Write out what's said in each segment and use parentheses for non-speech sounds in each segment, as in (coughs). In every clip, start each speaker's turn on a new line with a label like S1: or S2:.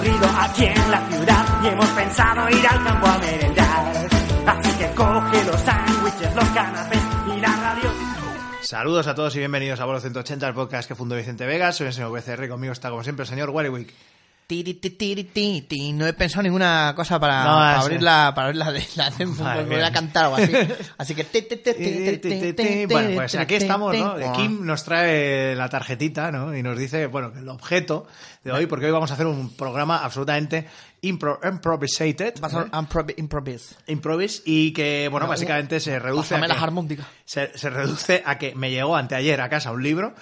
S1: aquí en la ciudad y hemos pensado ir al campo a merendar. Así que coge los sándwiches, los canapés y la radio.
S2: Saludos a todos y bienvenidos a Bolo 180, el podcast que fundó Vicente Vegas. Soy el señor VCR, conmigo está como siempre el señor Warwick.
S3: Tiri, ti, tiri, ti, ti. No he pensado ninguna cosa para,
S2: No,
S3: para
S2: sí.
S3: abrir la para abrir la de la de-
S2: Madre
S3: porque me
S2: mía.
S3: voy a cantar o así.
S2: (laughs)
S3: Así que ti, ti, ti, ti, ti, ti, ti,
S2: Bueno, pues
S3: ti,
S2: aquí
S3: ti,
S2: estamos,
S3: ti.
S2: ¿no? Kim nos trae la tarjetita, ¿no? Y nos dice, bueno, que el objeto de hoy, porque hoy vamos a hacer un programa absolutamente impro improvisated.
S3: Vas a
S2: ¿eh?
S3: improv- improvis.
S2: Improvise y que, bueno,
S3: No,
S2: básicamente se reduce
S3: Pásame
S2: a
S3: las
S2: que-
S3: armónicas.
S2: se, se reduce a que me llegó anteayer a casa un libro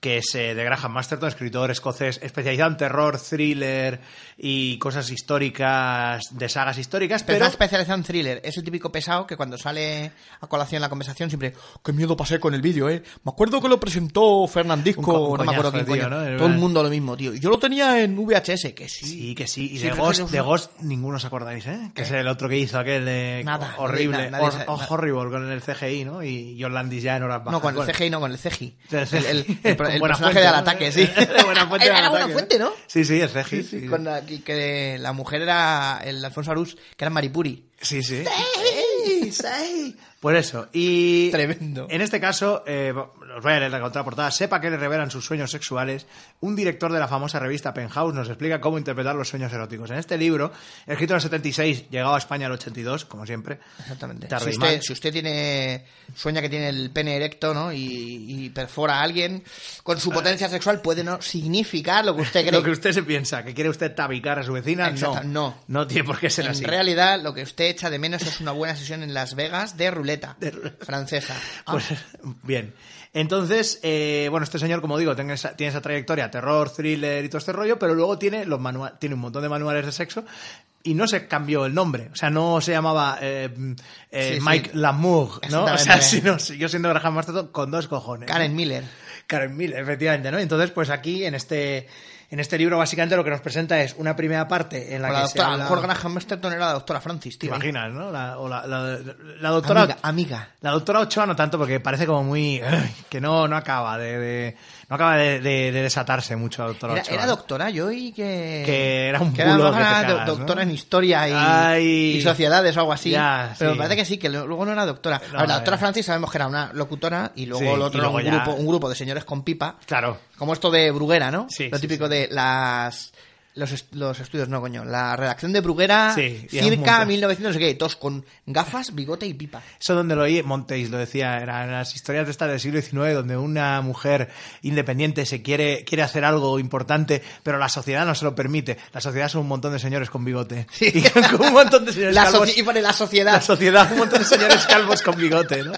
S2: que es eh, de Graham Masterton, escritor escocés especializado en terror, thriller y cosas históricas, de sagas históricas,
S3: Pero
S2: pero...
S3: está especializado en thriller. Es el típico pesado que cuando sale a colación la conversación siempre, qué miedo pasé con el vídeo, ¿eh? Me acuerdo que lo presentó Fernandisco,
S2: Un co- un
S3: no me acuerdo quién
S2: coñazo,
S3: coño.
S2: tío, ¿no?
S3: Todo el mundo lo mismo, tío. Yo lo tenía en VHS, que sí.
S2: Sí, que sí. Y
S3: Sí,
S2: de,
S3: pero
S2: Ghost,
S3: tenemos
S2: de
S3: un-
S2: Ghost ninguno os acordáis, ¿eh? Que es el otro que hizo aquel de
S3: Nada,
S2: horrible,
S3: nadie- nadie
S2: Hor-
S3: sabe-
S2: oh, horrible con el CGI, ¿no? Y John Landis ya en horas bajas.
S3: No, con el
S2: Bueno,
S3: CGI, no, con el CGI.
S2: (laughs) el
S3: El, el, el- el
S2: Con Buena Fuente,
S3: personaje del
S2: ¿no? (laughs)
S3: ataque, sí.
S2: Buena Fuente
S3: Era
S2: del
S3: Buena
S2: ataque,
S3: Fuente, ¿no?
S2: Sí, sí, el CGI.
S3: Sí,
S2: Sí,
S3: sí, con la, que, que la mujer era el Alfonso Arús, que era Maripuri.
S2: Sí, sí. Por eso. Y.
S3: (laughs) Tremendo.
S2: En este caso, eh, os voy a leer la contraportada. Sepa que le revelan sus sueños sexuales. Un director de la famosa revista Penthouse nos explica cómo interpretar los sueños eróticos. En este libro, escrito en el 76, llegado a España en el 82, como siempre.
S3: Exactamente.
S2: Tarde
S3: Si
S2: y
S3: usted,
S2: mal.
S3: si usted tiene sueña que tiene el pene erecto, ¿no? Y, y perfora a alguien con su potencia sexual puede no significar lo que usted cree.
S2: Ah. (laughs) Lo que usted se piensa, que quiere usted tabicar a su vecina, no.
S3: Exacto, no.
S2: No tiene por qué ser
S3: en
S2: así.
S3: realidad, lo que usted echa de menos es una buena sesión en Las Vegas de ruleta francesa. Ah,
S2: Pues, (laughs) bien. Entonces, eh, bueno, este señor, como digo, tiene esa, tiene esa trayectoria, terror, thriller y todo este rollo, pero luego tiene los manua- tiene un montón de manuales de sexo y no se cambió el nombre. O sea, no se llamaba eh, eh,
S3: Sí, sí.
S2: Mike Lamour, ¿no? O sea,
S3: Exactamente.
S2: sino- yo siendo Graham Masterton con dos cojones.
S3: Karen Miller.
S2: Karen Miller, efectivamente, ¿no? Entonces, pues aquí, en este, en este libro, básicamente lo que nos presenta es una primera parte en la
S3: O
S2: que
S3: la
S2: se
S3: doctora, a lo
S2: habla-
S3: mejor Graham Masterton era la doctora Francis,
S2: ¿Te
S3: tío.
S2: imaginas, no? La, o la, la- la doctora.
S3: Amiga, amiga.
S2: La doctora Ochoa no tanto porque parece como muy. ay, que no, no acaba de. de- no acaba de, de- de desatarse mucho la doctora
S3: Era,
S2: Ochoa.
S3: era doctora yo y que...
S2: Que era un
S3: que era,
S2: bulo
S3: mejor
S2: que te
S3: era do-
S2: cagas, ¿no?
S3: doctora en historia y,
S2: Ay.
S3: y sociedades o algo así.
S2: Ya,
S3: pero
S2: sí.
S3: me parece que sí, que lo- luego no era doctora. A ver,
S2: No,
S3: la doctora
S2: era-
S3: Francis sabemos que era una locutora y luego
S2: Sí,
S3: el
S2: y
S3: otro
S2: luego
S3: un,
S2: ya-
S3: grupo, un grupo de señores con pipa.
S2: Claro.
S3: Como esto de Bruguera, ¿no?
S2: Sí,
S3: Lo
S2: sí,
S3: típico de las... Los, est- los estudios, no, coño. La redacción de Bruguera,
S2: Sí, y es un
S3: circa
S2: montón.
S3: 1900, no sé qué, y todos con gafas, bigote y pipa.
S2: Eso donde lo oí, Montéis lo decía, eran las historias de estas del siglo XIX donde una mujer independiente se quiere, quiere hacer algo importante, pero la sociedad no se lo permite. La sociedad son un montón de señores con bigote.
S3: Sí.
S2: (laughs) Y con un montón de señores
S3: La
S2: calvos.
S3: soci- y pone la sociedad.
S2: La sociedad, un montón de señores calvos con bigote, ¿no?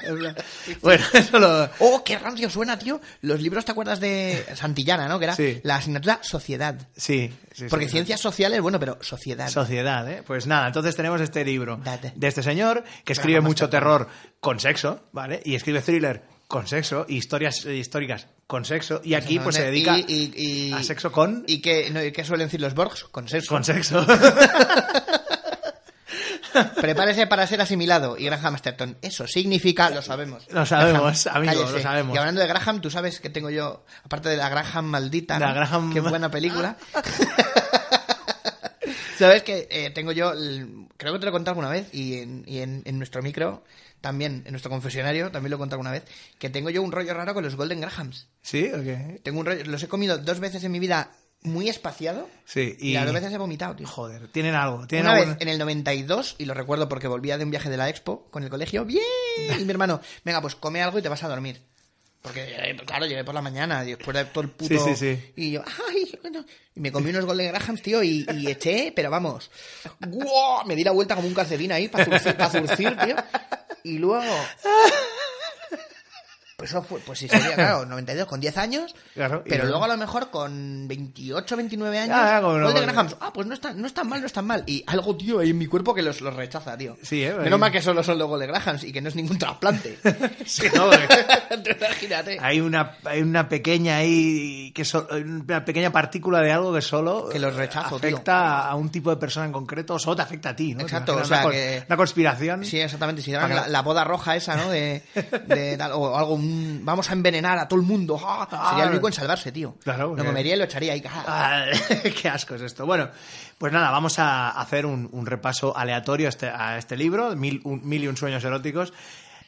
S2: Bueno, eso lo,
S3: Oh, qué rancio suena, tío. Los libros, ¿te acuerdas de Santillana, no? Que era
S2: Sí.
S3: la asignatura Sociedad.
S2: Sí, sí, sí,
S3: Porque
S2: sí.
S3: ciencias sociales, bueno, pero sociedad.
S2: Sociedad, ¿eh? Pues nada, entonces tenemos este libro
S3: Date.
S2: de este señor que escribe
S3: vamos
S2: mucho
S3: tocando.
S2: terror con sexo, ¿vale? Y escribe thriller con sexo, y historias eh, históricas con sexo, y aquí pues se
S3: Exactamente.
S2: dedica
S3: Y- y- y-
S2: a sexo con...
S3: ¿Y qué, no, y qué suelen decir los Borgs? Con sexo.
S2: Con sexo.
S3: Prepárese para ser asimilado. Y Graham Masterton. Eso significa, lo sabemos.
S2: Lo sabemos,
S3: Graham,
S2: amigo,
S3: cállese.
S2: lo sabemos.
S3: Y hablando de Graham, tú sabes que tengo yo, aparte de la Graham maldita,
S2: La
S3: ¿no?
S2: Graham-
S3: qué
S2: (laughs)
S3: buena película. (laughs) Sabes que eh, tengo yo, el- creo que te lo he contado alguna vez y, en, y en- en nuestro micro, también, en nuestro confesionario, también lo he contado alguna vez, que tengo yo un rollo raro con los Golden Grahams.
S2: (laughs) ¿Sí? ¿O qué?
S3: Tengo un rollo, los he comido dos veces en mi vida muy espaciado
S2: Sí,
S3: y,
S2: y...
S3: las dos veces he vomitado, tío.
S2: Joder, tienen algo. Tienen
S3: Una
S2: algo-
S3: vez en el 92, y lo recuerdo porque volvía de un viaje de la expo con el colegio, bien, y mi hermano, venga, pues come algo y te vas a dormir. Porque, eh, claro, llegué por la mañana y después de todo el puto...
S2: Sí, sí, sí.
S3: Y yo, ay, bueno, y me comí unos Golden Grahams, tío, y, y eché, pero vamos, ¡guau! me di la vuelta como un calcetín ahí para zurcir, pa' zurcir, tío. Y luego... Pues eso fue, pues sí, sería, claro, 92 con 10 años,
S2: Claro, y
S3: pero
S2: luego-
S3: luego a lo mejor con 28, 29 años,
S2: Ah, como no,
S3: Golden
S2: porque-
S3: Grahams, Ah, pues no están, no están mal, no están mal. Y algo, tío, hay en mi cuerpo que los, los rechaza, tío.
S2: Sí, eh, ahí-
S3: Menos mal que solo son los de Grahams y que no es
S2: (laughs)
S3: ningún trasplante.
S2: Sí, no, porque-
S3: Tú Imagínate.
S2: Hay una, hay una pequeña ahí que so- una pequeña partícula de algo que solo
S3: Que los rechazo, tío.
S2: afecta a un tipo de persona en concreto, o solo te afecta a ti, ¿no?
S3: Exacto,
S2: Te imaginas
S3: o sea
S2: una, cons-
S3: que-
S2: una conspiración.
S3: Sí, exactamente. Si dieran
S2: Para-
S3: la, la boda roja esa, ¿no? De, de tal- o algo, un un... Vamos a envenenar a todo el mundo. ¡Ah! Sería el
S2: Ah.
S3: único en salvarse, tío.
S2: Claro,
S3: Lo
S2: porque-
S3: comería y lo echaría ahí. ¡Ah!
S2: Ah, (laughs) qué asco es esto. Bueno, pues nada, vamos a hacer un, un repaso aleatorio a este, a este libro, Mil, un, Mil y un sueños eróticos,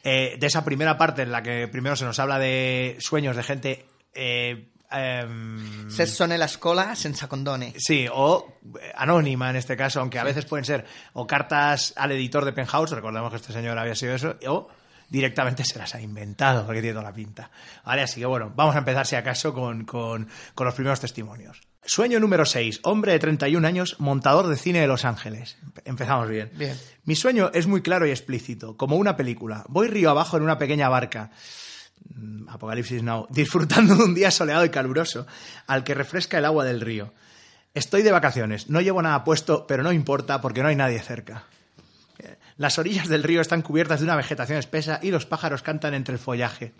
S2: eh, de esa primera parte en la que primero se nos habla de sueños de gente... eh, em,
S3: Sesso nella scuola senza condone.
S2: Sí, o eh, anónima en este caso, aunque a veces pueden ser o cartas al editor de Penthouse, recordemos que este señor había sido eso, o directamente se las ha inventado, porque tiene toda la pinta. Vale, así que bueno, vamos a empezar si acaso con, con- con los primeros testimonios. Sueño número 6. Hombre de 31 años, montador de cine de Los Ángeles. Empezamos bien.
S3: Bien.
S2: Mi sueño es muy claro y explícito, como una película. Voy río abajo en una pequeña barca. mm, Apocalipsis Now, disfrutando de un día soleado y caluroso, al que refresca el agua del río. Estoy de vacaciones, no llevo nada puesto, pero no importa porque no hay nadie cerca. Eh, Las orillas del río están cubiertas de una vegetación espesa y los pájaros cantan entre el follaje.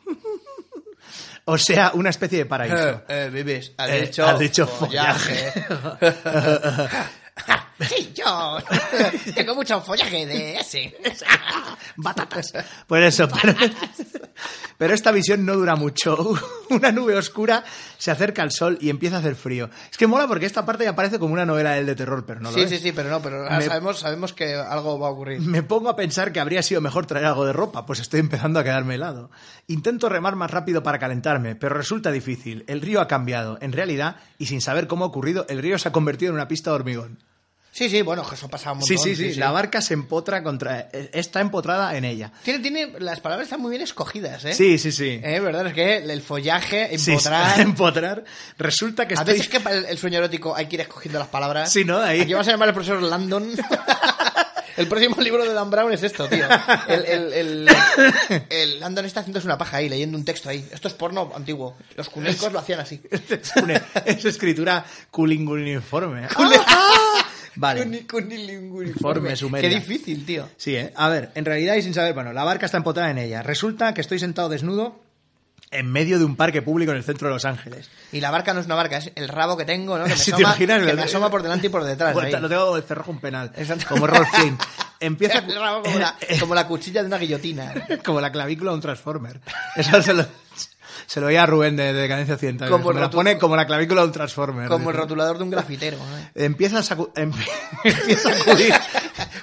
S2: O sea, una especie de
S3: Eh.
S2: paraíso.
S3: bebés, has
S2: Eh,
S3: dicho,
S2: has dicho follaje.
S3: (laughs) sí, yo (laughs) tengo mucho follaje de ese.
S2: (laughs) (laughs) Batatas. Por eso, (laughs) pero, pero esta visión no dura mucho. (laughs) Una nube oscura se acerca al sol y empieza a hacer frío. Es que mola porque esta parte ya parece como una novela del de terror, pero no lo
S3: sí,
S2: es.
S3: sí, sí, pero no, pero ahora
S2: Me-
S3: sabemos, sabemos que algo va a ocurrir.
S2: Me pongo a pensar que habría sido mejor traer algo de ropa, pues estoy empezando a quedarme helado. Intento remar más rápido para calentarme, pero resulta difícil. El río ha cambiado. En realidad, y sin saber cómo ha ocurrido, el río se ha convertido en una pista de hormigón.
S3: Sí, sí, bueno, que eso pasa un montón.
S2: sí, sí, sí, La barca se empotra contra... eh, está empotrada en ella.
S3: Tiene, tiene, las palabras están muy bien escogidas, ¿eh?
S2: Sí, sí, sí.
S3: Eh, ¿Verdad? Es que el follaje,
S2: Sí,
S3: empotrar...
S2: sí, (laughs) empotrar. Resulta que
S3: a
S2: estoy...
S3: veces que para el, el sueño erótico hay que ir escogiendo las palabras.
S2: Sí, ¿no? Ahí.
S3: Aquí vas a llamar al
S2: (laughs)
S3: profesor Landon. el próximo libro de Dan Brown es esto, tío. El, el, el, el Landon está haciéndose una paja ahí, leyendo un texto ahí. Esto es porno antiguo. Los cuneicos lo hacían así.
S2: Es, una- (laughs) es escritura culinguniforme.
S3: (laughs)
S2: Vale.
S3: Cuni- cunilingüiforme.
S2: Informe sumeria.
S3: Qué difícil, tío.
S2: Sí, ¿eh? A ver, en realidad y sin saber, bueno, la barca está empotrada en ella. Resulta que estoy sentado desnudo en medio de un parque público en el centro de Los Ángeles.
S3: Y la barca no es una barca, es el rabo que
S2: (laughs)
S3: tengo, ¿no? Que me,
S2: Si te
S3: asoma,
S2: imaginas,
S3: que me
S2: el-
S3: asoma por delante y por detrás.
S2: Vuelta-
S3: ahí.
S2: lo tengo como el cerrojo un penal.
S3: Exacto.
S2: Como Rolf Flynn. Empieza
S3: (laughs) El rabo como la, como la cuchilla de una guillotina.
S2: (laughs) como la clavícula de un Transformer. Eso se lo, se lo oía a Rubén de, de Cadencia Occidental.
S3: Como
S2: Como la
S3: rotu-
S2: pone como la clavícula de un Transformer.
S3: Como el
S2: Dice.
S3: rotulador de un
S2: (laughs)
S3: grafitero. ¿eh?
S2: Empieza a, sacu- (laughs) em-
S3: (laughs)
S2: empieza a acudir.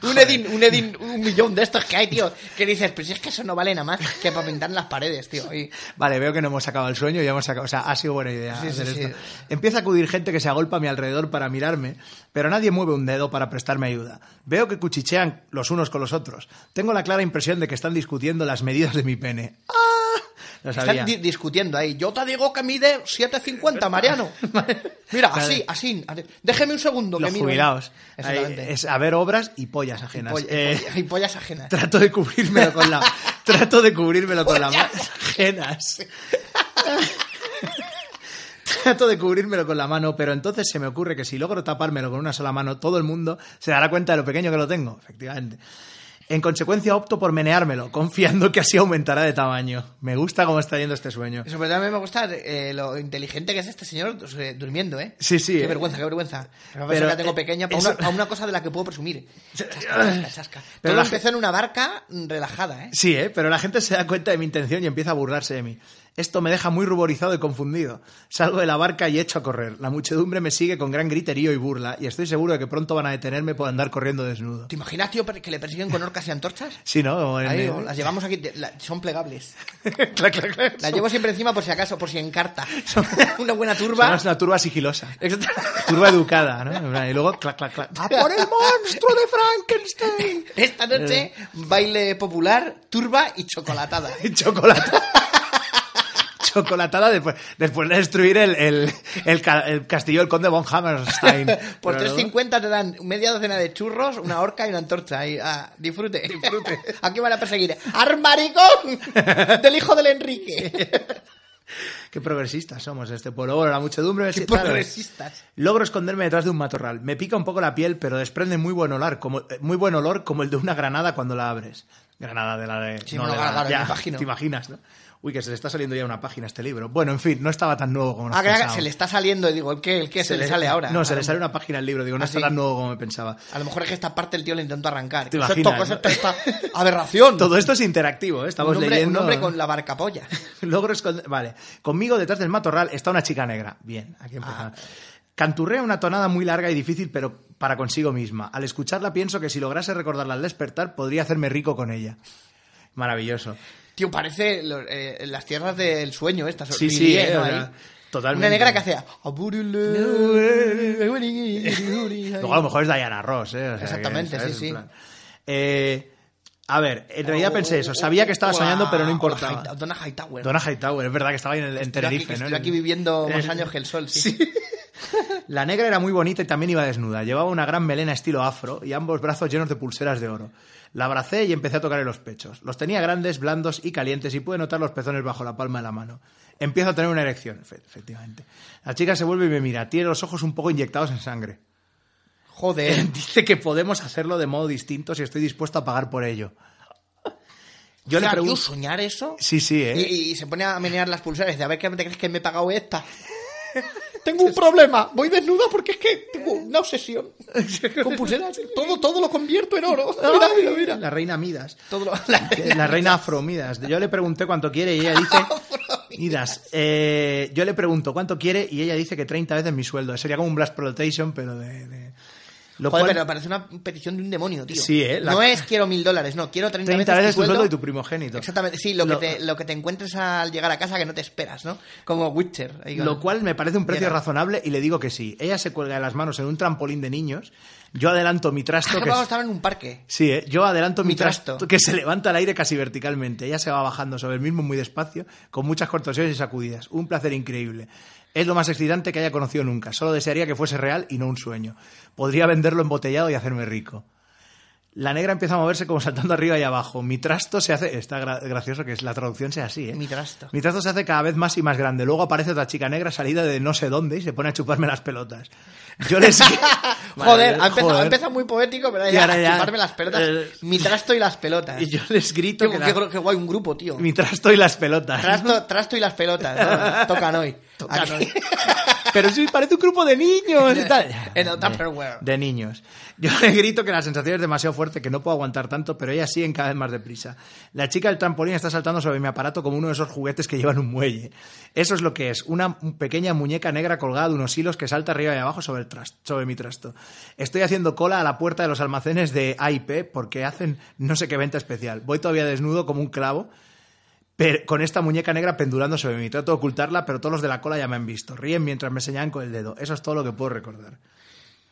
S3: un Edin, un Edin, un millón de estos que hay, tío. Que dices, pero si es que eso no vale nada más que para pintar las paredes, tío. Y
S2: Vale, veo que no hemos acabado el sueño, ya hemos sacado, o sea, ha sido buena idea
S3: Sí, sí,
S2: hacer
S3: sí.
S2: esto. Empieza a acudir gente que se agolpa a mi alrededor para mirarme, pero nadie mueve un dedo para prestarme ayuda. Veo que cuchichean los unos con los otros. Tengo la clara impresión de que están discutiendo las medidas de mi pene. ¡Ah! Lo sabía.
S3: están di- discutiendo ahí. Yo te digo que mide 7.50,
S2: (laughs)
S3: Mariano. Mira,
S2: Vale.
S3: así, así. así. Déjeme un segundo.
S2: Los
S3: que miro. ¿eh?
S2: jubilados. Ahí
S3: Exactamente.
S2: es a ver obras y pollas ajenas.
S3: Polla-
S2: Eh,
S3: polla- y pollas
S2: (laughs)
S3: ajenas.
S2: Trato de cubrírmelo con la. trato de cubrírmelo con la mano.
S3: Pollas.
S2: Ajenas. trato de cubrírmelo con la mano, pero entonces se me ocurre que si logro tapármelo con una sola mano, todo el mundo se dará cuenta de lo pequeño que lo tengo, efectivamente. En consecuencia, opto por meneármelo, confiando que así aumentará de tamaño. Me gusta cómo está yendo este sueño.
S3: Y Sobre todo a mí me gusta eh, lo inteligente que es este señor pues, eh, durmiendo, ¿eh?
S2: Sí, sí,
S3: Qué
S2: eh.
S3: vergüenza, qué vergüenza. Pero,
S2: Pero,
S3: la tengo
S2: eh,
S3: pequeña para,
S2: eso-
S3: una, pa' una cosa de la que puedo presumir. Chasca, chasca, chasca.
S2: Pero
S3: Todo
S2: la-
S3: empezó en una barca mm, relajada, ¿eh?
S2: Sí, ¿eh? pero la gente se da cuenta de mi intención y empieza a burlarse de mí. Esto me deja muy ruborizado y confundido. Salgo de la barca y echo a correr. La muchedumbre me sigue con gran griterío y burla, y estoy seguro de que pronto van a detenerme por andar corriendo desnudo.
S3: ¿Te imaginas, tío, per- que le persiguen con orcas y antorchas?
S2: Sí, ¿no? Como en-
S3: Ahí,
S2: (laughs)
S3: o las llevamos aquí, te- la- son plegables.
S2: Claro, claro, claro.
S3: Las llevo siempre encima por si acaso, por si encarta. (laughs) Una buena
S2: Son-
S3: turba.
S2: Es una turba sigilosa.
S3: Exacto.
S2: Turba educada, ¿no? Y luego, clac, clac, clac. ¡A por el monstruo de Frankenstein!
S3: Esta noche, baile popular, turba y chocolatada.
S2: (laughs) Chocolata. Chocolatada después, después de destruir el, el, el ca- el castillo del conde von Hammerstein.
S3: (laughs) Por
S2: Pero luego-
S3: 3.50 te dan media docena de churros, una horca y una antorcha. Y, ah, disfrute. Disfrute. (laughs) Aquí van a perseguir.
S2: (laughs)
S3: ¡Armaricón! Del hijo del Enrique.
S2: Qué progresistas somos en este pueblo. Bueno, la muchedumbre...
S3: (laughs) Qué
S2: sí, claro.
S3: progresistas.
S2: Logro esconderme detrás de un matorral. Me pica un poco la piel, pero desprende muy buen olor, como, eh, muy buen olor como el de una granada cuando la abres. Granada de la de...
S3: Sí,
S2: no,
S3: bueno,
S2: de la-
S3: claro,
S2: ya,
S3: me
S2: (laughs)
S3: imagino.
S2: Te imaginas, ¿no? uy, que se le está saliendo ya una página a este libro. Bueno, en fin, no estaba tan nuevo como nos
S3: Ah, que
S2: pensábamos.
S3: se le está saliendo, y digo, ¿el qué? ¿El qué? Se, le, sale ahora.
S2: No, se
S3: A
S2: le
S3: lo-
S2: sale una página al libro, digo, no
S3: Ah,
S2: está
S3: sí.
S2: tan nuevo como me pensaba.
S3: A lo mejor es que esta parte el tío le intentó arrancar.
S2: Te
S3: Eso es
S2: imaginas,
S3: toco, eso
S2: ¿no?
S3: es esta aberración.
S2: Todo esto es interactivo, ¿eh? estamos
S3: un hombre,
S2: leyendo.
S3: Un hombre con la barca polla.
S2: (laughs) Logros con- Vale. Conmigo detrás del matorral está una chica negra. Bien, aquí empezamos.
S3: Ah.
S2: Canturrea una tonada muy larga y difícil, pero para consigo misma. Al escucharla pienso que si lograse recordarla al despertar, podría hacerme rico con ella. Maravilloso.
S3: Tío, parece lo- eh, las tierras del sueño estas.
S2: Sí, sí,
S3: Lillier,
S2: eh,
S3: ¿no?
S2: o sea,
S3: Ahí.
S2: totalmente.
S3: Una negra que hace...
S2: (laughs) Luego a lo mejor es Diana Ross, ¿eh? O sea, que,
S3: Exactamente,
S2: ¿sabes? En
S3: sí, sí.
S2: plan. Eh, a ver, en realidad pensé eso. Sabía que estaba
S3: O-
S2: soñando, pero no
S3: o
S2: importaba.
S3: Highta- Donna Hightower.
S2: Donna Hightower, es verdad que estaba en, el, en
S3: Estoy aquí-
S2: Tenerife, ¿no?
S3: Estoy aquí viviendo más años que el sol, sí.
S2: La negra era muy bonita y también iba desnuda. Llevaba una gran melena estilo afro y ambos brazos llenos de pulseras de oro. La abracé y empecé a tocarle los pechos. Los tenía grandes, blandos y calientes y pude notar los pezones bajo la palma de la mano. Empiezo a tener una erección, efe- efectivamente. La chica se vuelve y me mira. Tiene los ojos un poco inyectados en sangre. (laughs)
S3: Joder.
S2: Dice que podemos hacerlo de modo distinto si estoy dispuesto a pagar por ello. Yo
S3: O
S2: le
S3: sea,
S2: pregunto...
S3: tío, soñar eso...
S2: Sí, sí, ¿eh? (laughs)
S3: Y, y se pone a menear las pulseras de a ver qué te crees que me he pagado esta. Tengo un problema, voy desnuda porque es que tengo una (laughs) obsesión con pulseras. Todo, todo lo convierto en oro. Mira, mira, mira.
S2: La reina Midas.
S3: Todo lo- (laughs)
S2: La, reina Afro Midas. Yo le pregunté cuánto quiere y ella dice. Midas. eh, yo le pregunto cuánto quiere y ella dice que 30 veces mi sueldo. Sería como un Blast Protection, pero de. de- Lo
S3: Joder,
S2: cual-
S3: pero parece una petición de un demonio, tío.
S2: Sí, eh, la-
S3: No es quiero mil dólares, no, quiero 30,
S2: 30 veces tu
S3: tu
S2: sueldo y tu primogénito.
S3: Exactamente, sí, lo,
S2: Lo-
S3: que te, lo que te encuentres al llegar a casa que no te esperas, ¿no? Como Witcher. ahí con-
S2: Lo cual me parece un precio
S3: Llega.
S2: razonable y le digo que sí. Ella se cuelga de las manos en un trampolín de niños. Yo adelanto mi
S3: Ah,
S2: trasto.
S3: que
S2: que
S3: (laughs) vamos a
S2: es-
S3: estar en un parque.
S2: Sí, ¿eh? yo adelanto mi,
S3: Mi trasto.
S2: trasto que se levanta al aire casi verticalmente. Ella se va bajando sobre el mismo muy despacio, con muchas cortosiones y sacudidas. Un placer increíble. Es lo más excitante que haya conocido nunca. Solo desearía que fuese real y no un sueño. Podría venderlo embotellado y hacerme rico. La negra empieza a moverse como saltando arriba y abajo. Mi trasto se hace... Está gra- gracioso que es- la traducción sea así, ¿eh?
S3: Mi trasto.
S2: Mi trasto se hace cada vez más y más grande. Luego aparece otra chica negra salida de no sé dónde y se pone a chuparme las pelotas. Yo les...
S3: (laughs) Joder, ha empezado, ha
S2: Joder.
S3: empezado muy poético, pero
S2: Y
S3: ya,
S2: ahora ya-
S3: chuparme las pelotas.
S2: Eh,
S3: Mi trasto y las pelotas.
S2: (laughs) Y yo les grito
S3: Tío,
S2: que
S3: qué,
S2: la-
S3: gro- qué guay, un grupo, tío.
S2: mi trasto y las pelotas.
S3: Trasto, trasto y las
S2: (laughs)
S3: pelotas. ¿no? Tocan hoy.
S2: Tocan
S3: Aquí.
S2: hoy. Pero sí, parece un grupo de niños y tal.
S3: (laughs) En el
S2: De-
S3: Tupperware.
S2: De niños. Yo le grito que la sensación es demasiado fuerte, que no puedo aguantar tanto, pero ella sigue cada vez más deprisa. La chica del trampolín está saltando sobre mi aparato como uno de esos juguetes que llevan un muelle. Eso es lo que es, una pequeña muñeca negra colgada de unos hilos que salta arriba y abajo sobre, el tras- sobre mi trasto. Estoy haciendo cola a la puerta de los almacenes de AIP porque hacen no sé qué venta especial. Voy todavía desnudo como un clavo. Pero con esta muñeca negra pendulando sobre mí. Trato de ocultarla, pero todos los de la cola ya me han visto. Ríen mientras me señalan con el dedo. Eso es todo lo que puedo recordar.
S3: (laughs)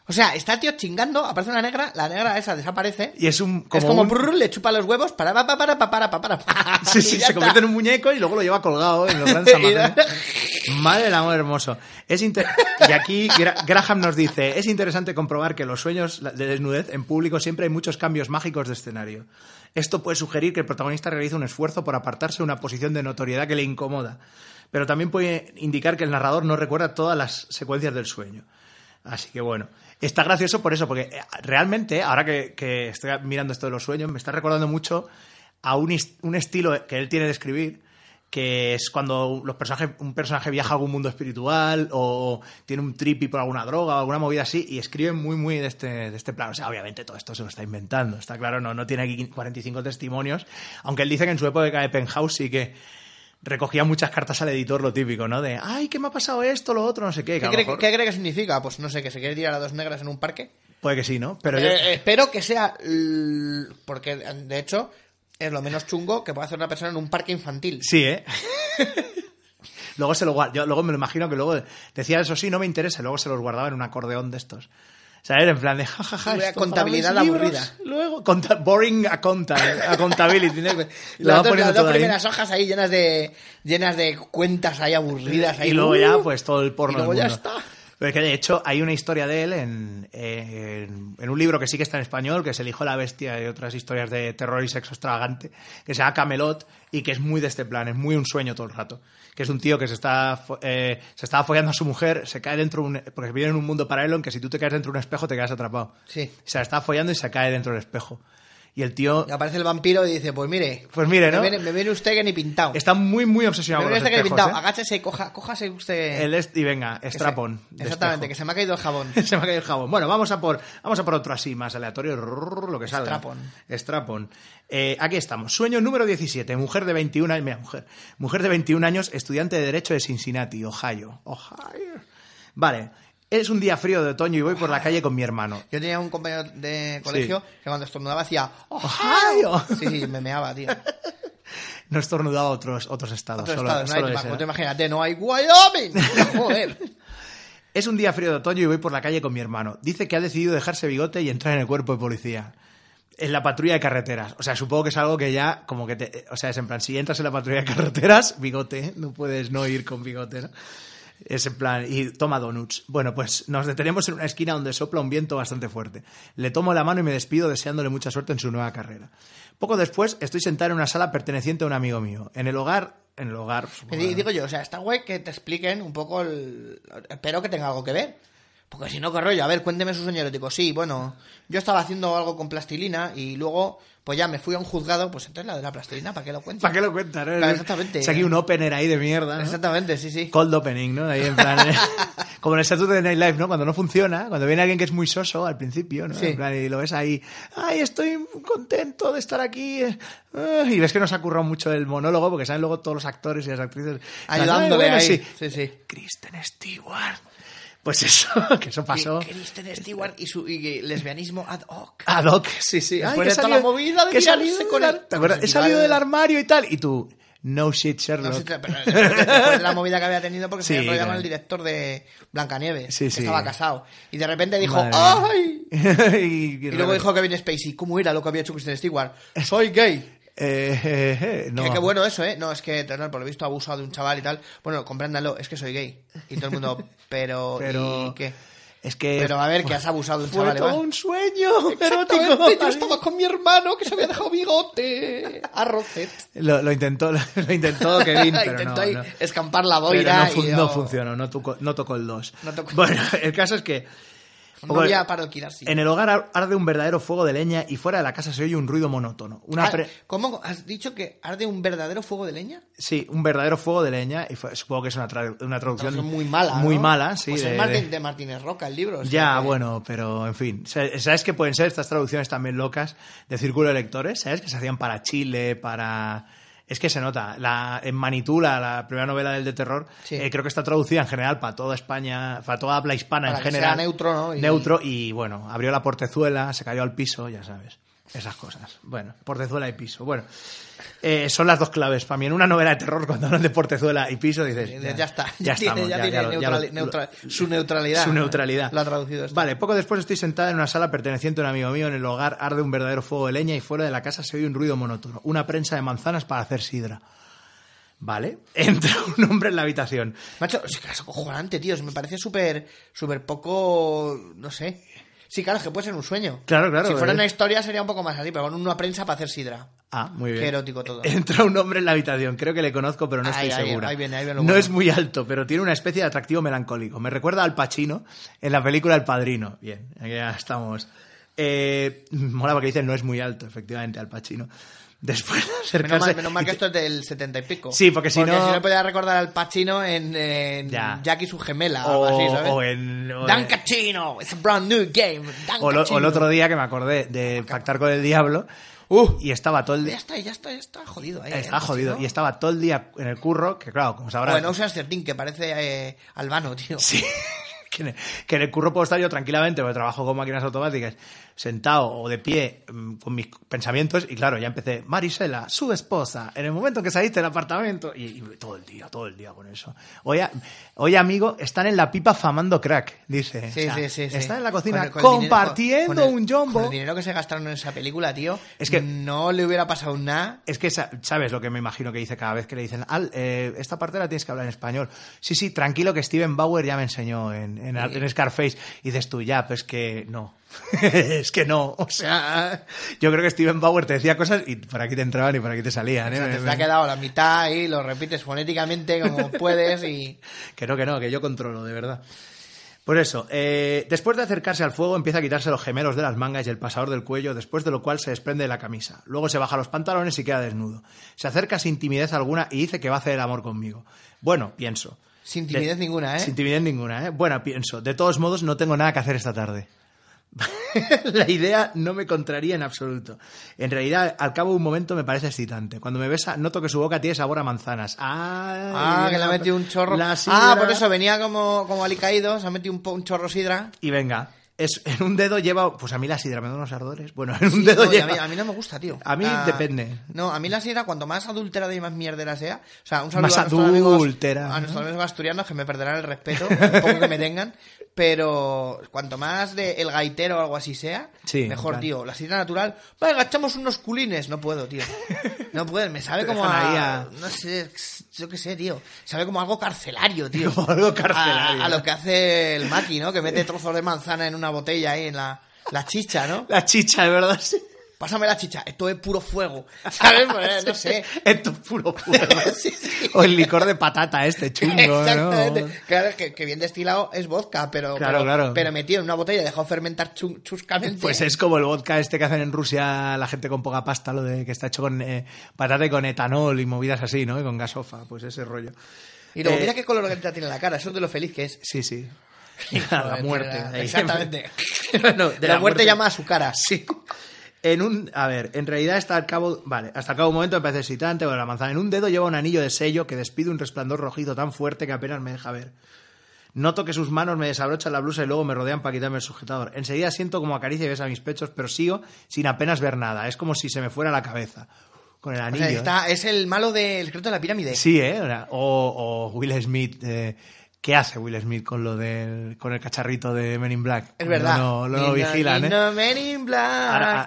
S3: O sea, está tío chingando, aparece una negra, la negra esa desaparece.
S2: Y es un. Como
S3: es como
S2: un-
S3: brrr, le chupa los huevos, para, para, para, para, para, para,
S2: (laughs)
S3: para.
S2: Sí, sí,
S3: y ya
S2: se convierte en
S3: está.
S2: un muñeco y luego lo lleva colgado en los
S3: (laughs)
S2: grandes
S3: Y da-
S2: almacenes. Madre del amor hermoso. Es inter- Y aquí Gra- Graham nos dice, es interesante comprobar que los sueños de desnudez en público siempre hay muchos cambios mágicos de escenario. Esto puede sugerir que el protagonista realiza un esfuerzo por apartarse de una posición de notoriedad que le incomoda, pero también puede indicar que el narrador no recuerda todas las secuencias del sueño. Así que bueno, está gracioso por eso, porque eh, realmente, ahora que, que estoy mirando esto de los sueños, me está recordando mucho a un, est- un estilo que él tiene de escribir, que es cuando los personajes, un personaje viaja a algún mundo espiritual o tiene un tripi por alguna droga o alguna movida así y escribe muy, muy de este, de este plano. O sea, obviamente todo esto se lo está inventando, está claro, no, no tiene aquí 45 testimonios, aunque él dice que en su época de Penthouse sí que recogía muchas cartas al editor, lo típico, ¿no? De, ay, ¿qué me ha pasado esto, lo otro, no sé qué? que a lo
S3: ¿Qué, cree,
S2: mejor-
S3: qué cree que significa? Pues no sé, que se quiere tirar a dos negras en un parque.
S2: Puede que sí, ¿no? Pero yo...
S3: Eh, espero que sea. l- Porque, de hecho, es lo menos chungo que puede hacer una persona en un parque infantil.
S2: Sí, ¿eh? (laughs) luego se lo guar- yo luego me lo imagino que luego decía eso sí, no me interesa, y luego se los guardaba en un acordeón de estos. ¿Sabes? En plan de jajaja. Ja, ja,
S3: Voy a
S2: esto para
S3: contabilidad
S2: mis libros,
S3: aburrida.
S2: Luego, conta- boring a conta, eh, a contability.
S3: (laughs)
S2: ¿no? Lo va
S3: Las dos,
S2: poniendo
S3: las dos
S2: todo ahí.
S3: primeras hojas ahí llenas de llenas de cuentas ahí aburridas. Ahí,
S2: Y luego
S3: Uh,
S2: ya, pues todo el porno.
S3: y luego
S2: del
S3: ya
S2: mundo.
S3: está.
S2: Pero es que de hecho hay una historia de él en, en- en un libro que sí que está en español, que es El Hijo de la Bestia y otras historias de terror y sexo extravagante, que se llama Camelot y que es muy de este plan, es muy un sueño todo el rato. Que es un tío que se está fo- eh, se estaba follando a su mujer, se cae dentro de un, porque vive en un mundo paralelo en que si tú te caes dentro de un espejo te quedas atrapado.
S3: Sí.
S2: Se la está follando y se cae dentro del espejo. Y el tío,
S3: Y Aparece el vampiro y dice, pues mire,
S2: pues mire, ¿no?
S3: me, viene, me viene usted que ni pintado.
S2: Está muy, muy
S3: me
S2: obsesionado con
S3: viene
S2: los
S3: usted que ni
S2: espejos,
S3: pintado.
S2: ¿eh?
S3: Agáchese, coja, cójase usted...
S2: El est- y venga,
S3: que se-
S2: strapón. de
S3: Exactamente, que
S2: espejo.
S3: se me ha caído el jabón.
S2: (laughs) Se me ha caído el jabón. Bueno, vamos a por, vamos a por otro así, más aleatorio, rrrr, lo que salga.
S3: Strapon.
S2: Strapon. Eh, aquí estamos. Sueño número 17. Mujer de 21 años. mira, mujer. Mujer de 21 años, estudiante de Derecho de Cincinnati, Ohio. Ohio. Vale. Es un día frío de otoño y voy por la calle con mi hermano.
S3: Yo tenía un compañero de colegio que cuando estornudaba hacía
S2: Ohio.
S3: ¡Ohio!
S2: oh!
S3: Sí, sí, me meaba, tío.
S2: No he estornudado a otros, otros estados.
S3: Otro
S2: solo-
S3: estado, no hay-
S2: solo ese.
S3: tú imagínate, no hay Wyoming. (laughs) Joder.
S2: Es un día frío de otoño y voy por la calle con mi hermano. Dice que ha decidido dejarse bigote y entrar en el cuerpo de policía. En la patrulla de carreteras. O sea, supongo que es algo que ya, como que te. O sea, es en plan, si entras en la patrulla de carreteras, bigote, ¿eh? no puedes no ir con bigote, ¿no? Es en plan, y toma donuts. Bueno, pues nos detenemos en una esquina donde sopla un viento bastante fuerte. Le tomo la mano y me despido deseándole mucha suerte en su nueva carrera. Poco después estoy sentado en una sala perteneciente a un amigo mío. En el hogar, en el hogar,
S3: Y
S2: supongo,
S3: di-
S2: ¿no?
S3: digo yo, o sea, está guay que te expliquen un poco el... Espero que tenga algo que ver. Porque si no, qué rollo. A ver, cuénteme su sueño erótico. Sí, bueno, yo estaba haciendo algo con plastilina y luego, pues ya me fui a un juzgado. Pues entonces la de la plastilina, ¿para qué lo cuento?
S2: ¿Para qué lo cuentan? no? (laughs)
S3: Claro, exactamente.
S2: Es aquí un opener ahí de mierda. ¿no?
S3: (laughs) Exactamente, sí, sí.
S2: Cold opening, ¿no? Ahí en
S3: (laughs)
S2: plan, (laughs) eh, como en el Saturday Night Live, ¿no? Cuando no funciona, cuando viene alguien que es muy soso al principio, ¿no?
S3: Sí.
S2: En plan, y lo ves ahí, ay, estoy contento de estar aquí. eh, ah", Y ves que nos ha currado mucho el monólogo, porque saben luego todos los actores y las actrices. "Ay,
S3: Ayudándole
S2: bueno,
S3: ahí.
S2: sí".
S3: sí, sí.
S2: Kristen Stewart. Pues eso, (laughs) que eso pasó.
S3: Y Kristen Stewart y su y lesbianismo ad hoc.
S2: Ad hoc, sí, sí.
S3: Después
S2: que
S3: de toda la movida de
S2: que he
S3: tirarse
S2: salido
S3: con
S2: del-
S3: el-
S2: ¿te acuerdas?
S3: con
S2: He
S3: el
S2: salido del
S3: rival.
S2: armario y tal. Y tú, no shit, Sherlock. (laughs)
S3: No sé, pero después de la movida que había tenido porque
S2: Sí,
S3: se había enrollado con
S2: claro.
S3: el director de Blancanieves,
S2: Sí,
S3: que
S2: sí.
S3: estaba casado. Y de repente dijo,
S2: Madre mía.
S3: ¡ay!
S2: y,
S3: Y luego dijo Kevin Spacey, ¿cómo era lo que había hecho Kristen Stewart? ¡Soy gay!
S2: Eh, eh, eh, no.
S3: Que qué bueno eso, ¿eh? No, es que Turner, por lo visto, ha abusado de un chaval y tal. Bueno, compréndanlo, es que soy gay. Y todo
S2: (laughs)
S3: el mundo, pero...
S2: Pero-
S3: ¿y qué?
S2: Es que.
S3: Pero a ver, que has abusado de un
S2: Fue
S3: chaval,
S2: todo
S3: Iván.
S2: un sueño
S3: (laughs) Exactamente,
S2: erótico.
S3: yo estaba con mi hermano que se había dejado bigote. (laughs) A Rosette.
S2: Lo, lo intentó, lo intentó
S3: (laughs)
S2: Kevin, pero
S3: Intentó
S2: no,
S3: ahí
S2: no.
S3: escampar la
S2: Pero
S3: boira
S2: no, fun-
S3: y
S2: no
S3: oh,
S2: funcionó, no, tocó- no tocó el 2.
S3: No tocó-
S2: Bueno, el caso es que
S3: No había parroquial así.
S2: en el hogar ar- arde un verdadero fuego de leña y fuera de la casa se oye un ruido monótono. Una
S3: Ah,
S2: pre-
S3: ¿Cómo has dicho que arde un verdadero fuego de leña?
S2: Sí, un verdadero fuego de leña y fue- supongo que es una, tra- una traducción
S3: Traducción muy mala.
S2: Muy
S3: ¿no?
S2: mala, sí.
S3: Pues
S2: de-
S3: es más de, de Martínez Roca el libro. o sea
S2: Ya,
S3: que-
S2: bueno, pero en fin. Sa- ¿Sabes que pueden ser estas traducciones también locas de círculo de lectores? ¿Sabes que se hacían para Chile, para... Es que se nota. La, en Manitula, la primera novela del de terror,
S3: Sí.
S2: eh, creo que está traducida en general para toda España, para toda habla hispana
S3: Para
S2: en
S3: que sea
S2: general.
S3: neutro, ¿no?
S2: Y...
S3: Y-
S2: Neutro y bueno, abrió la portezuela, se cayó al piso, ya sabes. Esas cosas. Bueno, portezuela y piso. Bueno, eh, son las dos claves para mí. En una novela de terror, cuando hablan de portezuela y piso, dices.
S3: Ya, (laughs) ya está.
S2: Ya,
S3: Ya, tiene,
S2: estamos,
S3: ya
S2: ya-
S3: tiene
S2: ya lo- ya lo-
S3: neutrali- neutra- su neutralidad.
S2: su
S3: ¿no?
S2: neutralidad.
S3: Lo ha traducido esto.
S2: Vale, poco después estoy sentada en una sala perteneciente a un amigo mío. En el hogar arde un verdadero fuego de leña y fuera de la casa se oye un ruido monótono. Una prensa de manzanas para hacer sidra. Vale, (laughs) entra un hombre en la habitación.
S3: Macho, es que es acojonante, tío. Me parece súper súper poco. No sé. Sí, claro, es que puede ser un sueño.
S2: Claro, claro,
S3: Si fuera
S2: eh.
S3: una historia sería un poco más así, pero con una prensa para hacer sidra.
S2: Ah, muy bien.
S3: Qué
S2: (laughs)
S3: erótico todo.
S2: Entra un hombre en la habitación, creo que le conozco, pero no estoy
S3: Ahí, ahí,
S2: segura.
S3: ahí viene, ahí viene lo
S2: no
S3: bueno.
S2: es muy alto, pero tiene una especie de atractivo melancólico. Me recuerda al Pacino en la película El Padrino. Bien, aquí ya estamos. Eh, mola porque dicen no es muy alto, efectivamente, al Pacino. Después de acercarse...
S3: Menos mal, menos mal que esto es del setenta y pico.
S2: Sí, porque si no-
S3: si no podía recordar al Pacino en, en
S2: Ya.
S3: Jack y su gemela o,
S2: o,
S3: algo así, ¿sabes?
S2: o en- o
S3: Dan
S2: en-
S3: Cachino, it's a brand new game. Dan
S2: Eh, o lo- o
S3: Cachino.
S2: el otro día que me acordé de pactar con el diablo
S3: Uh.
S2: y estaba todo el
S3: Ya
S2: día
S3: está, ya está, ya está jodido. Ahí,
S2: está
S3: eh,
S2: jodido
S3: Pacino.
S2: y estaba todo el día en el curro que claro como sabrás
S3: O en Ocean's Certín, que parece eh, albano, tío.
S2: Sí. Que en, el, que en el curro puedo estar yo tranquilamente, porque trabajo con máquinas automáticas, sentado o de pie mm, con mis pensamientos, y claro, ya empecé, Marisela, su esposa, en el momento que saliste del apartamento, y, y todo el día, todo el día con eso. Oye, oye, amigo, están en la pipa famando crack, dice.
S3: Sí,
S2: O sea,
S3: sí, sí, sí.
S2: Están en la
S3: Con
S2: cocina
S3: el- con el dinero-
S2: compartiendo
S3: con el-
S2: un jumbo.
S3: Con el dinero que se gastaron en esa película, tío.
S2: Es que-
S3: No le hubiera pasado nada.
S2: Es que sa- sabes lo que me imagino que dice cada vez que le dicen, Al, eh, esta parte la tienes que hablar en español. Sí, sí, tranquilo que Steven Bauer ya me enseñó en, en- en Scarface. Y dices tú, ya, pues que no. (laughs) es que no. O sea, yo creo que Steven Bauer te decía cosas y por aquí te entraban y por aquí te salían. ¿eh?
S3: O sea, te,
S2: Me-
S3: te ha
S2: me-
S3: quedado la mitad y
S2: (laughs)
S3: lo repites fonéticamente como puedes y...
S2: Que no, que no, que yo controlo, de verdad. Por eso, eh, después de acercarse al fuego, empieza a quitarse los gemelos de las mangas y el pasador del cuello, después de lo cual se desprende de la camisa. Luego se baja los pantalones y queda desnudo. Se acerca sin timidez alguna y dice que va a hacer el amor conmigo. Bueno, pienso.
S3: Sin timidez
S2: De-
S3: ninguna, ¿eh?
S2: Sin timidez ninguna, ¿eh? Bueno, pienso. De todos modos, no tengo nada que hacer esta tarde. (laughs) la idea no me contraría en absoluto. En realidad, al cabo de un momento me parece excitante. Cuando me besa, noto que su boca tiene sabor a manzanas. Ah,
S3: Ah, que le ha metido un chorro.
S2: La
S3: Ah,
S2: sidra.
S3: por eso venía como, como alicaído, se ha metido un, po- un chorro sidra.
S2: Y venga, es, (laughs) en un dedo lleva. Pues a mí la sidra me da unos ardores. Bueno, en un
S3: Sí,
S2: dedo
S3: no, y
S2: lleva.
S3: a, mí, a mí no me gusta, tío.
S2: A mí depende.
S3: No, a mí la sidra, cuanto más adulterada y más mierdera sea. O sea, un saludo
S2: Más
S3: a nuestros amigos-
S2: adúltera,
S3: a
S2: ¿no?
S3: nuestros amigos asturianos que me perderán el respeto, (laughs) un poco que me tengan. Pero cuanto más de el gaitero o algo así sea,
S2: Sí,
S3: mejor,
S2: claro.
S3: tío. La sidra natural, venga, echamos unos culines. No puedo, tío. No puedo, me sabe
S2: Te
S3: como
S2: dejan ahí
S3: a,
S2: a-
S3: No sé, yo qué sé, tío. Sabe como algo carcelario, tío.
S2: Como (laughs) algo carcelario.
S3: A, a lo que hace el maqui, ¿no? Que mete trozos de manzana en una botella ahí, en la, la chicha, ¿no?
S2: La chicha, de verdad. sí.
S3: Pásame la chicha, esto es puro
S2: (laughs)
S3: fuego. ¿Sabes? Pues, no sé.
S2: Esto es puro fuego.
S3: (laughs) Sí, sí.
S2: O el licor de patata, este chungo.
S3: Exactamente.
S2: ¿no?
S3: Claro, es que, que bien destilado es vodka, pero,
S2: Claro,
S3: pero,
S2: claro.
S3: pero metido en una botella, dejado fermentar chun- chuscamente.
S2: Pues es como el vodka este que hacen en Rusia la gente con poca pasta, lo de que está hecho con eh, patata y con etanol y movidas así, ¿no? Y con gasofa, pues ese rollo.
S3: Y luego,
S2: Eh,
S3: mira qué color que tiene la cara, eso es de lo feliz que es.
S2: Sí, sí. (laughs) la muerte. ahí. (laughs)
S3: Exactamente. (laughs)
S2: Bueno,
S3: De la, muerte llama a su cara.
S2: Sí. En un, a ver, en realidad hasta el cabo, vale, hasta el cabo de un momento me parece excitante, bueno, la manzana en un dedo lleva un anillo de sello que despide un resplandor rojizo tan fuerte que apenas me deja ver. Noto que sus manos me desabrochan la blusa y luego me rodean para quitarme el sujetador. Enseguida siento como acaricia y besa mis pechos, pero sigo sin apenas ver nada. Es como si se me fuera la cabeza. Con el
S3: O
S2: anillo.
S3: sea,
S2: ¿eh?
S3: está, es el malo del secreto de la pirámide.
S2: Sí, ¿eh? Era- O, o Will Smith. eh, ¿Qué hace Will Smith con lo del, con el cacharrito de Men in Black?
S3: Es verdad.
S2: No, no lo
S3: Ni-
S2: vigilan,
S3: ni
S2: ¿eh?
S3: no Men in Black.
S2: Ahora- ah.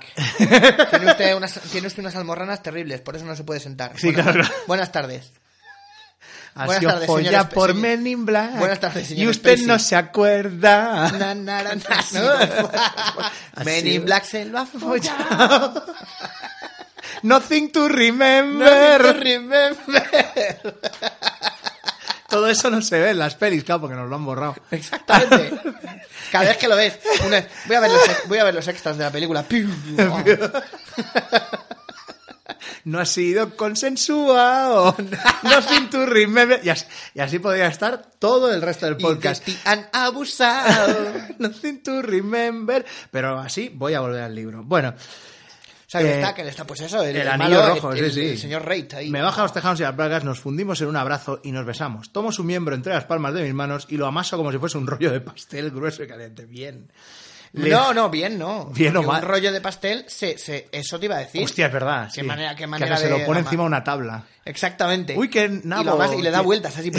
S3: (laughs) tiene, usted unas, tiene usted unas almorranas terribles, por eso no se puede sentar.
S2: Sí, claro.
S3: Buenas tardes.
S2: Ha
S3: Buenas
S2: sido
S3: tardes,
S2: follada
S3: señor Espe-
S2: por
S3: señor-
S2: Men in Black.
S3: Buenas tardes, señor
S2: Y usted
S3: Spacey.
S2: no se acuerda.
S3: Na, na,
S2: (laughs)
S3: na, na,
S2: Así,
S3: ¿no?
S2: por favor.
S3: (laughs) Men
S2: Así.
S3: in Black se lo ha follado.
S2: Nothing to
S3: (laughs)
S2: remember. (laughs)
S3: Never remember.
S2: Todo eso no se ve en las pelis, claro, porque nos lo han borrado.
S3: Exactamente. Cada vez que lo ves, una- voy, a ver los, ex- voy a ver los extras de la
S2: (laughs)
S3: película. (laughs) Piu.
S2: No ha sido
S3: (laughs)
S2: consensuado. Nothing to remember. Y así, y así podría estar todo el resto del
S3: Y de
S2: podcast.
S3: ti han abusado.
S2: (laughs) Nothing to remember. Pero así voy a volver al libro. Bueno,
S3: O sea, que
S2: Eh,
S3: está, que está, pues eso, el,
S2: el
S3: el
S2: anillo
S3: malo,
S2: rojo,
S3: el,
S2: sí,
S3: el-
S2: sí.
S3: el señor Reit ahí.
S2: Me baja los tejanos y las bragas, nos fundimos en un abrazo y nos besamos. Tomo su miembro entre las palmas de mis manos y lo amaso como si fuese un rollo de pastel grueso y caliente. Bien. Le-
S3: No, no, bien, no.
S2: Bien o
S3: Porque
S2: mal.
S3: Un rollo de pastel, se, se, eso te iba a decir.
S2: Hostia, es verdad.
S3: Qué
S2: sí.
S3: manera- qué
S2: Que
S3: manera
S2: ahora se
S3: de
S2: lo pone
S3: amar.
S2: encima de una tabla.
S3: Exactamente.
S2: Uy, qué
S3: y,
S2: nabo,
S3: lo amasa y le da
S2: tío. (laughs)
S3: vueltas así.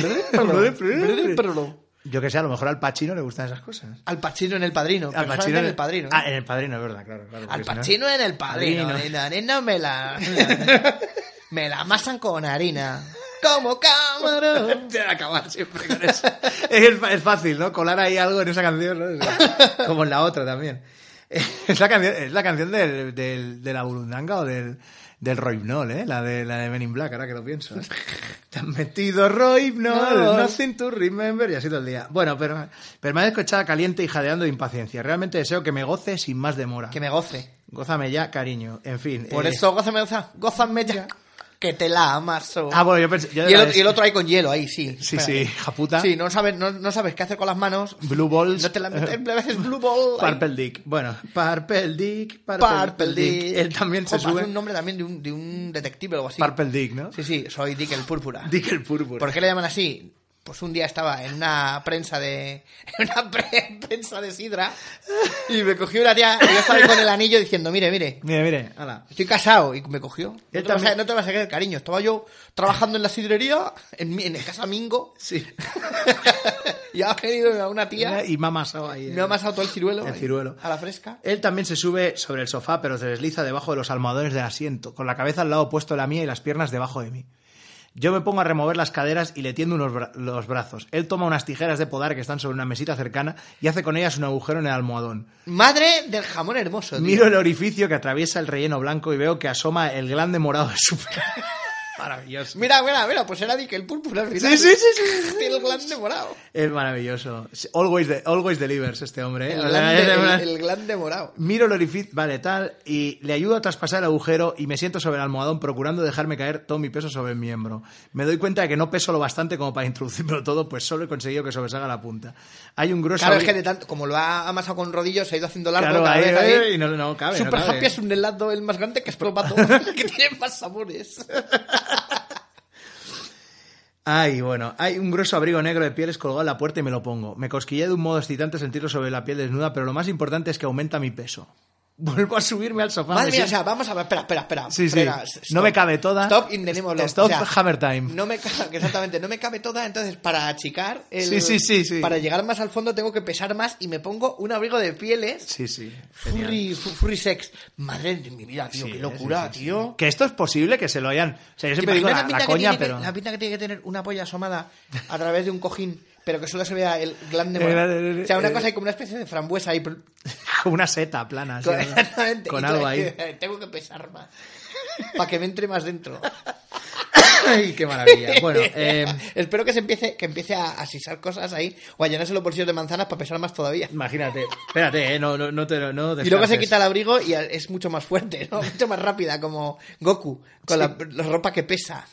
S2: Yo que sé, a lo mejor al Pachino le gustan esas cosas.
S3: Al Pacino en el padrino. pero solamente en el padrino. ¿no?
S2: Ah, en el padrino, es verdad, claro. claro,
S3: Al
S2: porque si no-
S3: Pacino en el padrino.
S2: Padrino.
S3: Y la harina
S2: (laughs)
S3: me la. me la amasan con harina. Como camarón.
S2: Te van a acabar siempre (laughs) con eso. es, fa- es fácil, ¿no? Colar ahí algo en esa canción, ¿no? O sea, como en la otra también. (laughs) Es la canción, es la canción del, del- de la burundanga o del, del roibnol, ¿eh? La de, la de Men in Black, ahora que lo pienso. ¿eh? Te han metido roibnol,
S3: No.
S2: nothing to remember, y así todo el día. Bueno, pero permanezco echada caliente y jadeando de impaciencia. Realmente deseo que me goce sin más demora.
S3: Que me goce.
S2: Gózame ya, cariño. En fin.
S3: Por
S2: eh,
S3: eso, gózame, goza, gózame ya. Que te la amaso.
S2: Ah, bueno, yo pensé... yo
S3: y, el,
S2: la
S3: otro-
S2: de-
S3: y el otro ahí con hielo, ahí, sí.
S2: Sí,
S3: Espera. eh,
S2: sí, hija puta.
S3: Sí, no sabes, no, no sabes qué hacer con las manos.
S2: Blue Balls.
S3: No te la
S2: (laughs)
S3: metes, le ves Blue Ball. ahí.
S2: Purple Dick. Bueno, Purple Dick, Purple,
S3: Purple Dick.
S2: Él también se
S3: Joder, parece
S2: sube.
S3: un nombre también de un, de un detective o algo así.
S2: Purple Dick, ¿no?
S3: Sí, sí, soy Dick el Púrpura.
S2: Dick el Púrpura.
S3: ¿Por qué le llaman así? Pues un día estaba en una prensa de. (laughs) En una pre- prensa de sidra. Y me cogió una tía. Y yo estaba ahí con el anillo diciendo: Mire, mire,
S2: Mire, mire, ala.
S3: estoy casado. Y me cogió. No te,
S2: Él
S3: vas a,
S2: también-
S3: no te vas a creer, cariño. Estaba yo trabajando en la sidrería. En, mi- en el casa Mingo. (laughs)
S2: Sí.
S3: y ha venido una tía.
S2: Y me ha amasado ahí.
S3: Me ha amasado todo el ciruelo.
S2: El
S3: ahí,
S2: ciruelo.
S3: A la fresca.
S2: Él también se sube sobre el sofá, pero se desliza debajo de los almohadones del asiento, con la cabeza al lado opuesto de la mía y las piernas debajo de mí. Yo me pongo a remover las caderas y le tiendo unos bra- los brazos. Él toma unas tijeras de podar que están sobre una mesita cercana y hace con ellas un agujero en el almohadón.
S3: Madre del jamón hermoso. tío.
S2: Miro el orificio que atraviesa el relleno blanco y veo que asoma el glande morado de su (laughs) Maravilloso.
S3: Mira, mira, mira, pues era Dick el púrpura al
S2: Sí,
S3: final.
S2: sí, sí, sí.
S3: (laughs) Tiene el glande morado.
S2: Es maravilloso. Always, de- always delivers este hombre. ¿eh?
S3: El glande, el, el glande morado.
S2: Miro el orificio, vale, tal, y le ayudo a traspasar el agujero y me siento sobre el almohadón procurando dejarme caer todo mi peso sobre el miembro. Me doy cuenta de que no peso lo bastante como para introducirlo todo, pues solo he conseguido que sobresalga la punta. Hay un grueso...
S3: Claro, es
S2: abri-
S3: que de tanto, como lo ha amasado con rodillos, se ha ido haciendo largo.
S2: Claro,
S3: cada
S2: ahí,
S3: vez
S2: ahí, y no- no cabe, no
S3: Super
S2: cabe.
S3: Happy es un helado el más grande que
S2: (laughs)
S3: es probato. (laughs) que tiene más sabores.
S2: Ay, bueno, hay un grueso abrigo negro de pieles colgado en la puerta y me lo pongo. Me cosquillea de un modo excitante sentirlo sobre la piel desnuda, pero lo más importante es que aumenta mi peso. (laughs) Vuelvo a subirme al sofá.
S3: Madre
S2: me
S3: mía, o
S2: siento-
S3: sea, vamos a ver, espera, espera, espera.
S2: Sí, sí.
S3: frena,
S2: No me cabe toda.
S3: Stop in the name of love.
S2: Stop hammer time.
S3: No me ca- (laughs) exactamente, no me cabe toda, entonces para achicar el-
S2: Sí, sí, sí, sí.
S3: para llegar más al fondo tengo que pesar más y me pongo un abrigo de pieles.
S2: Sí, sí. genial.
S3: Furry, fu- furry sex. Madre de mi vida, tío,
S2: Sí,
S3: qué
S2: sí,
S3: locura,
S2: sí, sí.
S3: tío.
S2: Que esto es posible que se lo hayan. O sea, yo
S3: ¿Te
S2: siempre digo
S3: imaginas
S2: la, la
S3: pinta que
S2: coña,
S3: tiene que-
S2: pero.
S3: la pinta que tiene que tener una polla asomada a través de un cojín, pero que solo se vea el glande.
S2: El
S3: moral.
S2: glande-
S3: o sea, una
S2: (laughs) eh,
S3: cosa hay como una especie de frambuesa ahí. pero-
S2: (laughs) Con una seta plana, así,
S3: Con,
S2: ¿no?
S3: (laughs) exactamente.
S2: con
S3: Y
S2: algo
S3: tú- "Eh,
S2: ahí.
S3: Tengo que pesar más. Para que me entre más dentro.
S2: Ay, qué maravilla.
S3: (laughs)
S2: Bueno, (laughs) eh,
S3: Espero que se empiece, que empiece a, a sisar cosas ahí o a llenarse los bolsillos de manzanas para pesar más todavía.
S2: imagínate. Espérate, eh, no, no, no te lo. No
S3: Y luego se
S2: descartes.
S3: quita el abrigo y a- es mucho más fuerte, ¿no? (laughs) Mucho más rápida, como Goku, con la, la ropa que pesa.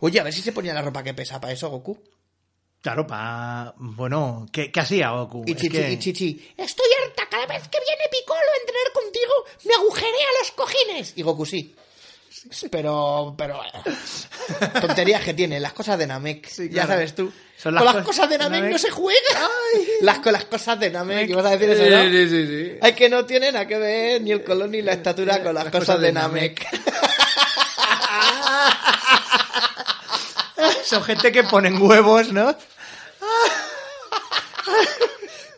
S3: Oye, a ver si se ponía la ropa que pesa para eso, Goku.
S2: Claro, pa. Bueno, ¿qué, qué hacía Goku?
S3: Y
S2: Es
S3: chichi,
S2: que-
S3: y chichi, estoy harta, cada vez que viene Piccolo a entrenar contigo, me agujerea los cojines. Y Goku sí. Pero, pero... eh, Tonterías que tiene, las cosas de Namek,
S2: Sí,
S3: ya
S2: claro.
S3: sabes tú.
S2: Son las
S3: con las
S2: cos-
S3: cosas de Namek,
S2: Namek.
S3: no se juega. (laughs) Las, con las cosas de Namek, ibas a decir eso,
S2: Sí,
S3: ¿no?
S2: sí, sí, sí.
S3: Hay que no tiene nada que ver ni el color
S2: Eh,
S3: ni la estatura con las, cosas, de Namek.
S2: (laughs) Son gente que ponen huevos, ¿no?
S3: (laughs)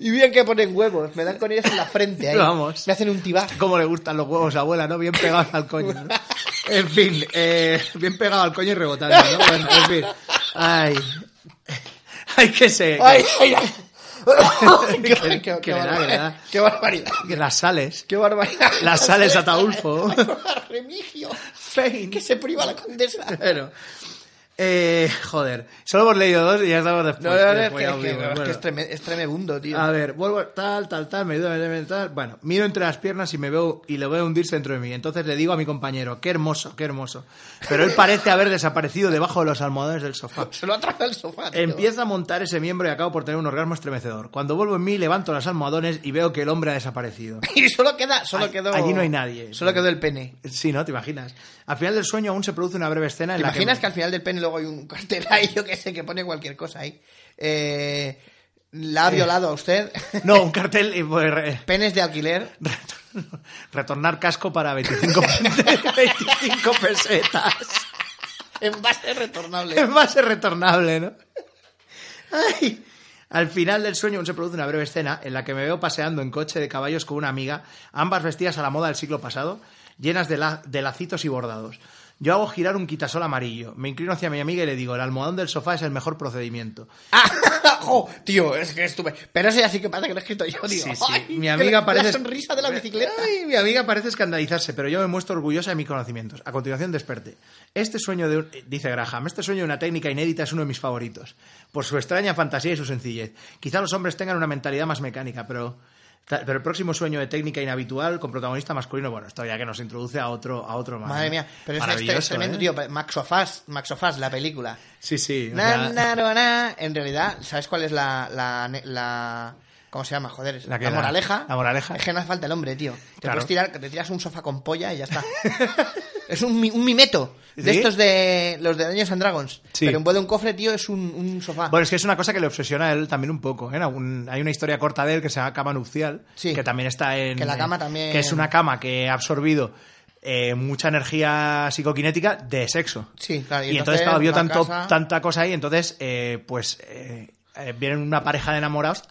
S3: Y bien que ponen huevos, me dan con ellos en la frente ahí.
S2: Vamos.
S3: Me hacen un
S2: (laughs)
S3: tibazo.
S2: Cómo le gustan los huevos, abuela, ¿no? Bien pegados al coño, ¿no? (laughs) En fin, eh, bien pegado al coño y rebotando, ¿no? Bueno, en fin. Ay. (laughs) Ay, que se.
S3: ¡Ay,
S2: (laughs)
S3: ay, ay! (laughs)
S2: Qué-
S3: qué,
S2: qué-
S3: qué-
S2: qué
S3: qué
S2: verdad,
S3: barbaridad!
S2: verdad.
S3: ¡Qué barbaridad!
S2: que Las sales.
S3: ¡Qué barbaridad!
S2: (laughs) Las sales
S3: (laughs)
S2: Ataulfo.
S3: ¡Remigio!
S2: Fein.
S3: ¡Que se priva la
S2: (laughs)
S3: condesa!
S2: Bueno. Eh, joder. Solo hemos leído dos y ya estamos después.
S3: No, no, no, es que-
S2: después
S3: es
S2: ya
S3: que-
S2: os digo,
S3: es que
S2: bueno. Ah.
S3: es treme- es tremebundo, tío.
S2: A ver, vuelvo tal, tal, tal, me duele, me duele, tal. Bueno, miro entre las piernas y me veo y lo veo hundirse dentro de mí. Entonces le digo a mi compañero, qué hermoso, qué hermoso. Pero él parece haber desaparecido debajo de los almohadones del sofá.
S3: Se lo atrapa el sofá, tío.
S2: Empieza a montar ese miembro y acabo por tener un orgasmo estremecedor. Cuando vuelvo en mí, levanto los almohadones y veo que el hombre ha desaparecido.
S3: (laughs) Y solo queda... Solo
S2: Ay,
S3: quedó...
S2: allí no hay nadie.
S3: Solo quedó el pene.
S2: Sí, ¿no? ¿Te imaginas? Al final del sueño aún se produce una breve escena en
S3: ¿Te
S2: la
S3: imaginas que... al final del pene luego hay un (laughs) cartel ahí, yo qué sé, que pone cualquier cosa ahí? Eh, ¿La ha violado a usted? (laughs)
S2: No, un cartel y pues, re-
S3: ¿Penes de alquiler?
S2: (laughs) retorn- retornar casco para (laughs) 25, 25 pesetas.
S3: Envase retornable.
S2: Es (laughs) más retornable, ¿no? Ay. Al final del sueño aún se produce una breve escena en la que me veo paseando en coche de caballos con una amiga, ambas vestidas a la moda del siglo pasado, llenas de, la- de lacitos y bordados. Yo hago girar un quitasol amarillo, me inclino hacia mi amiga y le digo, el almohadón del sofá es el mejor procedimiento.
S3: (laughs) Ah, (laughs) jo, tío, es que estuve. Pero eso ya sí que pasa que lo he escrito yo, tío.
S2: Sí, sí.
S3: Ay,
S2: mi
S3: que
S2: amiga
S3: la-
S2: parece...
S3: La sonrisa de la bicicleta.
S2: Ay, mi amiga parece escandalizarse, pero yo me muestro orgullosa de mis conocimientos. A continuación, desperté. Este sueño de... un- Dice Graham, este sueño de una técnica inédita es uno de mis favoritos. Por su extraña fantasía y su sencillez. Quizá los hombres tengan una mentalidad más mecánica, pero... ta- Pero el próximo sueño de técnica inhabitual con protagonista masculino, bueno, esto ya que nos introduce a otro, a otro más.
S3: Madre mía, pero eso es, es
S2: Maravilloso,
S3: tremendo,
S2: ¿eh?
S3: tío. Maxofaz, Maxofaz, la película.
S2: Sí, sí. o
S3: Na,
S2: sea,
S3: na, ro, na. En realidad, ¿sabes cuál es la. la, la- ¿Cómo se llama? Joder, es-
S2: La
S3: la,
S2: que-
S3: moraleja.
S2: la moraleja.
S3: Es que no hace falta el hombre, tío. Te
S2: Claro.
S3: puedes tirar, te tiras un sofá con polla y
S2: (laughs)
S3: ya está. es un, mi- un mimeto. De
S2: ¿Sí?
S3: estos de. Los de Daños and Dragons.
S2: Sí.
S3: Pero en vez de un cofre, tío, es un, un sofá.
S2: Bueno, es que es una cosa que le obsesiona a él también un poco. ¿eh? En algún- hay una historia corta de él que se llama Cama Nupcial,
S3: Sí.
S2: que también está en...
S3: Que la cama
S2: en-
S3: también-
S2: Que es una cama que ha absorbido eh, mucha energía psicoquinética de sexo.
S3: Sí, claro,
S2: Y,
S3: y
S2: entonces,
S3: entonces
S2: claro, vio
S3: la
S2: tanto,
S3: casa-
S2: tanta cosa ahí, entonces, eh, pues... eh, eh, vienen una pareja de enamorados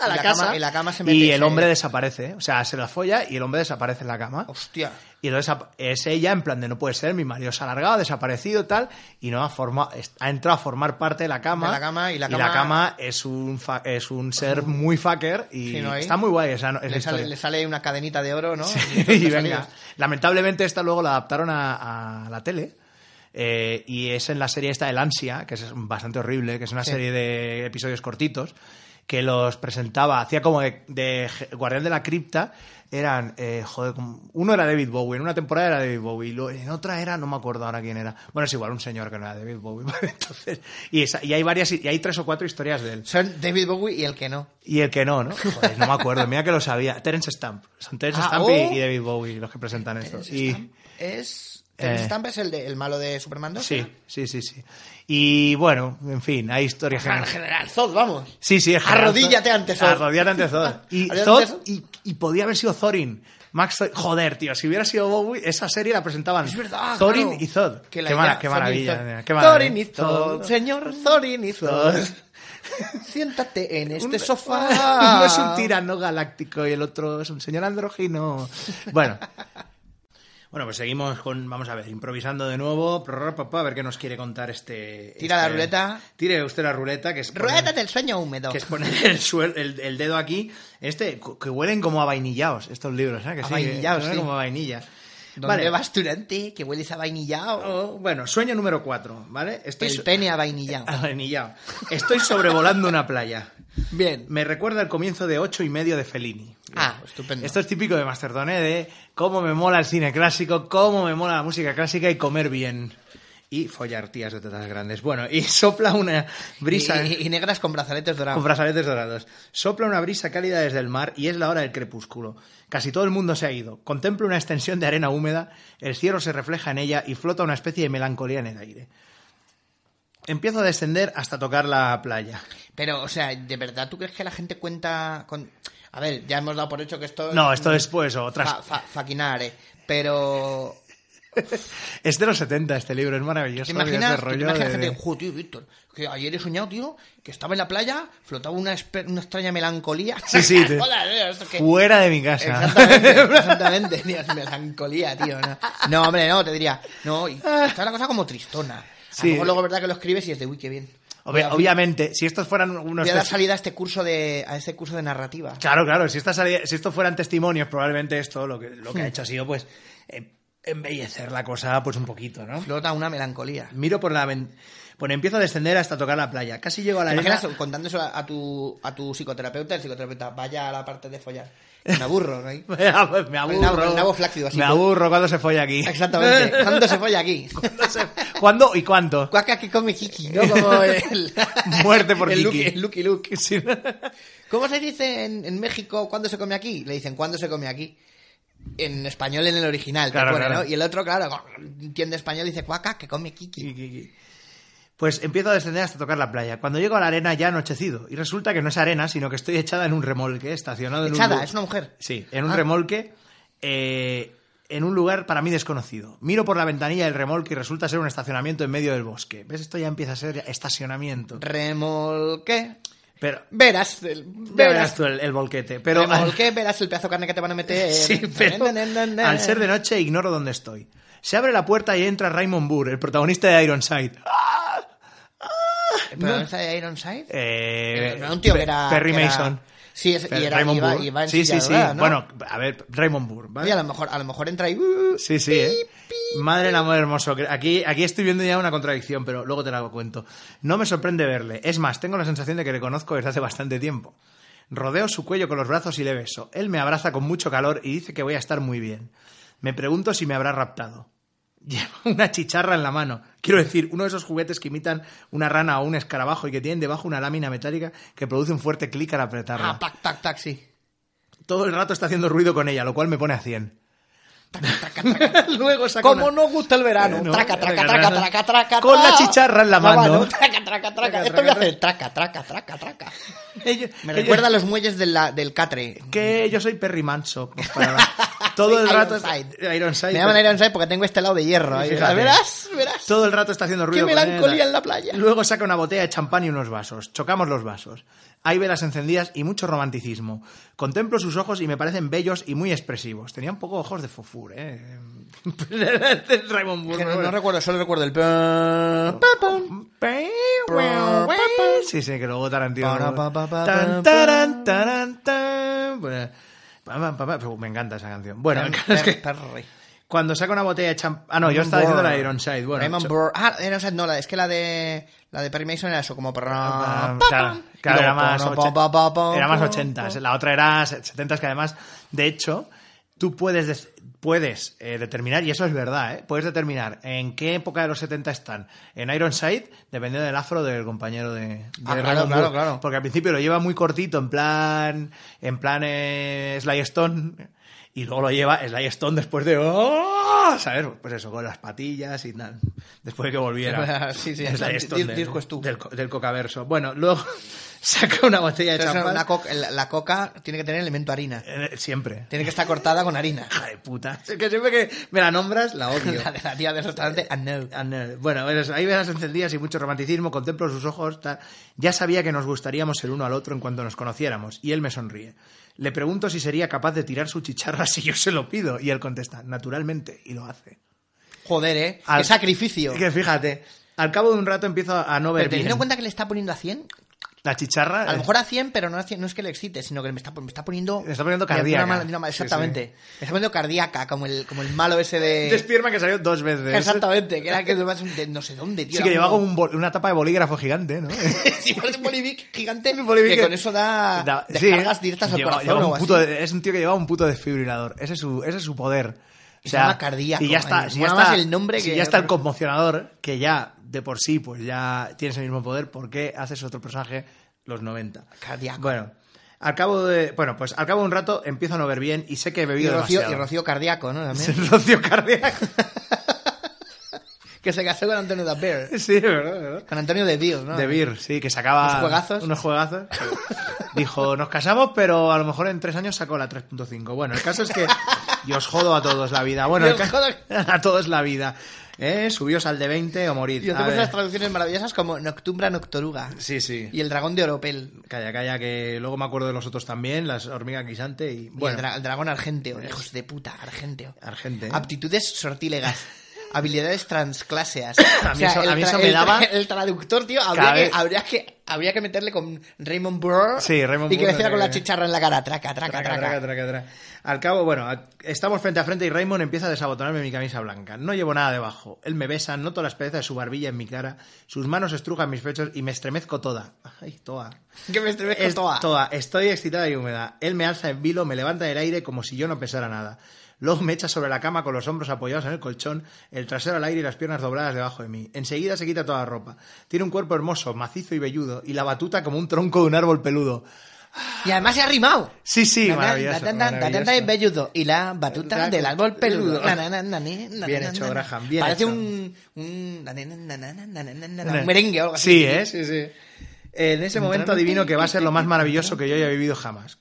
S2: a la,
S3: Y la
S2: casa
S3: cama- y la cama se mete
S2: y
S3: y
S2: el
S3: se-
S2: hombre desaparece. ¿eh? O sea, se la folla y el hombre desaparece en la cama.
S3: Hostia.
S2: Y entonces ap- es ella en plan de no puede ser, mi marido se ha alargado, ha desaparecido, tal, y no ha formado, ha entrado a formar parte de la cama.
S3: De la cama, y la
S2: cama,
S3: cama-
S2: es un fa- es un ser muy fucker y
S3: Sí, ¿no, eh?
S2: está muy guay esa, esa
S3: Le sale,
S2: historia.
S3: le sale
S2: (laughs)
S3: una cadenita de oro, ¿no?
S2: Sí,
S3: Y entonces
S2: y
S3: sale-
S2: venga. Lamentablemente esta luego la adaptaron a, a la tele. Eh, y es en la serie esta El Ansia, que es bastante horrible, que es una
S3: Sí.
S2: serie de episodios cortitos, que los presentaba, hacía como de, de je- guardián de la cripta, eran, eh, joder, como- uno era David Bowie, en una temporada era David Bowie, y lo- en otra era, no me acuerdo ahora quién era, bueno, es igual, un señor que no era David Bowie, (laughs) entonces, y, esa- y hay varias, y hay tres o cuatro historias de él.
S3: Son David Bowie y el que no.
S2: Y el que no, ¿no? Joder, no me acuerdo. Mira que lo sabía. Terence Stamp. Son Terence
S3: Ah,
S2: Stamp
S3: oh.
S2: y, y David Bowie los que presentan esto.
S3: Terence
S2: Y,
S3: Stamp es.
S2: Eh.
S3: Terence Stamp es el, de- el malo de Superman 2.
S2: sí, sí, sí, sí. Y bueno, en fin, hay historias.
S3: General,
S2: generales.
S3: Ah, General Zod, vamos.
S2: Sí, sí. es general
S3: Arrodíllate
S2: Zod.
S3: ante Zod.
S2: Arrodíllate ante Zod. Y
S3: (laughs) Arrodíllate
S2: Zod
S3: ante Zod.
S2: y, y podía haber sido Thorin. Max Thorin. Joder, tío, si hubiera sido Bowie, esa serie la presentaban.
S3: Es verdad,
S2: Thorin
S3: claro.
S2: y Zod.
S3: Que la
S2: qué,
S3: idea-
S2: mara- qué
S3: Thorin y
S2: maravilla.
S3: Zod.
S2: nena, qué maravilla.
S3: Thorin y Zod, señor Thorin y Zod. (laughs) Siéntate en este
S2: Un-
S3: sofá.
S2: (laughs) Uno es un tirano galáctico y el otro es un señor andrógino. Bueno. (laughs) Bueno, pues seguimos con, vamos a ver, improvisando de nuevo, Prorra, papá, a ver qué nos quiere contar este...
S3: Tira
S2: este-
S3: la ruleta.
S2: Tire usted la ruleta, que es... poner-
S3: Rueda del sueño húmedo.
S2: Que es poner el, suel- el, el dedo aquí. Este, cu- que huelen como a vainillaos estos libros, ¿eh? Que
S3: A
S2: sí,
S3: vainillaos,
S2: que huelen
S3: sí.
S2: como a vainilla.
S3: ¿Dónde
S2: Vale.
S3: vas, Turante? Que hueles a vainillao.
S2: Oh, bueno, sueño número 4, ¿vale? Estoy...
S3: el
S2: so-
S3: pene a vainillao.
S2: Ah. Avainillao. Estoy sobrevolando una playa.
S3: Bien.
S2: Me recuerda el comienzo de ocho y medio de Fellini.
S3: Ah, estupendo.
S2: Esto es típico de Masterdone, de cómo me mola el cine clásico, cómo me mola la música clásica y comer bien. Y follar tías de tetas grandes. Bueno, y (laughs) sopla una brisa... ¿eh?
S3: Y, y- y negras con brazaletes
S2: Con
S3: dorados.
S2: brazaletes dorados. Sopla una brisa cálida desde el mar y es la hora del crepúsculo. Casi todo el mundo se ha ido. Contemplo una extensión de arena húmeda, el cielo se refleja en ella y flota una especie de melancolía en el aire. Empiezo a descender hasta tocar la playa.
S3: Pero, o sea, ¿de verdad tú crees que la gente cuenta con...? A ver, ya hemos dado por hecho que esto...
S2: No, esto es pues otras.
S3: Fa, fa, faquinare. Pero...
S2: Es de los 70 este libro, es maravilloso.
S3: ¿Te imaginas,
S2: ese
S3: tú te
S2: rollo
S3: imaginas
S2: de-
S3: gente, "Jo, tío, Víctor, que ayer he soñado, tío, que estaba en la playa, flotaba una, espe- una extraña melancolía.
S2: Sí, sí, te-
S3: (laughs) Hola, tío, esto que...
S2: Fuera de mi casa.
S3: Exactamente, exactamente, (laughs) tío, es melancolía, tío. No. No, hombre, no, te diría, no, y está la cosa como tristona. A
S2: Sí.
S3: lo mejor luego, verdad, que lo escribes y es de, uy, qué bien.
S2: Obvi- obviamente, si estos fueran unos.
S3: Voy a dar
S2: tes-
S3: salida a este curso de, a este curso de narrativa.
S2: Claro, claro, si, estas sali- si estos fueran testimonios, probablemente esto lo que,
S3: Hmm.
S2: lo que ha hecho ha sido, pues, eh, embellecer la cosa, pues, un poquito, ¿no?
S3: Flota una melancolía.
S2: Miro por la. ven- Bueno, empiezo a descender hasta tocar la playa. (laughs) Casi llego a la
S3: ¿Te
S2: arena.
S3: imaginas contando eso a, a tu, a tu psicoterapeuta? El psicoterapeuta, vaya a la parte de follar. Me aburro, ¿no?
S2: Me aburro. Me
S3: el nabo- el nabo
S2: aburro,
S3: flácido, así.
S2: me aburro cuando se folla aquí. (laughs)
S3: Exactamente. ¿Cuándo se folla aquí?
S2: ¿Cuándo, se- ¿Cuándo y cuánto?
S3: (laughs) Cuaca que come Kiki, (laughs) ¿no? Como el...
S2: Muerte por
S3: el
S2: Kiki.
S3: Luke, el
S2: (laughs)
S3: Lucky Luke.
S2: Sí.
S3: ¿Cómo se dice en, en México cuándo se come aquí? Le dicen cuándo se come aquí. En español, en el original, te
S2: Claro,
S3: pone,
S2: claro.
S3: ¿no? Y el otro, claro, entiende español y dice cuaca que come Kiki.
S2: Pues empiezo a descender hasta tocar la playa. Cuando llego a la arena ya ha anochecido. Y resulta que no es arena, sino que estoy echada en un remolque, estacionado en un...
S3: Echada,
S2: lu-
S3: es una mujer.
S2: Sí, en un
S3: Ah.
S2: remolque, eh, en un lugar para mí desconocido. Miro por la ventanilla del remolque y resulta ser un estacionamiento en medio del bosque. ¿Ves? Esto ya empieza a ser estacionamiento.
S3: Remolque.
S2: Pero...
S3: Verás, el-
S2: Ya verás
S3: verás
S2: tú el, el volquete. Pero...
S3: Remolque, verás el pedazo de carne que te van a (laughs) meter.
S2: (laughs)
S3: Eh,
S2: Sí, pero
S3: Na, na, na, na.
S2: al ser de noche ignoro dónde estoy. Se abre la puerta y entra Raymond Burr, el protagonista de Ironside.
S3: ¿El protagonista de Ironside?
S2: Eh,
S3: Era un tío que
S2: Pe-
S3: era...
S2: Perry
S3: que era-
S2: Mason.
S3: Sí, es-
S2: Pe-
S3: y era,
S2: Raymond
S3: iba,
S2: Burr.
S3: iba en
S2: sí, sí,
S3: silla
S2: sí.
S3: de ruedas, ¿no?
S2: Bueno, a ver, Raymond Burr, ¿vale?
S3: Y a lo mejor, a lo mejor entra y... uh,
S2: Sí, sí, ¿eh? Madre la madre hermoso. que- Aquí, aquí estoy viendo ya una contradicción, pero luego te la cuento. No me sorprende verle. Es más, tengo la sensación de que le conozco desde hace bastante tiempo. Rodeo su cuello con los brazos y le beso. Él me abraza con mucho calor y dice que voy a estar muy bien. Me pregunto si me habrá raptado. (laughs) Lleva una chicharra en la mano. Quiero decir, uno de esos juguetes que imitan una rana o un escarabajo y que tienen debajo una lámina metálica que produce un fuerte clic al apretarla.
S3: Ah, tac, tac, tac, sí.
S2: Todo el rato está haciendo ruido con ella, lo cual me pone a 100.
S3: Taca, taca, (laughs) taca.
S2: Luego saca una-
S3: Como no gusta el verano.
S2: Eh, no.
S3: Traca, traca,
S2: Traca,
S3: traca,
S2: traca.
S3: traca, traca.
S2: Con la
S3: traca.
S2: chicharra en la mano.
S3: Traca, traca, traca.
S2: Traca,
S3: Esto voy a
S2: traca,
S3: hacer. Traca, traca, traca, traca.
S2: Ello-
S3: (laughs) (laughs) Me
S2: ello-
S3: recuerda a los muelles de la- del catre.
S2: que yo soy Perry Manso. pues, para-
S3: (laughs)
S2: todo
S3: Soy
S2: el rato
S3: Ironside.
S2: Ironside,
S3: Me llaman
S2: pero-
S3: Ironside porque tengo este lado de hierro. ahí.
S2: Fíjate.
S3: Verás, verás.
S2: Todo el rato está haciendo ruido. con
S3: melancolía
S2: él.
S3: en la playa.
S2: Luego saca una botella de champán y unos vasos. Chocamos los vasos. Hay velas encendidas y mucho romanticismo. Contemplo sus ojos y me parecen bellos y muy expresivos. Tenía un poco ojos de fofur, ¿eh? (laughs) Pues, Raymond Burr,
S3: Que no,
S2: bueno.
S3: no recuerdo, solo recuerdo el... pa, pa,
S2: Sí, sí, que luego Tarantino.
S3: Para, pa, pa, pa,
S2: Tan,
S3: pa,
S2: taran, Pues taran, tan. Bueno, pa, pa, pa, pa. Me encanta esa canción. Bueno, el caso es que-
S3: Perry.
S2: Cuando saca una botella de champán. Ah, no, yo estaba
S3: Raymond
S2: diciendo la de
S3: Burr.
S2: Ironside. Bueno,
S3: Raymond
S2: so-
S3: Burr. Ah, eh, no, o sea, no, la- es que la de la de Perry Mason era eso, como
S2: Ah,
S3: para
S2: claro, claro, era más, ochen- era más 80s. La otra era 70s, que además, de hecho, tú puedes, dec- puedes eh, determinar, y eso es verdad, ¿eh? puedes determinar en qué época de los 70 están en Ironside, dependiendo del afro del compañero de, de
S3: Ah, claro,
S2: Raymond
S3: claro,
S2: Burr.
S3: claro.
S2: Porque al principio lo lleva muy cortito, en plan, en plan eh, Sly Stone, y luego lo lleva Sly Stone después de... ¡Oh! ¿Sabes? Pues eso, con las patillas y tal. Después de que volviera.
S3: (laughs) Sí, sí,
S2: Sly
S3: di-
S2: Stone del-
S3: disco es tú.
S2: del, co- del cocaverso. Bueno, luego (laughs) saca una botella de
S3: Entonces,
S2: champán.
S3: una coca- la, la coca tiene que tener elemento harina.
S2: Eh, Siempre.
S3: Tiene que estar cortada
S2: (laughs)
S3: con harina.
S2: Hija de puta. Es que siempre que me la nombras, la odio.
S3: (laughs) la de la tía del restaurante, ah, no.
S2: Ah, no. Bueno, eres- ahí velas encendidas y mucho romanticismo, contemplo sus ojos. tal. Ya sabía que nos gustaríamos el uno al otro en cuanto nos conociéramos, y él me sonríe. Le pregunto si sería capaz de tirar su chicharra (laughs) si yo se lo pido, y él contesta, naturalmente, y lo hace.
S3: Joder, ¿eh?
S2: Al-
S3: Qué sacrificio.
S2: Es que fíjate, al cabo de un rato empiezo a no ver
S3: Pero teniendo
S2: bien
S3: en cuenta que le está poniendo a 100,
S2: la chicharra.
S3: a
S2: eh,
S3: lo mejor a 100, pero no, a 100, no es que le excite, sino que me está, me está poniendo...
S2: Me está poniendo
S3: de una
S2: cardíaca.
S3: mala- de una mala-
S2: Sí, sí.
S3: exactamente. Me está poniendo cardíaca, como el, como el malo ese
S2: (laughs)
S3: de...
S2: de Spiderman que salió dos veces.
S3: Exactamente, que era que de no sé dónde, tío.
S2: Sí, que
S3: era
S2: llevaba
S3: como-
S2: un bol- una tapa de bolígrafo gigante, ¿no?
S3: (laughs) Sí, parece un bolivic gigante
S2: Un bolivic
S3: que
S2: que-
S3: con eso da,
S2: (laughs) Da-
S3: Ah, descargas
S2: sí,
S3: directas al
S2: lleva-
S3: corazón
S2: lleva un
S3: o así.
S2: puto de- es un tío que lleva un puto desfibrilador. Ese es su, ese es su poder. O
S3: Se llama cardíaco,
S2: y ya está,
S3: vale.
S2: si ya
S3: Mola
S2: está,
S3: más el nombre
S2: si
S3: que-
S2: ya está el conmocionador, que ya de por sí, pues ya tiene ese mismo poder, ¿por qué haces otro personaje los 90?
S3: Cardíaco.
S2: Bueno, al cabo de. Bueno, pues al cabo de un rato empiezo a no ver bien y sé que he
S3: y,
S2: bebido
S3: Rocío, y
S2: demasiado.
S3: Rocío cardíaco, ¿no?
S2: (laughs)
S3: También.
S2: Rocío cardíaco. (laughs)
S3: que se casó con Antonio de Beer.
S2: sí, es verdad, es verdad.
S3: Con Antonio de Bill, ¿no?
S2: De Beer, sí, que sacaba
S3: Unos juegazos.
S2: unos
S3: (laughs)
S2: juegazos. Dijo, nos casamos, pero a lo mejor en tres años sacó la 3.5. Bueno, el caso es que yo os jodo a todos la vida. Bueno,
S3: Y
S2: el
S3: os
S2: ca-
S3: jodo.
S2: (laughs) a todos la vida. ¿Eh? Subíos al de 20 o morid.
S3: Y
S2: A
S3: hacemos
S2: ver.
S3: unas traducciones maravillosas como Noctumbra Noctoruga.
S2: Sí, sí.
S3: Y el dragón de Oropel.
S2: Calla, calla, que luego me acuerdo de los otros también, las hormigas guisante y...
S3: Y el,
S2: Bueno,
S3: dra- el dragón argenteo. Hijos de puta, argenteo.
S2: Argente. ¿eh?
S3: Aptitudes
S2: (laughs)
S3: sortílegas. Habilidades transcláseas.
S2: (coughs) A mí eso- a mí eso me
S3: el
S2: daba-
S3: El traductor, tío, habría
S2: Cada
S3: que,
S2: vez-
S3: habría, que, habría que meterle con Raymond Burr.
S2: Sí, Raymond
S3: Y que
S2: Burr,
S3: decía
S2: no
S3: con
S2: sé
S3: la
S2: qué.
S3: chicharra en la cara. Traca, traca, traca.
S2: traca, traca, traca. Al cabo, bueno, a- estamos frente a frente y Raymond empieza a desabotonarme mi camisa blanca. No llevo nada debajo. Él me besa, noto la aspereza de su barbilla en mi cara, sus manos estrujan mis pechos y me estremezco toda. Ay, toda.
S3: Que me estremezco
S2: Es-
S3: toda.
S2: Estoy excitada y húmeda. Él me alza en vilo, me levanta del aire como si yo no pesara nada. Luego me echa sobre la cama con los hombros apoyados en el colchón, el trasero al aire y las piernas dobladas debajo de mí. Enseguida se quita toda la ropa. Tiene un cuerpo hermoso, macizo y velludo, y la batuta como un tronco de un árbol peludo.
S3: Y además se ha rimado.
S2: Sí, sí,
S3: La- la-
S2: maravilloso,
S3: la- la- la- la-
S2: maravilloso.
S3: la- el velludo y la batuta
S2: Exacto.
S3: del árbol
S2: (laughs) Peludo.
S3: peludo. Na, na, na, na, ni, na,
S2: Bien
S3: na, na,
S2: hecho,
S3: na.
S2: Graham, bien
S3: Parece
S2: hecho.
S3: un, un, na, na, na, na, na, na, na, na, na, un merengue o algo así.
S2: Eh, Sí, ¿eh? Sí, sí. En ese momento adivino que va a ser lo más maravilloso que yo haya vivido jamás.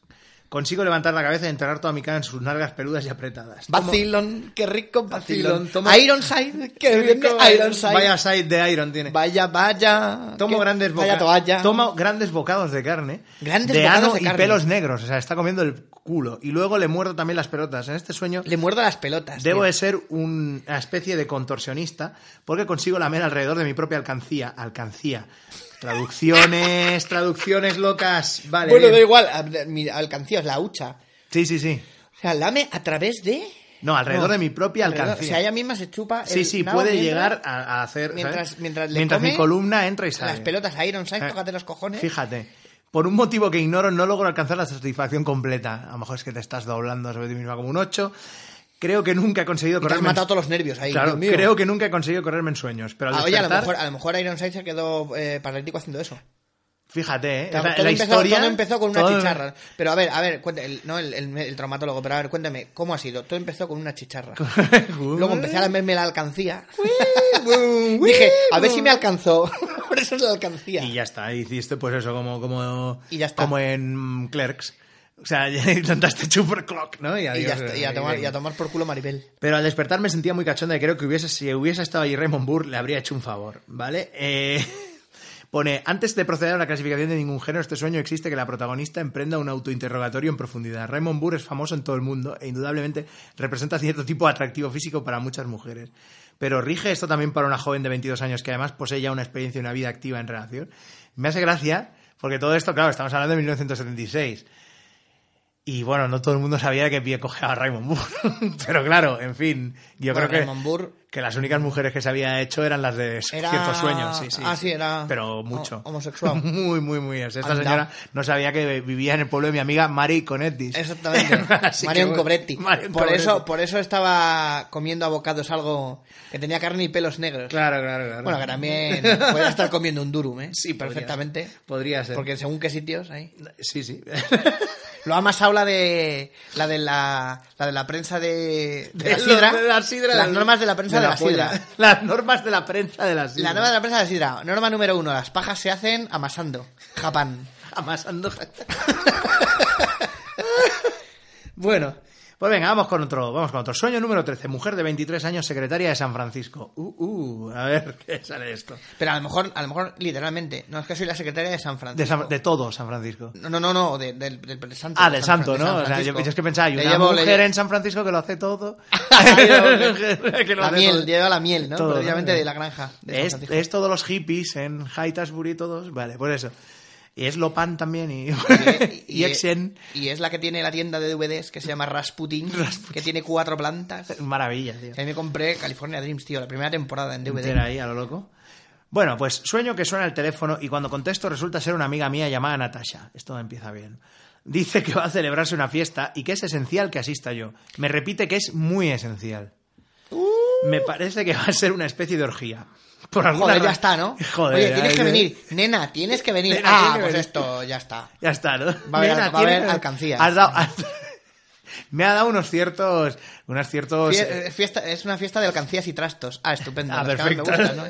S2: Consigo levantar la cabeza y enterrar toda mi cara en sus nalgas peludas y apretadas. Tomo-
S3: Vacilón, qué rico Vacilón.
S2: Vacilón, toma-
S3: Ironside, qué bien Ironside.
S2: Vaya side de Iron tiene.
S3: vaya. vaya
S2: Tomo
S3: qué-
S2: grandes, boca-
S3: Vaya toalla.
S2: tomo grandes bocados de carne,
S3: Grandes
S2: de
S3: bocados
S2: ano
S3: de
S2: y
S3: carne.
S2: pelos negros. O sea, está comiendo el culo. Y luego le muerdo también las pelotas. En este sueño
S3: Le muerdo las pelotas.
S2: Debo
S3: tío.
S2: de ser un- una especie de contorsionista porque consigo lamer alrededor de mi propia alcancía. Alcancía.
S3: (laughs)
S2: Traducciones, traducciones locas. Vale.
S3: Bueno,
S2: bien.
S3: da igual. a- Mi alcancía es la hucha.
S2: Sí, sí, sí.
S3: O sea, lame a través de...
S2: No, alrededor
S3: No,
S2: de mi propia
S3: alrededor-
S2: alcancía.
S3: O sea, ella misma se chupa
S2: sí,
S3: el
S2: sí,
S3: nabo
S2: puede
S3: mientras-
S2: llegar a, a hacer.
S3: mientras-
S2: ¿sabes?
S3: mientras le
S2: mi
S3: come
S2: columna entra y sale.
S3: Las pelotas a Ironside,
S2: Eh,
S3: tócate los cojones.
S2: Fíjate. Por un motivo que ignoro, no logro alcanzar la satisfacción completa. A lo mejor es que te estás doblando sobre ti misma como un 8. Creo que nunca he conseguido
S3: Y te has
S2: correrme. en-
S3: matado todos los nervios ahí.
S2: Claro,
S3: Dios mío.
S2: creo que nunca he conseguido correrme en sueños. Pero al
S3: Ah, oye, a lo
S2: despertar-
S3: mejor, a lo mejor Ironside se quedó eh, paralítico haciendo eso.
S2: Fíjate, ¿eh?
S3: Todo,
S2: la,
S3: todo
S2: la
S3: empezó,
S2: historia.
S3: todo empezó con una
S2: todo-
S3: chicharra. Pero a ver, a ver, cuenta- el, no el, el- el traumatólogo, pero a ver, cuéntame, ¿cómo ha sido? Todo empezó con
S2: (laughs)
S3: una chicharra. Luego empecé a lamerme la alcancía. (laughs) Dije, a ver si me alcanzó. (laughs) Por eso es la alcancía.
S2: Y ya está, hiciste pues eso, como, como,
S3: Y ya está.
S2: como en Clerks. O sea, (laughs) ya intentaste chupar clock, ¿no? Y,
S3: Y
S2: adiós,
S3: ya está, y a,
S2: eh,
S3: tomar,
S2: eh.
S3: y a tomar por culo Maribel.
S2: Pero al despertar me sentía muy cachonda y creo que hubiese, si hubiese estado allí Raymond Burr le habría hecho un favor, ¿vale? Eh, pone, antes de proceder a la clasificación de ningún género, este sueño existe que la protagonista emprenda un autointerrogatorio en profundidad. Raymond Burr es famoso en todo el mundo e indudablemente representa cierto tipo de atractivo físico para muchas mujeres. Pero rige esto también para una joven de 22 años que además posee ya una experiencia y una vida activa en relación. Me hace gracia porque todo esto, claro, estamos hablando de 1976. Y bueno, no todo el mundo sabía que Pie cogía a Raymond Burr. (laughs) Pero claro, en fin, yo
S3: Bueno,
S2: creo
S3: Raymond Burr-
S2: que, que las únicas mujeres que se había hecho eran las de
S3: Era-
S2: ciertos sueños. Sí, sí,
S3: ah, sí, era
S2: Pero mucho.
S3: ho- homosexual.
S2: (laughs) Muy, muy, muy. Esta
S3: Anda.
S2: señora no sabía que vivía en el pueblo de mi amiga Mari Conetis.
S3: Exactamente.
S2: (laughs) Así que
S3: Marion
S2: bueno,
S3: Cobretti.
S2: Marion
S3: por,
S2: Cobretti.
S3: Eso, por eso estaba comiendo abocados algo que tenía carne y pelos negros.
S2: Claro, claro, claro.
S3: Bueno,
S2: (laughs)
S3: que también podía estar comiendo un durum, ¿eh?
S2: Sí, podría.
S3: perfectamente.
S2: Podría ser.
S3: Porque según qué sitios ahí.
S2: Sí,
S3: (laughs)
S2: sí.
S3: Lo ha amasado la de la de la, la de la prensa de, de
S2: De (laughs)
S3: la
S2: lo-
S3: sidra.
S2: de la sidra,
S3: Las
S2: del-
S3: normas de la prensa de, la, sidra.
S2: polla. (laughs) Las normas de la prensa de la sidra.
S3: La norma de la prensa de la sidra. Norma número uno, las pajas se hacen amasando. Japán.
S2: Amasando. (laughs) bueno, pues venga, vamos con otro, vamos con otro. Sueño número 13, mujer de 23 años, secretaria de San Francisco. Uh, uh, a ver qué sale de esto.
S3: Pero a lo mejor, a lo mejor, literalmente, no es que soy la secretaria de San Francisco.
S2: De, San- de todo San Francisco.
S3: No, no, no, no, de- del, del, santo.
S2: Ah,
S3: de
S2: del
S3: San
S2: santo,
S3: Fran- de
S2: ¿no?
S3: San
S2: O sea, yo,
S3: Francisco.
S2: yo es que pensaba, hay
S3: Le
S2: una
S3: llevo- le Ah,
S2: mujer
S3: lle- (laughs)
S2: en San Francisco que lo hace todo. (laughs) Que lo
S3: la
S2: hace
S3: miel,
S2: todo.
S3: lleva la miel, ¿no?
S2: Todo,
S3: Precisamente
S2: ¿no?
S3: de la granja. de San
S2: Es,
S3: Francisco.
S2: es todos los hippies en Haitasbury, todos. Vale, por eso. Y es Lopan también y, (laughs) y, Exen.
S3: y es la que tiene la tienda de DVDs que se llama Rasputin,
S2: (laughs) Rasputin.
S3: que tiene cuatro plantas.
S2: Maravilla, tío.
S3: A mí me compré California Dreams, tío, la primera temporada en DVD.
S2: Entera ahí a lo loco. Bueno, pues sueño que suena el teléfono y cuando contesto resulta ser una amiga mía llamada Natasha. Esto empieza bien. Dice que va a celebrarse una fiesta y que es esencial que asista yo. Me repite que es muy esencial.
S3: Uh.
S2: Me parece que va a ser una especie de orgía. Por alguna
S3: Joder, ya
S2: ra- (laughs)
S3: está, ¿no?
S2: Joder.
S3: Oye, tienes
S2: ahí,
S3: que
S2: eh.
S3: venir. Nena, tienes que venir.
S2: Nena,
S3: ah,
S2: tiene que
S3: pues
S2: venir.
S3: esto, ya está.
S2: Ya está, ¿no?
S3: a haber- va a
S2: tiene
S3: haber
S2: que-
S3: alcancías.
S2: has dado- (laughs) has- Me ha dado unos ciertos... Unos ciertos...
S3: Fie- eh, Fiesta, es una fiesta de alcancías y trastos. Ah, estupendo.
S2: Pues, Ah,
S3: las que más me
S2: perfecto. (laughs)
S3: gustan, ¿no?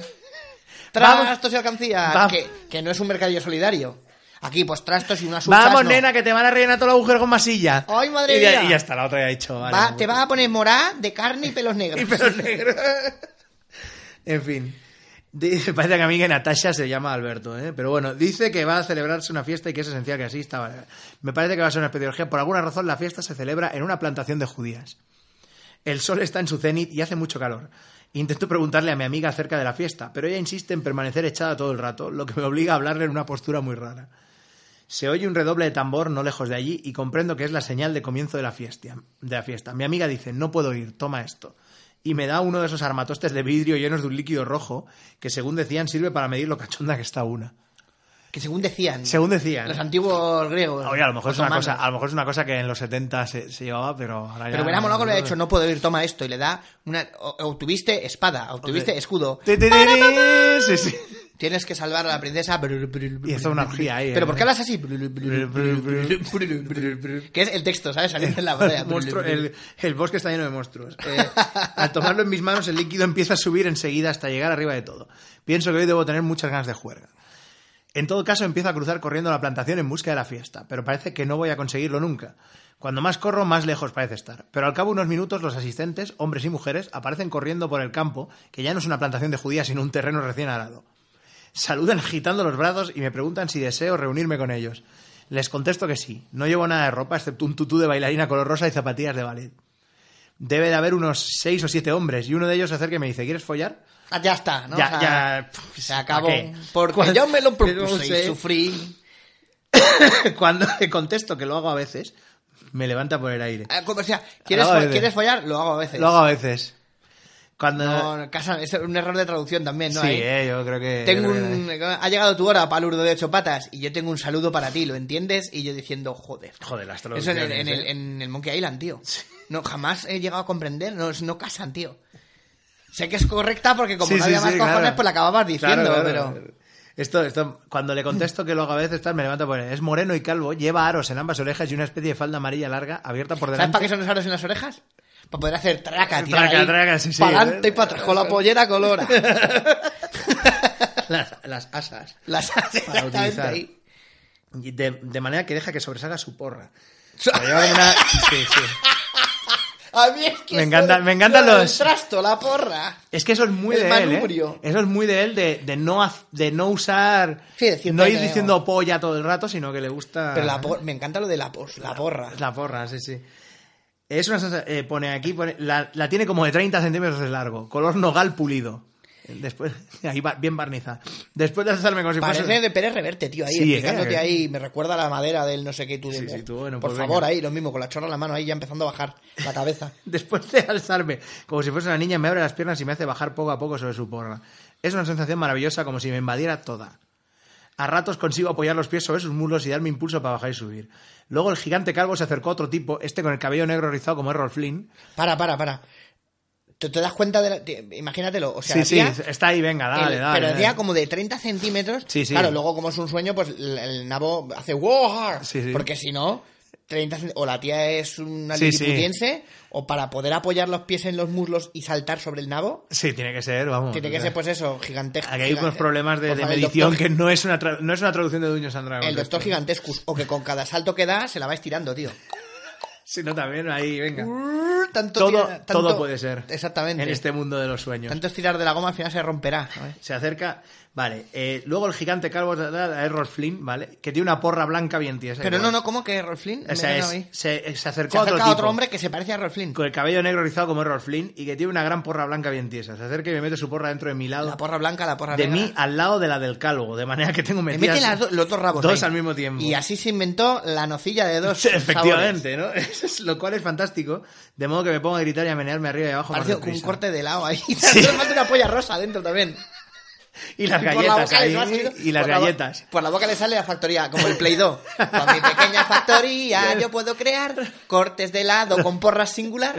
S2: Vamos.
S3: Trastos y alcancías,
S2: Vamos.
S3: que, que no es un mercadillo solidario. Aquí, pues trastos y unas huchas,
S2: Vamos,
S3: no.
S2: nena, que te van a rellenar todo el agujero con masilla.
S3: ¡Ay, madre
S2: y ya,
S3: mía!
S2: Y ya está, la otra ya ha dicho. vale,
S3: Va-
S2: muy
S3: te
S2: bien.
S3: vas a poner morá de carne
S2: (laughs)
S3: y pelos negros.
S2: Y pelo negro. (laughs) en fin. Dice- (laughs) Parece que a mí que Natasha se llama Alberto, ¿eh? Pero bueno, dice que va a celebrarse una fiesta y que es esencial que asista. Vale. Me parece que va a ser una especiología. Por alguna razón, la fiesta se celebra en una plantación de judías. El sol está en su cenit y hace mucho calor. Intento preguntarle a mi amiga acerca de la fiesta, pero ella insiste en permanecer echada todo el rato, lo que me obliga a hablarle en una postura muy rara. Se oye un redoble de tambor no lejos de allí y comprendo que es la señal de comienzo de la fiesta. De la fiesta. Mi amiga dice, no puedo ir, toma esto. Y me da uno de esos armatostes de vidrio llenos de un líquido rojo que, según decían, sirve para medir lo cachonda que está una.
S3: Que según decían.
S2: Según decían.
S3: Los antiguos griegos. pues
S2: Oye, a lo mejor, es una
S3: otomanos.
S2: cosa, a lo mejor es una cosa que en los 70 se, se llevaba, pero ahora ya...
S3: Pero hubiera molado que
S2: Ah.
S3: lo hubiera hecho, no puedo ir, toma esto. Y le da una. O, o tuviste espada, o tuviste escudo.
S2: Ti, ti, ti, ti. Sí, sí.
S3: Tienes que salvar a la princesa.
S2: Y esto es una orgía ahí,
S3: Pero
S2: ¿eh?
S3: ¿por qué hablas así? que es el texto, ¿sabes? Saliendo en (laughs) la batalla.
S2: Monstruo- el, el bosque está lleno de monstruos. Eh,
S3: (laughs)
S2: al tomarlo en mis manos, el líquido empieza a subir enseguida hasta llegar arriba de todo. Pienso que hoy debo tener muchas ganas de juerga. En todo caso, empiezo a cruzar corriendo la plantación en busca de la fiesta, pero parece que no voy a conseguirlo nunca. Cuando más corro, más lejos parece estar. Pero al cabo de unos minutos, los asistentes, hombres y mujeres, aparecen corriendo por el campo, que ya no es una plantación de judías, sino un terreno recién arado. Saludan agitando los brazos y me preguntan si deseo reunirme con ellos. Les contesto que sí. No llevo nada de ropa, excepto un tutú de bailarina color rosa y zapatillas de ballet. Debe de haber unos seis o siete hombres, y uno de ellos se acerca y me dice, ¿quieres follar?
S3: Ah, ya está, ¿no?
S2: Ya,
S3: O sea,
S2: ya, pff,
S3: Se acabó.
S2: ¿pa' qué?
S3: Porque
S2: ¿Cuál?
S3: yo me lo
S2: Yo no
S3: propuse
S2: sé.
S3: y sufrí.
S2: (laughs) Cuando le contesto que lo hago a veces, me levanta por el aire.
S3: Ah, como sea, ¿quieres,
S2: Lo hago a veces.
S3: ¿quieres follar? Lo hago a veces.
S2: Lo hago a veces. Cuando...
S3: No, casa- es un error de traducción también, ¿no?
S2: sí,
S3: Ahí.
S2: eh, yo creo que...
S3: Tengo
S2: yo creo que-
S3: un, ha llegado tu hora, palurdo de ocho patas, y yo tengo un saludo para ti, ¿lo entiendes? Y yo diciendo, joder.
S2: Joder, las
S3: Eso en el, en, el,
S2: traducciones,
S3: en el Monkey Island, tío. No, jamás he llegado a comprender. No, no casan, tío. Sé que es correcta porque como
S2: Sí,
S3: no
S2: sí,
S3: había más
S2: sí,
S3: cojones,
S2: claro.
S3: pues la acababas diciendo,
S2: Claro,
S3: pero...
S2: claro. Esto, esto, cuando le contesto que lo hago a veces, tal, me levanto por él. Es moreno y calvo, lleva aros en ambas orejas y una especie de falda amarilla larga abierta por
S3: ¿Sabes
S2: delante.
S3: para qué son los aros en las orejas? Para poder hacer traca, tirar
S2: Traca,
S3: ahí,
S2: traca, sí, sí.
S3: Para adelante y para atrás, con la
S2: (laughs)
S3: pollera colora.
S2: Las, las asas.
S3: Las hace
S2: Para
S3: exactamente
S2: utilizar.
S3: ahí.
S2: Y De, de manera que deja que sobresalga su porra. Lo lleva como una- sí, sí.
S3: A mí es que
S2: Me
S3: eso
S2: encanta-
S3: de-
S2: me encantan
S3: lo del
S2: los-
S3: trasto, la porra.
S2: Es que eso es muy
S3: El
S2: de él, ¿eh?
S3: manubrio.
S2: Eso es muy de él, de, de no, haz- de no usar...
S3: Sí, decir,
S2: no ir
S3: venga,
S2: diciendo polla todo el rato, sino que le gusta...
S3: Pero la por- me encanta lo de la, por- la porra.
S2: La porra, sí, sí. Es una sensa- eh, pone aquí, pone- la, la tiene como de 30 centímetros de largo, color nogal pulido. Después, (laughs) ahí va, bien barniza. Después de alzarme como si fuese.
S3: Parece de Pérez Reverte, tío, ahí
S2: Sí,
S3: explicándote
S2: eh.
S3: ahí, me recuerda la madera del no sé qué y tú.
S2: Sí,
S3: de-
S2: sí, tú, bueno,
S3: Por
S2: pues
S3: favor,
S2: venga.
S3: ahí lo mismo, con la chorra en la mano, ahí ya empezando a bajar la cabeza.
S2: (laughs)
S3: (laughs)
S2: Después de alzarme, como si fuese una niña, me abre las piernas y me hace bajar poco a poco sobre su porra. Es una sensación maravillosa, como si me invadiera toda. A ratos consigo apoyar los pies sobre sus muslos y darme impulso para bajar y subir. Luego el gigante calvo se acercó a otro tipo, este con el cabello negro rizado como Errol Flynn.
S3: Para, para, para. ¿Te, te das cuenta de la- te- imagínatelo, o sea,
S2: sí, sí,
S3: la tía-
S2: está ahí, venga, dale,
S3: el-
S2: dale.
S3: pero el
S2: dale.
S3: día como de 30 centímetros.
S2: Sí, sí.
S3: Claro, luego como es un sueño, pues el, el nabo hace ¡Wow!
S2: Sí, sí.
S3: Porque si no, 30 cen- o la tía es una
S2: Sí,
S3: liliputiense, o para poder apoyar los pies en los muslos y saltar sobre el nabo,
S2: Sí, tiene que ser, vamos.
S3: tiene que ser pues eso, gigantesco.
S2: Aquí hay unos
S3: gigan-
S2: problemas de,
S3: por
S2: de
S3: favor, el
S2: medición
S3: doctor-
S2: que no es una, tra- no es una traducción de Duño Sandra.
S3: El doctor gigantescus, o que con cada salto que da se la va estirando, tío.
S2: Sino también ahí, venga.
S3: Urr, Tanto
S2: Todo,
S3: tira- tanto-
S2: todo puede ser.
S3: Exactamente.
S2: En este mundo de los sueños.
S3: Tanto estirar de la goma al final se romperá. ¿sabes?
S2: Se acerca, vale. eh, luego el gigante calvo da- da- da Errol Flynn, ¿vale? Que tiene una porra blanca bien tiesa.
S3: Pero no,
S2: igual.
S3: no, ¿cómo que Rolf Flynn?
S2: O sea,
S3: Me he
S2: es-
S3: quedado ahí.
S2: se, se
S3: se
S2: acercó a
S3: acerca
S2: otro,
S3: a
S2: tipo,
S3: otro hombre que se parece a Rolf Flynn.
S2: Con el cabello negro rizado como Errol Flynn y que tiene una gran porra blanca bien tiesa. Se acerca y me mete su porra dentro de mi lado.
S3: La porra blanca, la porra
S2: de
S3: negra.
S2: mí al lado de la del calvo. De manera que tengo
S3: Le
S2: metidas
S3: mete las do- los dos rabos.
S2: Dos
S3: ahí.
S2: al mismo tiempo.
S3: Y así se inventó la nocilla de dos.
S2: Sí, (laughs) Efectivamente, ¿no? (laughs) Eso es- Lo cual es fantástico. De modo que me pongo a gritar y a menearme arriba y abajo. más
S3: Parece un
S2: deprisa.
S3: corte de helado ahí. (laughs) Hace falta una polla rosa dentro también.
S2: Y las
S3: Por la
S2: galletas.
S3: boca le
S2: ahí,
S3: va saliendo-
S2: y las
S3: por la bo-
S2: galletas.
S3: por la boca le sale la factoría, como el Play-Doh. Con mi pequeña
S2: (laughs)
S3: factoría yo puedo crear cortes de helado con porras singular.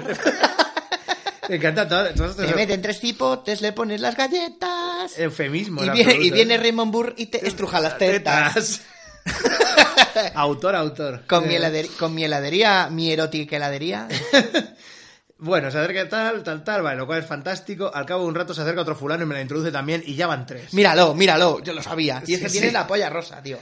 S2: Me encanta todo, todos estos
S3: Te meten tres cipotes, le pones las galletas.
S2: eufemismos.
S3: Y viene, y
S2: absolutos.
S3: viene Raymond Burr y te estruja las tetas.
S2: Tetas. (laughs) autor, autor.
S3: Con
S2: Eh,
S3: mi, helader- con mi heladería, mi erótica heladería. (laughs)
S2: Bueno, se acerca tal, tal, tal, vale, lo cual es fantástico. Al cabo de un rato se acerca otro fulano y me la introduce también y ya van tres.
S3: Míralo, míralo, yo lo sabía. Y es que
S2: Sí, Eh,
S3: tiene
S2: sí.
S3: la polla rosa, tío.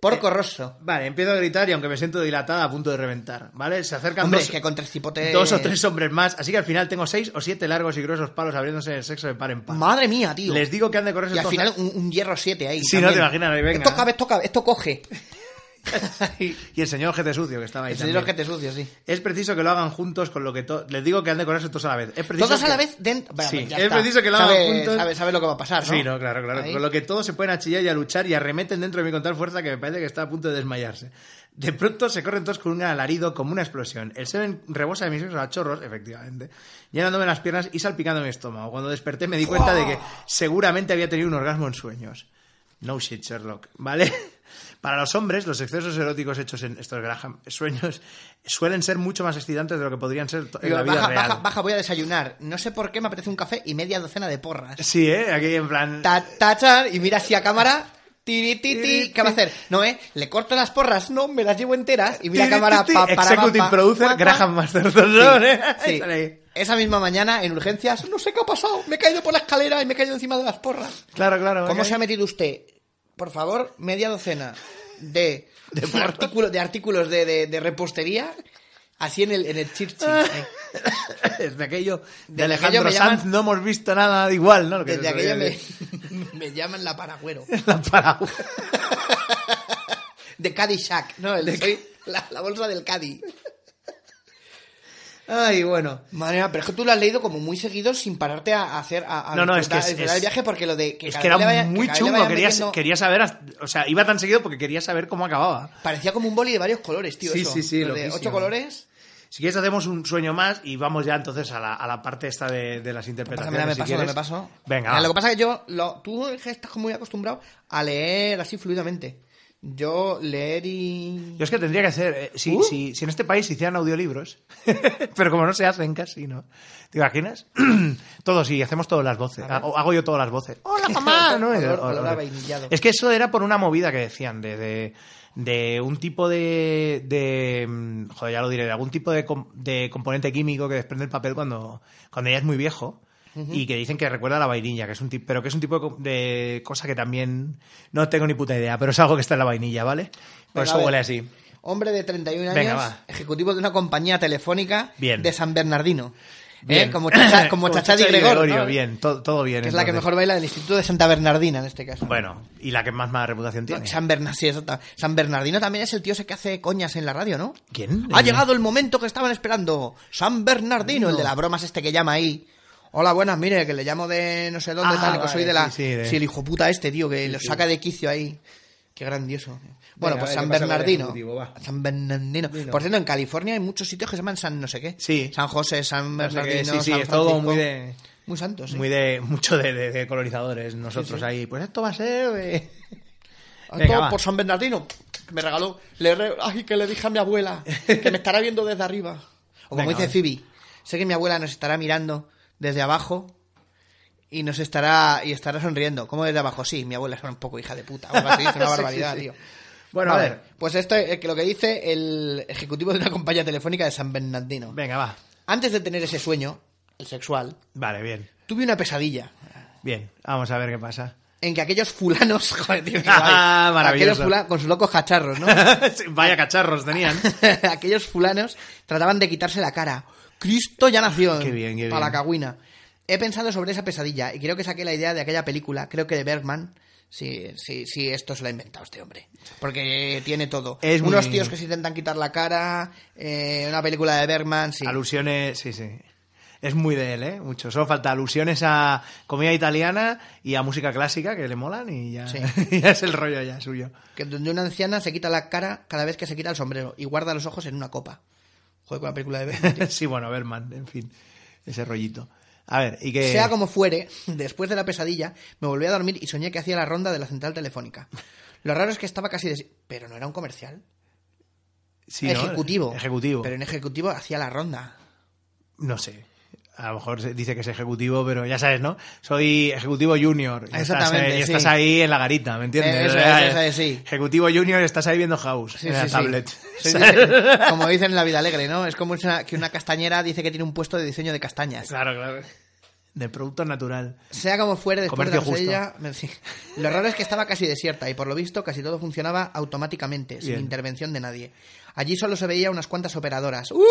S3: Porco rosso.
S2: Vale, empiezo a gritar y aunque me siento dilatada a punto de reventar, ¿vale? Se acercan
S3: Hombre,
S2: dos,
S3: es que con tres cipotes...
S2: dos o tres hombres más, así que al final tengo seis o siete largos y gruesos palos abriéndose el sexo de par en par.
S3: Madre mía, tío.
S2: Les digo que han de correr
S3: y al
S2: estos-
S3: final un, un hierro 7 ahí.
S2: Sí, no te imaginas, ahí venga.
S3: Esto cabe, esto cabe,
S2: (laughs)
S3: esto coge.
S2: Y el señor Jete Sucio que estaba ahí
S3: El
S2: también.
S3: señor que te sucio, sí.
S2: Es preciso que lo hagan juntos con lo que... to- Les digo que han de correrse todos a la vez. Es preciso
S3: Todas a
S2: que-
S3: la vez dentro.
S2: Sí, es preciso que lo hagan
S3: sabe,
S2: juntos.
S3: Sabe, sabe lo que va a pasar, ¿no?
S2: Sí, no, claro, claro.
S3: Ahí.
S2: Con lo que todos se pueden achillar y a luchar y arremeten dentro de mí con tal fuerza que me parece que está a punto de desmayarse. De pronto se corren todos con un alarido como una explosión. El semen rebosa de mis ojos a chorros, efectivamente, llenándome las piernas y salpicando mi estómago. Cuando desperté me di cuenta de que seguramente había tenido un orgasmo en sueños. No shit, Sherlock, ¿vale? (laughs) Para los hombres, los excesos eróticos hechos en estos Graham sueños suelen ser mucho más excitantes de lo que podrían ser en
S3: Digo,
S2: la vida
S3: baja,
S2: real.
S3: baja, baja, voy a desayunar. No sé por qué me apetece un café y media docena de porras.
S2: Sí, ¿eh? Aquí en plan...
S3: Ta, ta, chan, y mira así a cámara. Tiri, ti, ti. ¿Qué va a hacer? No, ¿eh? Le corto las porras. No, me las llevo enteras. Y mira a
S2: Tiri,
S3: cámara.
S2: tiri,
S3: Pa, para,
S2: Executive
S3: pa, pa,
S2: producer
S3: pa, pa.
S2: Graham Masterson.
S3: Sí,
S2: (laughs) ¿no? ¿Eh?
S3: sí.
S2: Sale ahí.
S3: Esa misma mañana, en urgencias, no sé qué ha pasado. Me he caído por la escalera y me he caído encima de las porras.
S2: Claro, claro.
S3: ¿Cómo
S2: ok.
S3: se ha metido usted? Por favor, media docena
S2: (laughs)
S3: de, de, artículo- de artículos de, de- de repostería. Así en el, en el ¿eh? chirchi.
S2: Ah.
S3: ahí.
S2: (laughs) Desde aquello de,
S3: Desde
S2: Alejandro
S3: aquello me
S2: Sanz
S3: llaman-
S2: no hemos visto nada igual, ¿no? Lo que
S3: Desde
S2: se solía
S3: aquello me,
S2: decir.
S3: (laughs) me llaman la paragüero.
S2: (laughs) La paraguas.
S3: De Cadillac. No, el soy la, la bolsa del Cadi.
S2: Ay, bueno.
S3: Madre mía, pero es que tú lo has leído como muy seguido sin pararte a a hacer a, a
S2: No, no, es que
S3: disfrutar-
S2: es-
S3: a disfrutar el
S2: es-
S3: viaje porque lo de que
S2: Es
S3: cada
S2: que
S3: vez
S2: era
S3: le vaya- que
S2: muy
S3: cada vez le
S2: chungo.
S3: vast-
S2: Quería,
S3: metiendo-
S2: quería saber... hasta- O sea, iba tan seguido porque quería saber cómo acababa.
S3: Parecía como un boli de varios colores, tío.
S2: Sí,
S3: eso.
S2: sí, sí,
S3: Lo de
S2: loquísimo.
S3: ocho colores.
S2: Si quieres hacemos un sueño más y vamos ya entonces a la, a la parte esta de, de las interpretaciones.
S3: Pásamela, me
S2: si
S3: paso,
S2: quieres.
S3: me paso.
S2: Venga.
S3: Mira,
S2: va.
S3: Lo que pasa es que yo, lo, tú estás muy acostumbrado a leer así fluidamente. Yo leer y.
S2: Yo es que tendría que hacer. eh, si,
S3: ¿Uh?
S2: si- si en este país se hicieran audiolibros, (laughs) pero como no se hacen casi, ¿no? ¿Te imaginas? (clears throat) todos, sí, hacemos todas las voces. Hago, hago yo todas las voces. (laughs) ¡Hola, mamá! ¿no?
S3: Olor- olor a vainillado.
S2: Es que eso era por una movida que decían de. de de un tipo de, de mm, joder ya lo diré de algún tipo de, com- de componente químico que desprende el papel cuando cuando ya es muy viejo y que dicen que recuerda a la vainilla que es un tipo pero que es un tipo de co- de cosa que también no tengo ni puta idea pero es algo que está en la vainilla vale por
S3: Venga, a
S2: eso
S3: ver. eh,
S2: huele así
S3: Hombre de 31
S2: Venga,
S3: años,
S2: va.
S3: ejecutivo de una compañía telefónica
S2: Bien.
S3: de San Bernardino.
S2: Bien.
S3: ¿Eh?
S2: (coughs)
S3: Como Chacha, como Chacha Di Gregorio, ¿no?
S2: Bien, to- todo bien.
S3: Que es la que
S2: entonces.
S3: mejor baila del Instituto de Santa Bernardina en este caso.
S2: Bueno, y la que más mala reputación
S3: No,
S2: tiene.
S3: San, Berna- sí, exacta. San Bernardino también es el tío ese que hace coñas en la radio, ¿no?
S2: ¿Quién?
S3: Ha
S2: Eh,
S3: llegado el momento que estaban esperando. San Bernardino, el de las bromas este que llama ahí. Hola, buenas, mire, que le llamo de no sé dónde,
S2: Ah,
S3: tal, que
S2: vale,
S3: soy de la.
S2: sí, sí, de-
S3: sí, el hijo puta este, tío, que lo saca de quicio ahí. Qué grandioso. Bueno,
S2: Venga,
S3: pues
S2: a ver
S3: San
S2: qué pasa con el
S3: Bernardino.
S2: ejecutivo, va.
S3: San Bernardino. Por cierto, en California hay muchos sitios que se llaman San no sé qué.
S2: Sí.
S3: San José, San
S2: No sé
S3: Bernardino.
S2: qué, sí, sí,
S3: San
S2: es todo como
S3: Francisco.
S2: muy de.
S3: Muy santo, sí.
S2: Muy de. (laughs) Mucho de, de- de colonizadores. Nosotros ahí. Pues esto va a ser eh. de.
S3: Ah,
S2: Venga,
S3: todo
S2: va.
S3: por San Bernardino. Que me regaló. Le re- Ay, que le dije a mi abuela. Que me estará viendo desde arriba. O como
S2: Venga,
S3: dice
S2: va.
S3: Phoebe. Sé que mi abuela nos estará mirando desde abajo. Y nos estará. Y estará sonriendo. Como desde abajo. Sí, mi abuela es un poco hija de puta. O algo así, es una
S2: (laughs) Sí,
S3: barbaridad,
S2: sí, sí.
S3: tío.
S2: (laughs) Bueno,
S3: Vale,
S2: a ver.
S3: Pues esto es lo que dice el ejecutivo de una compañía telefónica de San Bernardino.
S2: Venga, va.
S3: Antes de tener ese sueño, el sexual,
S2: Vale, bien.
S3: tuve una pesadilla.
S2: Bien. Vamos a ver qué pasa.
S3: En que aquellos fulanos. (laughs) Joder, tío, qué
S2: Ah,
S3: guay.
S2: (laughs) maravilloso.
S3: Aquellos fulanos con sus locos cacharros, ¿no?
S2: (laughs) Sí, Vaya cacharros (laughs) tenían.
S3: (laughs) aquellos fulanos trataban de quitarse la cara. Cristo ya nació
S2: Qué bien, qué bien.
S3: a la cagüina. He pensado sobre esa pesadilla y creo que saqué la idea de aquella película, creo que de Bergman. Sí, sí, sí, esto se lo ha inventado este hombre. Porque tiene todo.
S2: Es
S3: Unos
S2: muy-
S3: tíos que se intentan quitar la cara, eh, una película de Bergman, sí.
S2: Alusiones, sí, sí. Es muy de él, ¿eh? Mucho. Solo falta alusiones a comida italiana y a música clásica que le molan y ya,
S3: Sí.
S2: (laughs) ya es el rollo ya suyo.
S3: Que donde una anciana se quita la cara cada vez que se quita el sombrero y guarda los ojos en una copa. Joder, con la película de Bergman. tío.
S2: (laughs) sí, bueno, Berman, en fin. Ese rollito. A ver, y que.
S3: Sea como fuere, después de la pesadilla, me volví a dormir y soñé que hacía la ronda de la central telefónica. Lo raro es que estaba casi... des- Pero no era un comercial.
S2: Sí, ¿no?
S3: ejecutivo.
S2: Ejecutivo.
S3: Pero en ejecutivo hacía la ronda.
S2: No sé. A lo mejor se- dice que es ejecutivo, pero ya sabes, ¿no? Soy ejecutivo junior. Y estás,
S3: Exactamente,
S2: eh, y
S3: sí.
S2: estás ahí en la garita, ¿me entiendes?
S3: Eh, eso
S2: O sea,
S3: es, eso es, sí.
S2: Ejecutivo junior, estás ahí viendo House
S3: Sí,
S2: en
S3: sí,
S2: la
S3: sí.
S2: tablet. (laughs)
S3: Sí, sí, sí. Como dicen en La Vida Alegre, ¿no? Es como una- que una castañera dice que tiene un puesto de diseño de castañas.
S2: Claro, claro. De producto natural.
S3: Sea como fuere, después
S2: Comercio
S3: de la pesadilla... me- sí. Lo raro es que estaba casi desierta y por lo visto casi todo funcionaba automáticamente, sin
S2: Bien.
S3: intervención de nadie. Allí solo se veía unas cuantas operadoras. ¡Uh!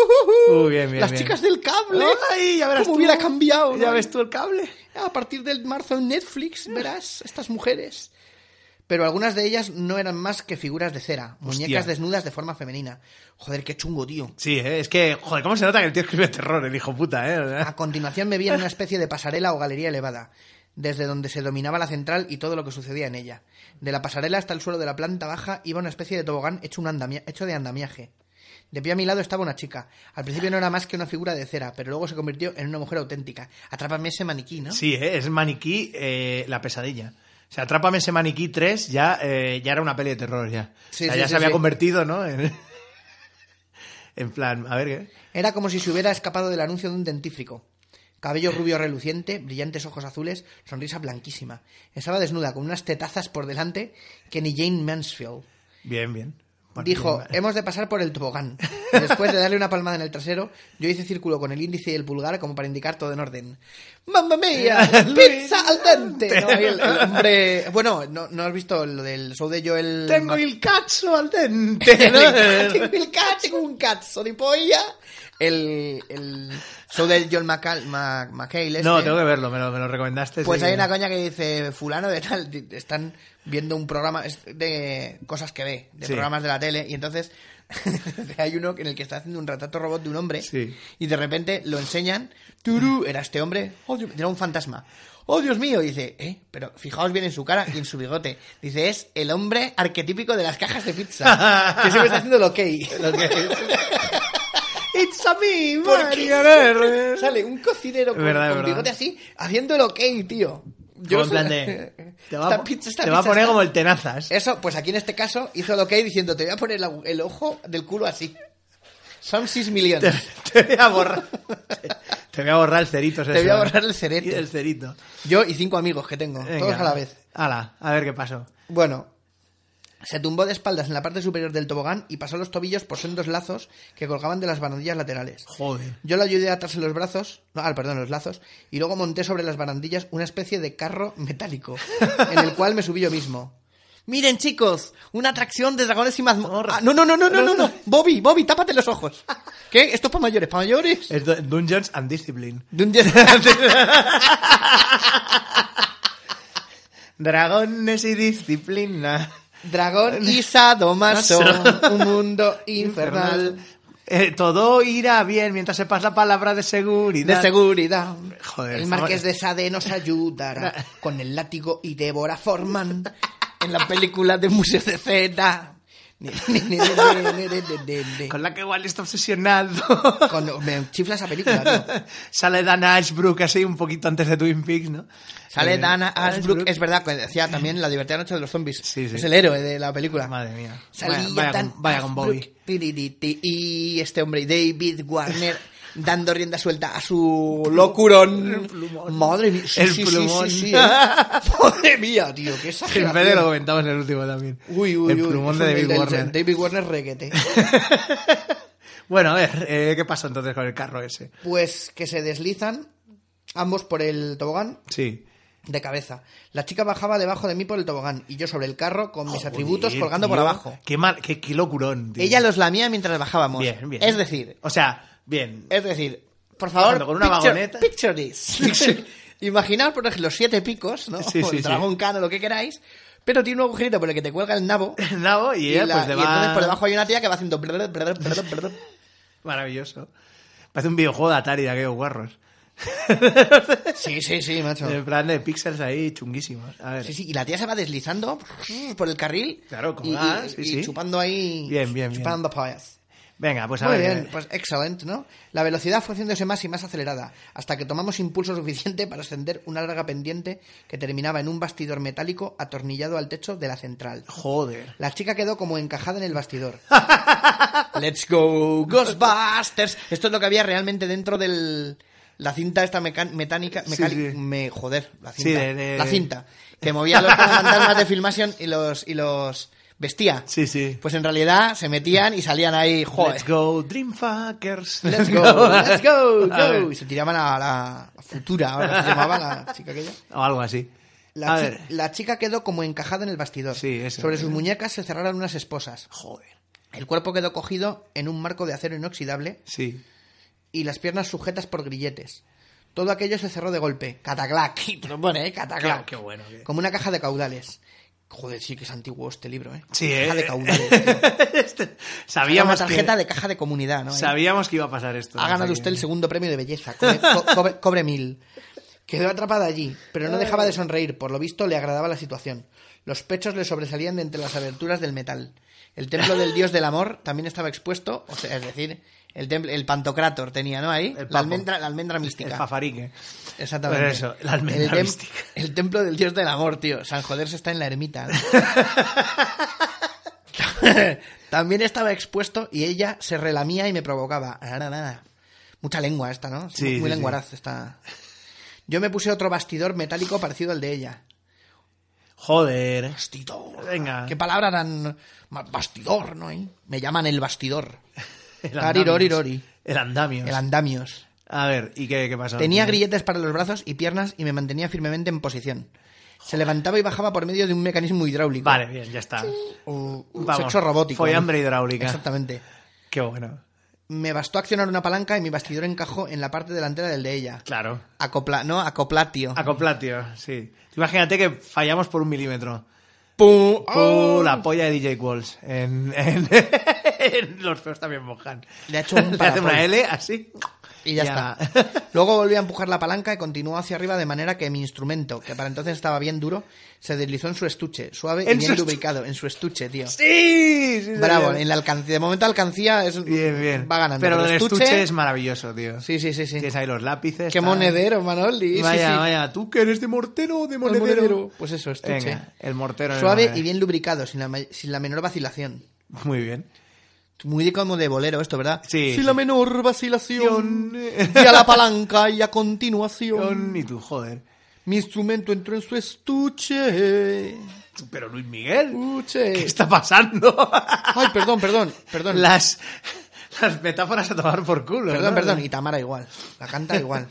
S2: Uh, bien, bien,
S3: Las
S2: bien.
S3: chicas del cable.
S2: ¡Ay, ya verás
S3: ¿Cómo
S2: tú!
S3: hubiera cambiado?
S2: Ya
S3: ¿no? Ah,
S2: ves Ah. tú el cable.
S3: A partir del marzo en Netflix verás estas mujeres. Pero algunas de ellas no eran más que figuras de cera, muñecas desnudas de forma femenina. Joder, qué chungo, tío.
S2: Sí, ¿eh? es que, joder, ¿cómo se nota que el tío escribe terror, el hijo puta, eh? O sea,
S3: A continuación me vi en una especie de pasarela o galería elevada, desde donde se dominaba la central y todo lo que sucedía en ella. De la pasarela hasta el suelo de la planta baja iba una especie de tobogán hecho, un andamia- hecho de andamiaje. De pie a mi lado estaba una chica. Al principio no era más que una figura de cera, pero luego se convirtió en una mujer auténtica. Atrápame ese maniquí, ¿no?
S2: Sí, ¿eh? es maniquí eh, la pesadilla. O sea, Atrápame ese maniquí 3 ya, eh, ya era una peli de terror ya.
S3: Sí,
S2: O sea,
S3: sí,
S2: ya
S3: sí,
S2: se había
S3: sí.
S2: convertido, ¿no? En, (laughs) en plan, a ver, ¿eh? ¿qué?
S3: Era como si se hubiera escapado del anuncio de un dentífrico. Cabello rubio reluciente, brillantes ojos azules, sonrisa blanquísima. Estaba desnuda, con unas tetazas por delante que ni Jane Mansfield.
S2: Bien, bien. Bueno,
S3: Dijo,
S2: bien,
S3: hemos de pasar por el tobogán. Después de darle una palmada en el trasero, yo hice círculo con el índice y el pulgar como para indicar todo en orden. ¡Mamma mía!
S2: (laughs)
S3: ¡Pizza al dente! No, y el, el hombre... Bueno, no, no has visto lo del show de Joel...
S2: Tengo
S3: Mc-
S2: el cazzo al
S3: (laughs)
S2: dente. ¿no?
S3: Tengo il cazzo con un cazzo di polla. El, el show del John McCall, Ma- McHale este.
S2: No, tengo que verlo, me lo, me lo recomendaste.
S3: Pues
S2: sí.
S3: hay una coña que dice, fulano de tal, di- están viendo un programa es- de cosas que ve, de
S2: Sí.
S3: programas de la tele, y entonces (laughs) hay uno en el que está haciendo un retrato robot de un hombre,
S2: Sí.
S3: y de repente lo enseñan, turú, era este hombre, oh, Dios- era un fantasma. ¡Oh, Dios mío! Y dice, eh, pero fijaos bien en su cara y en su bigote. Dice, es el hombre arquetípico de las cajas de pizza, que siempre está haciendo lo que
S2: (laughs) Lo que
S3: (laughs)
S2: It's a me,
S3: ¿Por
S2: Mario
S3: qué?
S2: Verde.
S3: Sale un cocinero con,
S2: Es verdad, es
S3: con
S2: verdad.
S3: bigote así, haciendo el ok, tío.
S2: Como en
S3: sé-
S2: plan
S3: (laughs)
S2: de, te va, a
S3: Esta
S2: po-
S3: pizza- esta
S2: te va a
S3: pizza
S2: poner
S3: está-
S2: como el
S3: (laughs)
S2: tenazas.
S3: Eso, pues aquí en este caso hizo el ok diciendo, te voy a poner el, agu- el ojo del culo así. Son 6
S2: Te,
S3: millones.
S2: (laughs) te voy a borrar. te, te voy a borrar el cerito. ¿eh?
S3: Te voy a borrar el cerete.
S2: El cerito.
S3: Yo y cinco amigos que tengo,
S2: Venga.
S3: todos a la vez.
S2: Ala, a ver qué pasó.
S3: Bueno, se tumbó de espaldas en la parte superior del tobogán y pasó los tobillos por sendos lazos que colgaban de las barandillas laterales.
S2: Joder.
S3: Yo le ayudé a atarse los brazos, no, ah, perdón, los lazos, y luego monté sobre las barandillas una especie de carro (laughs) metálico, en el cual me subí yo mismo. Miren, chicos, una atracción de dragones y mazmorras. Ah, no, no, no, no, no, no, no. (laughs) Bobby, Bobby, tápate los ojos. ¿Qué? Esto es para mayores, para mayores.
S2: Es du- Dungeons and Discipline.
S3: De un día-
S2: Dragones y (laughs) disciplina.
S3: (laughs) Dragón (laughs) y sadomaso, un mundo (laughs) infernal
S2: Eh, todo irá bien mientras sepas la palabra de seguridad.
S3: de seguridad.
S2: Joder,
S3: El
S2: estamos-
S3: marqués de Sade
S2: (laughs)
S3: nos ayudará con el látigo y Débora Forman en la película de Museo de Cena. Ne, ne, ne, ne, ne, ne, ne, ne.
S2: eh, Con la que igual está obsesionado. (laughs)
S3: Con- me chifla esa película, tío.
S2: Sale Dana Ashbrook así un poquito antes de Twin Peaks, ¿no?
S3: Sale
S2: Eh,
S3: Dana Ashbrook, es verdad, que decía también La divertida noche de los zombies.
S2: Sí, sí.
S3: Es el héroe de la película.
S2: Madre mía.
S3: Salía
S2: Vaya- vaya
S3: Dan
S2: con- vaya con Bowie.
S3: Ashbrook, tiririti, y este hombre, David Warner, dando rienda suelta a su locurón. Madre mía. sí,
S2: El
S3: sí, sí,
S2: plumón.
S3: sí, sí, ¿eh? (laughs) Madre mía, tío, qué
S2: Sí, (laughs) en vez de lo
S3: exageración.
S2: comentamos en el último también.
S3: Uy, uy,
S2: el
S3: uy,
S2: plumón
S3: es
S2: de
S3: un-
S2: David
S3: del-
S2: Warner.
S3: David Warner
S2: (laughs)
S3: reguete.
S2: Bueno, a ver, eh, ¿qué pasó entonces con el carro ese?
S3: Pues que se deslizan ambos por el tobogán
S2: Sí.
S3: de cabeza. La chica bajaba debajo de mí por el tobogán y yo sobre el carro con mis atributos
S2: Joder,
S3: colgando por
S2: tío.
S3: abajo.
S2: Qué, mal, qué, qué locurón, tío.
S3: Ella los lamía mientras bajábamos.
S2: Bien, bien.
S3: Es decir,
S2: O sea, bien. (laughs)
S3: Es decir, por
S2: Bajando
S3: favor,
S2: con una
S3: picture,
S2: vagoneta. (laughs)
S3: picture this. (laughs) Imaginar, por ejemplo, los siete picos, ¿no?
S2: Sí,
S3: O
S2: sí,
S3: el
S2: sí.
S3: dragón cano, lo que queráis, pero tiene un agujerito por el que te cuelga el nabo.
S2: Nabo y ella
S3: la-
S2: pues le va...
S3: entonces por debajo hay una tía que va haciendo... brr, brr, brr, brr.
S2: (laughs) Maravilloso. Parece un videojuego de Atari de aquellos guarros.
S3: Sí, sí, sí, macho.
S2: En plan de píxeles ahí chunguísimos. A ver.
S3: Sí, sí, y la tía se va deslizando (laughs) por el carril.
S2: Claro, como
S3: y,
S2: da,
S3: y-
S2: sí,
S3: y
S2: sí.
S3: chupando ahí.
S2: Bien, bien, bien.
S3: Chupando pollas.
S2: Venga, pues a
S3: Muy
S2: ver.
S3: bien, pues excelente, ¿no? La velocidad fue haciéndose más y más acelerada, hasta que tomamos impulso suficiente para ascender una larga pendiente que terminaba en un bastidor metálico atornillado al techo de la central.
S2: Joder.
S3: La chica quedó como encajada en
S2: (laughs)
S3: el bastidor. ¡Let's go, Ghostbusters! Esto es lo que había realmente dentro del... La cinta esta meca- metánica...
S2: Sí,
S3: mecánica-
S2: sí.
S3: Me, joder, la
S2: Sí,
S3: cinta.
S2: de- de-
S3: La cinta. Que movía los fantasmas de filmación y los, y los vestía.
S2: Sí, sí.
S3: Pues en realidad se metían y salían ahí, joder.
S2: Let's go, Dreamfuckers. (laughs)
S3: (laughs) Let's go, let's go,
S2: A ver.
S3: go. Y se tiraban a la a futura, ahora se llamaba la chica aquella.
S2: O algo así.
S3: La,
S2: a
S3: chi-
S2: ver.
S3: la chica quedó como encajada en el bastidor.
S2: Sí, eso.
S3: Sobre sus muñecas se cerraron unas esposas.
S2: Joder.
S3: El cuerpo quedó cogido en un marco de acero inoxidable
S2: Sí.
S3: y las piernas sujetas por grilletes. Todo aquello se cerró de golpe.
S2: (laughs)
S3: Cataclac. Y te lo pone, ¿eh? Cataclac.
S2: Qué- qué bueno, qué-
S3: Como una caja de caudales. Joder, sí que es antiguo este libro, ¿eh?
S2: Sí,
S3: Caja
S2: eh.
S3: de caudales.
S2: (laughs)
S3: tío.
S2: Este-
S3: Era una
S2: Sabíamos
S3: tarjeta
S2: que...
S3: de caja de comunidad, ¿no? Ahí.
S2: Sabíamos que iba a pasar esto.
S3: Ha ganado usted el segundo premio de belleza. Cobre,
S2: (laughs)
S3: co- cobre- cobre mil. Quedó atrapada allí, pero no dejaba de sonreír. Por lo visto, le agradaba la situación. Los pechos le sobresalían de entre las aberturas del metal. El templo del dios del amor también estaba expuesto, o sea, es decir, el, templo- el pantocrator tenía, ¿no? Ahí,
S2: El papo.
S3: la almendra, la almendra mística.
S2: El fafarique.
S3: Exactamente.
S2: Pues eso, la almendra
S3: tem-
S2: mística.
S3: el templo del dios del amor, tío. San Joder se está en la
S2: (laughs)
S3: ermita. ¿no? También estaba expuesto y ella se relamía y me provocaba. Mucha lengua esta, ¿no?
S2: Sí,
S3: muy
S2: sí, sí.
S3: lenguaraz esta. Yo me puse otro bastidor metálico parecido al de ella. eh.
S2: Joder.
S3: Bastidor.
S2: Venga.
S3: ¿Qué palabra tan más bastidor, no? eh? Me llaman el bastidor.
S2: El
S3: Carirori,
S2: andamios.
S3: rori.
S2: El andamio.
S3: El andamios.
S2: A ver, ¿y qué, qué pasó?
S3: Tenía grilletes para los brazos y piernas y me mantenía firmemente en posición. Se levantaba y bajaba por medio de un mecanismo hidráulico.
S2: Vale, bien, ya está.
S3: O un
S2: Vamos,
S3: sexo robótico.
S2: fue
S3: ¿no?
S2: hambre hidráulica.
S3: Exactamente.
S2: Qué bueno.
S3: Me bastó accionar una palanca y mi bastidor encajó en la parte delantera del de ella.
S2: Claro.
S3: Acopla, no, acoplatio.
S2: Acoplatio, sí. Imagínate que fallamos por un milímetro.
S3: ¡Pum!
S2: Oh, la polla de DJ Walls. En, en- (laughs) en los feos también mojan.
S3: Le ha hecho un
S2: (laughs) Le hace una
S3: parapollo.
S2: L así.
S3: Y ya, está.
S2: (laughs)
S3: Luego volví a empujar la palanca y continuó hacia arriba de manera que mi instrumento, que para entonces estaba bien duro, se deslizó en su estuche, suave y
S2: En
S3: bien
S2: su estu-
S3: lubricado, en su estuche, tío.
S2: sí, sí,
S3: Bravo,
S2: señor.
S3: en la alcancía. De momento alcancía es,
S2: Bien, bien.
S3: va ganando.
S2: Pero
S3: el
S2: el estuche... es maravilloso, tío.
S3: Sí, sí, sí, sí.
S2: Tienes ahí los lápices.
S3: Qué
S2: tal.
S3: monedero, Manoli.
S2: Vaya,
S3: sí, sí.
S2: vaya. ¿Tú que eres de mortero o de
S3: El
S2: monedero?
S3: monedero. Pues eso, estuche.
S2: Venga, el mortero. en el
S3: Suave
S2: monedero.
S3: y bien lubricado, sin la, ma- sin la menor vacilación.
S2: Muy bien.
S3: Muy de como de bolero esto, ¿verdad?
S2: Sí,
S3: Sin
S2: sí.
S3: la menor vacilación.
S2: (laughs) Yon.
S3: Y a la palanca y a continuación.
S2: eh, Y tú, joder.
S3: Mi instrumento entró en su estuche.
S2: Pero Luis Miguel, ¿qué
S3: Estuche.
S2: está pasando?
S3: Ay, perdón, perdón, perdón.
S2: las, las metáforas a tomar por culo.
S3: Perdón,
S2: ¿no?
S3: perdón. Y Tamara igual. La
S2: (laughs)
S3: canta igual.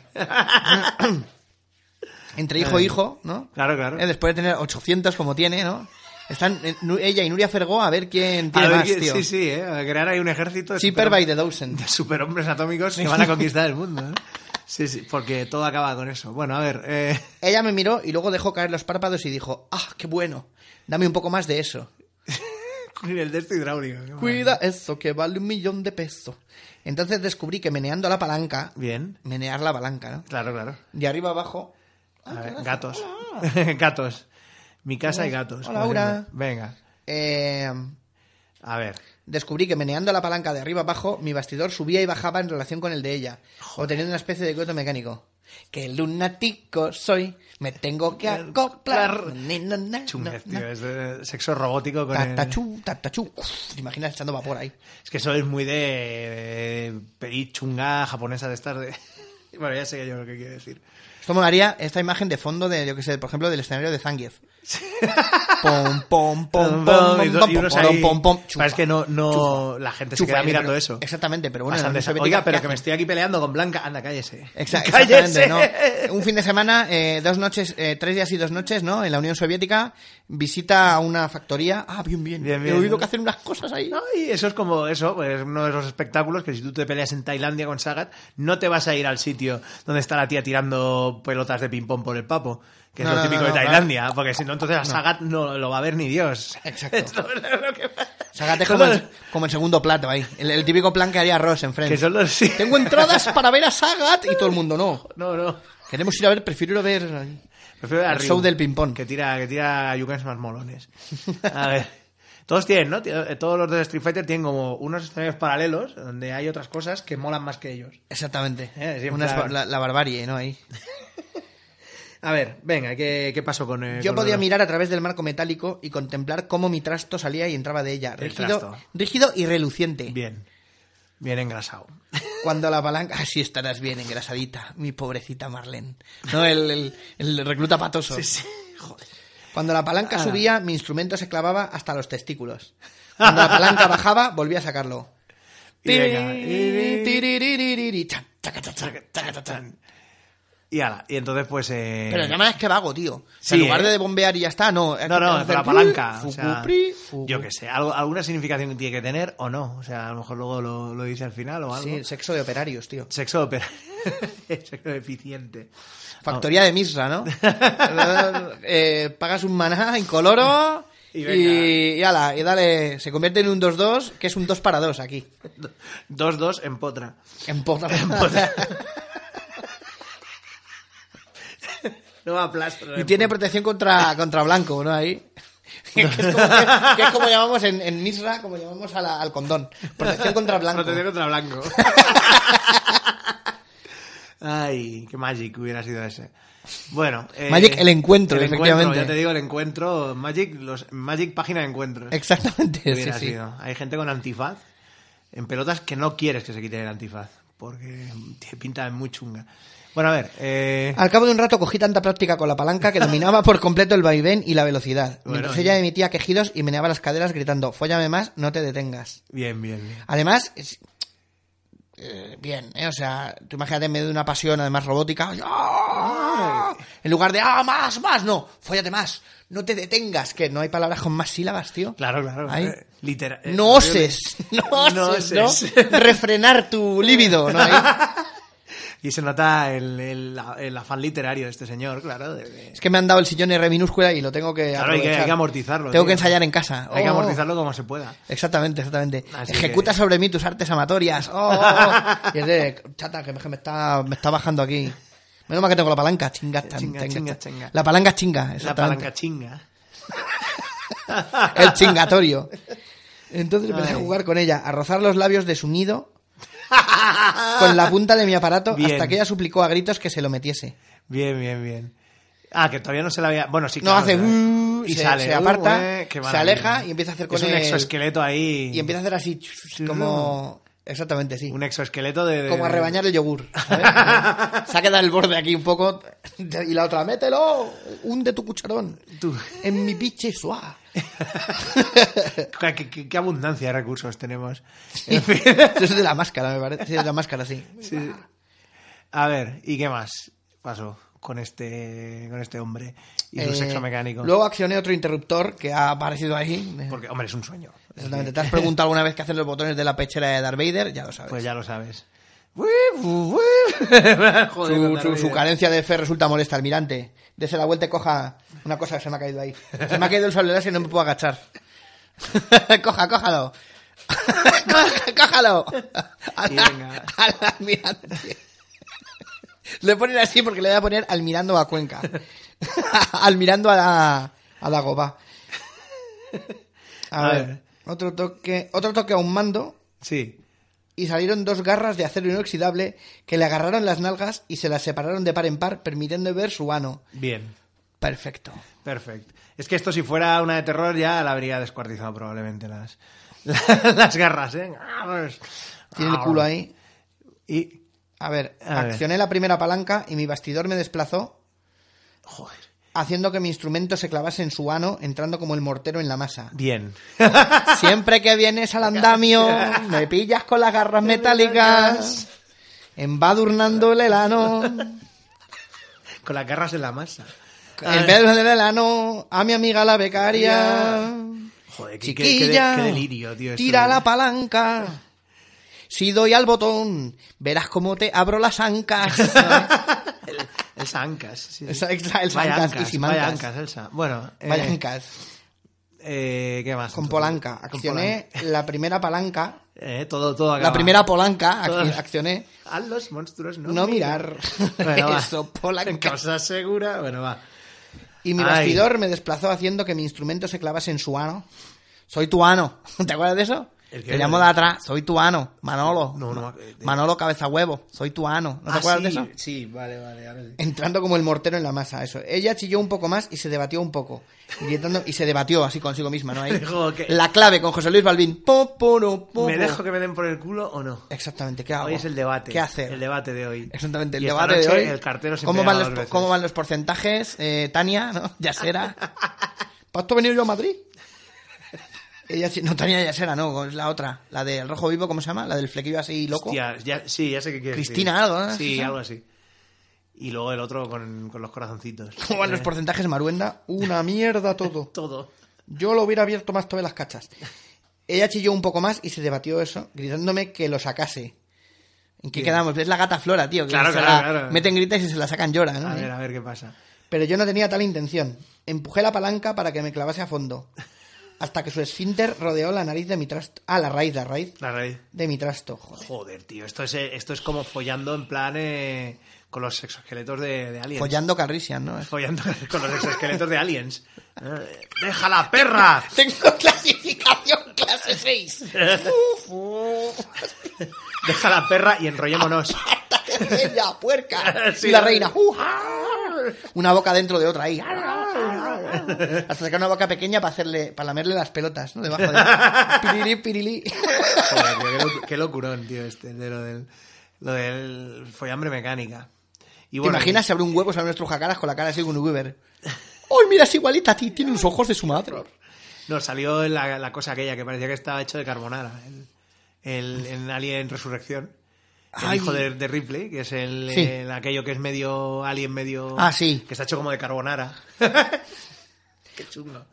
S3: Entre hijo e hijo, ¿no?
S2: Eh. Claro, claro.
S3: Eh, después de tener 800 como tiene, ¿no? Están eh, Nu- ella y Nuria Fergó a ver quién
S2: A
S3: tiene
S2: ver
S3: más,
S2: quién-
S3: tío.
S2: Sí, sí, ¿eh? a crear ahí un ejército de,
S3: Cheaper
S2: superhom-
S3: by the dozen.
S2: de superhombres atómicos que van a conquistar el mundo. ¿eh? Sí, sí, porque todo acaba con eso. Bueno, a ver. eh, (laughs)
S3: Ella me miró y luego dejó caer los párpados y dijo, ah, qué bueno, dame un poco más de eso.
S2: Ni el de esto hidráulico. qué
S3: Cuida eso, que vale un millón de pesos. Entonces descubrí que meneando la palanca,
S2: maravilla. Bien.
S3: menear la palanca, ¿no?
S2: Claro, claro.
S3: De arriba abajo. Ah,
S2: A ver, gatos. (laughs) gatos. Mi casa y gatos.
S3: Hola,
S2: por
S3: Aura.
S2: ejemplo. Venga.
S3: eh,
S2: A ver.
S3: descubrí que meneando la palanca de arriba abajo, mi bastidor subía y bajaba en relación con el de ella, obteniendo una especie de coto mecánico. Que lunático soy, me tengo que acoplar. Ni, no, na,
S2: Chunguez,
S3: no, na.
S2: tío. Es de sexo robótico con el-
S3: Tatachú, tatachú. Uf, ¿Te imaginas echando vapor ahí?
S2: Es que eso es muy de de pedir chunga japonesa de estar de... (laughs) Bueno, ya sé yo lo que quiero decir.
S3: Esto molaría esta imagen de fondo de, yo que sé, por ejemplo, del escenario de Zangief. (laughs) Pom, pom,
S2: Y
S3: pom, pom, pom,
S2: do-
S3: pom,
S2: y unos
S3: pom,
S2: ahí-
S3: pom, pom. Chupa,
S2: Parece que no, no
S3: chupa,
S2: la gente se
S3: chupa,
S2: queda
S3: eh,
S2: mirando
S3: pero-
S2: eso.
S3: Exactamente, pero bueno,
S2: Bastante
S3: no se ve
S2: sa- Oiga,
S3: qué
S2: pero
S3: hace.
S2: que me estoy aquí peleando con Blanca. Anda, cállese.
S3: Exa-
S2: (laughs) cállese.
S3: Exactamente,
S2: (laughs)
S3: ¿no? Un fin de semana, eh, dos noches, eh, tres días y dos noches, ¿no? En la Unión Soviética, visita a una factoría. Ah, bien, bien.
S2: Bien,
S3: He
S2: bien,
S3: oído
S2: ¿no?
S3: que hacen unas cosas ahí.
S2: No, y eso es como eso, pues uno de esos espectáculos que si tú te peleas en Tailandia con Sagat, no te vas a ir al sitio donde está la tía tirando pelotas de ping-pong por el papo, que es
S3: No,
S2: lo
S3: no,
S2: típico
S3: no,
S2: de
S3: no,
S2: Tailandia, porque si no, entonces a Sagat no lo va a ver ni Dios. (laughs)
S3: Exacto.
S2: Es lo- lo que pasa. (laughs)
S3: Sácate
S2: Son
S3: como,
S2: los-
S3: en- como en segundo plato ahí. El, el típico plan que haría Ross en
S2: Que
S3: Friends.
S2: son los... sí.
S3: (laughs) Tengo entradas para ver a Sagat y todo el mundo no.
S2: (laughs) No, no.
S3: Queremos ir a ver, prefiero ir a ver.
S2: Prefiero a
S3: El
S2: Ryu,
S3: show del ping-pong.
S2: Que tira, que tira yucas más molones. A ver. Todos tienen, ¿no? Tio- eh, Todos los de Street Fighter tienen como unos escenarios paralelos donde hay otras cosas que molan más que ellos.
S3: Exactamente.
S2: Eh, sí, en
S3: Unas
S2: plan-
S3: ba- la, la barbarie, ¿no? Ahí.
S2: A ver, venga, ¿qué, qué pasó con eh,
S3: Yo
S2: con
S3: podía
S2: Orochi?
S3: mirar a través del marco metálico y contemplar cómo mi trasto salía y entraba de ella. Rígido,
S2: trasto.
S3: rígido y reluciente.
S2: Bien. Bien engrasado.
S3: Cuando la palanca. Así estarás bien engrasadita, mi pobrecita Marlene. No, el, el- el recluta patoso. Cuando la palanca
S2: Ah.
S3: subía, mi instrumento se clavaba hasta los testículos. Cuando la palanca bajaba, volví a sacarlo.
S2: Y venga, y-
S3: Tiririririri, chan, chaca, chaca, chaca.
S2: (laughs) taca, taca, tan. Y ala, y entonces pues... Eh...
S3: Pero además es que vago, tío. O
S2: Sí,
S3: sea, en lugar
S2: ¿eh?
S3: de bombear y ya está, no. es
S2: No,
S3: que
S2: no,
S3: hacer
S2: con la
S3: pri,
S2: palanca. o
S3: fucu,
S2: sea,
S3: pri, fucu.
S2: yo qué sé, algo- alguna significación tiene que tener o no. O sea, a lo mejor luego lo, lo dice al final o algo.
S3: Sí, sexo de operarios, tío.
S2: Sexo opera. (laughs) Sexo deficiente.
S3: Factoría de
S2: (laughs)
S3: Misra, ¿no? (laughs) Eh, pagas un maná incoloro
S2: Y
S3: y,
S2: venga.
S3: y ala, y dale, se convierte en un 2-2, que es un 2 para 2 aquí.
S2: 2-2 en potra. (laughs)
S3: En potra.
S2: No aplasto.
S3: (laughs) y tiene protección contra, contra blanco, ¿no? Ahí. (laughs) que, es como, que es como llamamos en, en Misra, como llamamos a la- al condón. Protección contra blanco.
S2: Protección contra blanco. (laughs) Ay, qué Magic hubiera sido ese. Bueno, eh,
S3: Magic, el encuentro,
S2: el
S3: efectivamente.
S2: ya te digo, el encuentro. Magic, los, Magic página de encuentros.
S3: Exactamente, sí,
S2: Hubiera
S3: sí.
S2: sido. Hay gente con antifaz en pelotas que no quieres que se quite el antifaz porque te pinta muy chunga. Bueno, a ver. Eh,
S3: Al cabo de un rato cogí tanta práctica con la palanca que dominaba por completo el vaivén y la velocidad.
S2: Bueno,
S3: mientras
S2: sí.
S3: ella emitía quejidos y meneaba las caderas gritando, fóllame más, no te detengas.
S2: bien, bien, bien.
S3: Además, es- eh, bien, ¿eh? o sea, tú imagínate en medio de una pasión además robótica, ¡ah! en lugar de, ah, más, más, no, fóllate más, no te detengas, que no hay palabras con más sílabas, tío.
S2: Claro, claro.
S3: Ahí.
S2: eh, Literal. eh,
S3: No oses, (laughs) no
S2: No
S3: oses, ¿no?
S2: oses.
S3: Refrenar tu líbido, ¿no? Ahí.
S2: Y se nota el, el- el afán literario de este señor, claro. de- de-
S3: Es que me han dado el sillón R minúscula y lo tengo
S2: Claro,
S3: que
S2: hay que,
S3: aprovechar.
S2: hay que amortizarlo.
S3: Tengo
S2: tío.
S3: que ensayar en casa.
S2: Hay que
S3: Oh, oh.
S2: amortizarlo como se pueda.
S3: Exactamente, exactamente.
S2: Así
S3: Ejecuta
S2: que-
S3: sobre mí tus artes amatorias. Oh, oh, oh. Y es de, chata, que me, que me está, me está bajando aquí. Menos mal que tengo la palanca, chinga, tan,
S2: Chinga,
S3: tenga,
S2: chinga,
S3: tan.
S2: chinga.
S3: La palanca chinga,
S2: La
S3: exactamente.
S2: palanca
S3: (laughs)
S2: chinga. (laughs)
S3: El chingatorio. Entonces empecé a
S2: Ay.
S3: jugar con ella, a rozar los labios de su nido con la punta de mi aparato
S2: Ah. Bien.
S3: hasta que ella suplicó a gritos que se lo metiese.
S2: Bien, bien, bien. Ah, que todavía no se la había. Bueno, sí,
S3: No,
S2: claro,
S3: hace
S2: claro.
S3: "Uh",
S2: y
S3: se-
S2: sale.
S3: se aparta,
S2: "Uh, eh", qué
S3: se
S2: maravilla.
S3: aleja y empieza a hacer con
S2: Es un
S3: el-
S2: exoesqueleto ahí.
S3: Y empieza a hacer así, como... Exactamente, sí.
S2: Un exoesqueleto de. de-
S3: Como a rebañar
S2: (laughs)
S3: el yogur. ¿sabes? Se ha quedado el borde aquí un poco. Y la otra, mételo. Hunde tu cucharón.
S2: Tú.
S3: En mi
S2: (laughs)
S3: piche suá.
S2: Qué, qué- qué abundancia de recursos tenemos.
S3: En fin, Eso es de la máscara, me parece. Sí, es de la máscara, sí.
S2: Sí. A ver, ¿y qué más pasó con este, con este hombre y su
S3: Eh,
S2: sexo mecánico?
S3: Luego accioné otro interruptor que ha aparecido ahí.
S2: Porque, hombre, es un sueño.
S3: Exactamente. ¿Te has preguntado alguna vez qué hacen los botones de la pechera de Darth Vader? Ya lo sabes.
S2: Pues ya lo sabes. (laughs) Joder,
S3: su,
S2: no
S3: su-
S2: te
S3: su
S2: ríes.
S3: carencia de fe resulta molesta, almirante. Dese la vuelta y coja una cosa que se me ha caído ahí. Se me ha caído el sable láser y no me puedo agachar. (laughs) Coja, cójalo. (laughs) Coja, cójalo. A la-
S2: venga.
S3: al almirante. Le ponen así porque le voy a poner almirando a Cuenca. (laughs) almirando a la, a la goba. A,
S2: A
S3: ver,
S2: ver.
S3: Otro, toque, otro toque a un mando
S2: Sí.
S3: y salieron dos garras de acero inoxidable que le agarraron las nalgas y se las separaron de par en par, permitiendo ver su ano.
S2: Bien.
S3: Perfecto.
S2: Perfecto. Es que esto si fuera una de terror ya la habría descuartizado probablemente las, (laughs) las garras, ¿eh?
S3: Tiene el culo ahí.
S2: Y...
S3: A ver,
S2: Ah, A ver.
S3: accioné la primera palanca y mi bastidor me desplazó,
S2: Joder.
S3: haciendo que mi instrumento se clavase en su ano, entrando como el mortero en
S2: (laughs)
S3: la masa.
S2: Bien.
S3: Siempre que vienes
S2: (laughs)
S3: al andamio, me pillas con las garras metálicas, embadurnándole
S2: (laughs)
S3: el ano,
S2: Con las garras en la masa.
S3: embadurnándole el ano a mi amiga la becaria.
S2: Joder, qué, qué- qué de-
S3: Chiquilla,
S2: qué delirio, tío. esto,
S3: tira
S2: ¿eh?
S3: la palanca. Si doy al botón, verás cómo te abro
S2: (laughs)
S3: las ancas.
S2: el, el Sancas. sí.
S3: El sa- el sa- el
S2: Vaya
S3: Sancas y
S2: ancas,
S3: Simancas.
S2: vaya ancas, el sa- Bueno, eh,
S3: Vaya ancas.
S2: eh, ¿qué más?
S3: Con
S2: entonces?
S3: Polanca.
S2: Con
S3: Accioné
S2: Polanca.
S3: la primera palanca.
S2: Eh, todo, todo acaba.
S3: La primera Polanca. ac-
S2: Todas.
S3: Accioné.
S2: A los monstruos no,
S3: No mirar.
S2: (laughs) Bueno, va.
S3: Eso, Polanca.
S2: Cosa segura. Bueno, va.
S3: Y mi
S2: Ay.
S3: bastidor me desplazó haciendo que mi instrumento se clavase en su ano. Soy tu ano. (laughs) ¿Te acuerdas de eso?
S2: ¿El qué?
S3: Te llamo de atrás. Soy tu ano. Manolo.
S2: No, no,
S3: Ma-
S2: eh, de-
S3: Manolo cabeza huevo. Soy tu ano. ¿No te
S2: Ah,
S3: acuerdas
S2: sí,
S3: de eso?
S2: Sí, vale, vale. Ahora sí.
S3: Entrando como el mortero en la masa, eso. Ella chilló un poco más y se debatió un poco. Gritando, y se debatió así consigo misma,
S2: (laughs)
S3: ¿no? Ahí.
S2: Dijo que-
S3: La clave con José Luis Balvin. Po, poro, po,
S2: ¿Me
S3: po.
S2: dejo que me den por el culo o no?
S3: Exactamente, ¿qué hago?
S2: Hoy es el debate.
S3: pues, ¿Qué hacer?
S2: El debate de hoy.
S3: Exactamente, el
S2: Y esta
S3: debate de
S2: noche
S3: hoy.
S2: El cartero siempre
S3: ¿Cómo van,
S2: gana
S3: los,
S2: dos veces.
S3: ¿Cómo van los porcentajes, eh, Tania? ¿no? ¿Yasera? ¿Para esto he venido yo a Madrid? Ella, sí- no, Tania Yasera, no, es la otra. La del Rojo Vivo, ¿cómo se llama? La del flequillo así loco.
S2: Hostia, ya- sí, ya sé qué quieres
S3: Cristina,
S2: decir.
S3: algo, ¿no?
S2: Sí,
S3: Sí.
S2: algo así. Y luego el otro con, con los corazoncitos.
S3: (laughs) ¿Cómo van los
S2: Eh,
S3: porcentajes, Maruenda? Una mierda todo.
S2: Todo.
S3: Yo lo hubiera abierto más todavía las cachas. Ella chilló un poco más y se debatió eso, gritándome que lo sacase. ¿En qué
S2: Bien.
S3: quedamos? Es la gata flora, tío. Que
S2: Claro,
S3: se
S2: claro,
S3: la
S2: claro.
S3: Meten gritas y se la sacan llora, ¿no?
S2: A ver, a ver qué pasa.
S3: Pero yo no tenía tal intención. Empujé la palanca para que me clavase a fondo. Hasta que su esfínter rodeó la nariz de mi trasto. Ah, la raíz, la raíz
S2: La raíz.
S3: de mi trasto. Joder.
S2: Joder, tío, esto es, eh, esto es como follando en plan eh, con los exoesqueletos de, de aliens.
S3: Follando Calrissian, ¿no?
S2: Follando (laughs) con los exoesqueletos de aliens. Eh, ¡Deja la perra!
S3: Tengo (laughs) clasificación
S2: (laughs)
S3: clase 6.
S2: Deja la perra y enrollémonos.
S3: (laughs) Bella, puerca.
S2: (laughs) Sí,
S3: y la
S2: ¿no?
S3: reina.
S2: (laughs)
S3: ¡Uja! Una boca dentro de otra ahí. ah, Hasta sacar una boca pequeña para hacerle, para lamerle las pelotas, ¿no? Debajo
S2: (laughs)
S3: de. Pirili, pirili.
S2: Joder, tío, qué, locu- qué locurón, tío, este, de lo del, lo del follambre mecánica. Y
S3: ¿Te
S2: bueno,
S3: imaginas si abre un hueco, se abre nuestros jacaras con la cara así con un Weaver? ¡Ay, mira, es igualita a ti! Tiene unos ojos de
S2: (laughs)
S3: su madre.
S2: No, salió la, la cosa aquella que parecía que estaba hecho de carbonara. El, el- en Alien Resurrección. El
S3: Ay.
S2: hijo de, de Ripley, que es el,
S3: Sí.
S2: el- aquello que es medio alien, medio.
S3: Ah, sí.
S2: Que está hecho como de
S3: (laughs)
S2: carbonara. Qué chungo.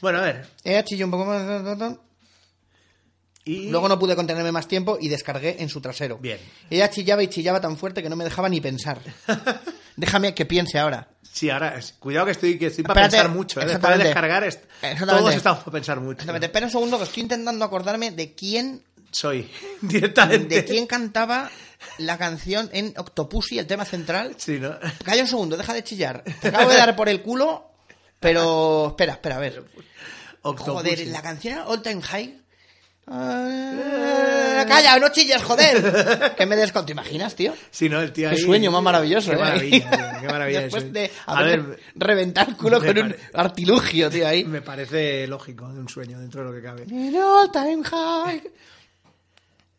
S2: Bueno, a ver.
S3: Eh, chilló un poco más. ta, ta, ta.
S2: Y...
S3: Luego no pude contenerme más tiempo y descargué en su trasero.
S2: Bien.
S3: Ella chillaba y chillaba tan fuerte que no me dejaba
S2: (laughs)
S3: ni pensar. Déjame que piense ahora.
S2: Sí, ahora. es- Cuidado que estoy, que estoy para
S3: Espérate,
S2: pensar mucho. ¿eh? Después de
S3: exactamente.
S2: descargar, est-
S3: Exactamente.
S2: todos estamos para pensar mucho.
S3: Exactamente. Espera un segundo que estoy intentando acordarme de quién,
S2: Soy. (laughs) Directamente.
S3: de quién cantaba la canción en Octopussy, el tema central.
S2: Sí, ¿no? (laughs)
S3: Calla un segundo, deja de chillar. Te acabo de dar por el culo, pero espera, espera, a ver.
S2: pues,
S3: Joder,
S2: Octopussy.
S3: la canción era All Time High. Ah, Calla, no chilles, joder. Que me desconto, ¿te imaginas, tío?
S2: Sí, ¿no? El tío
S3: Qué
S2: ahí-
S3: sueño más maravilloso,
S2: Qué
S3: ¿eh?
S2: maravilla, tío,
S3: (laughs)
S2: qué maravilla.
S3: Después
S2: eso.
S3: de
S2: A
S3: haber
S2: ver,
S3: reventado el culo
S2: me
S3: con un
S2: pare-
S3: artilugio, tío, ahí.
S2: me parece lógico de un sueño dentro de lo que cabe.
S3: En all time high.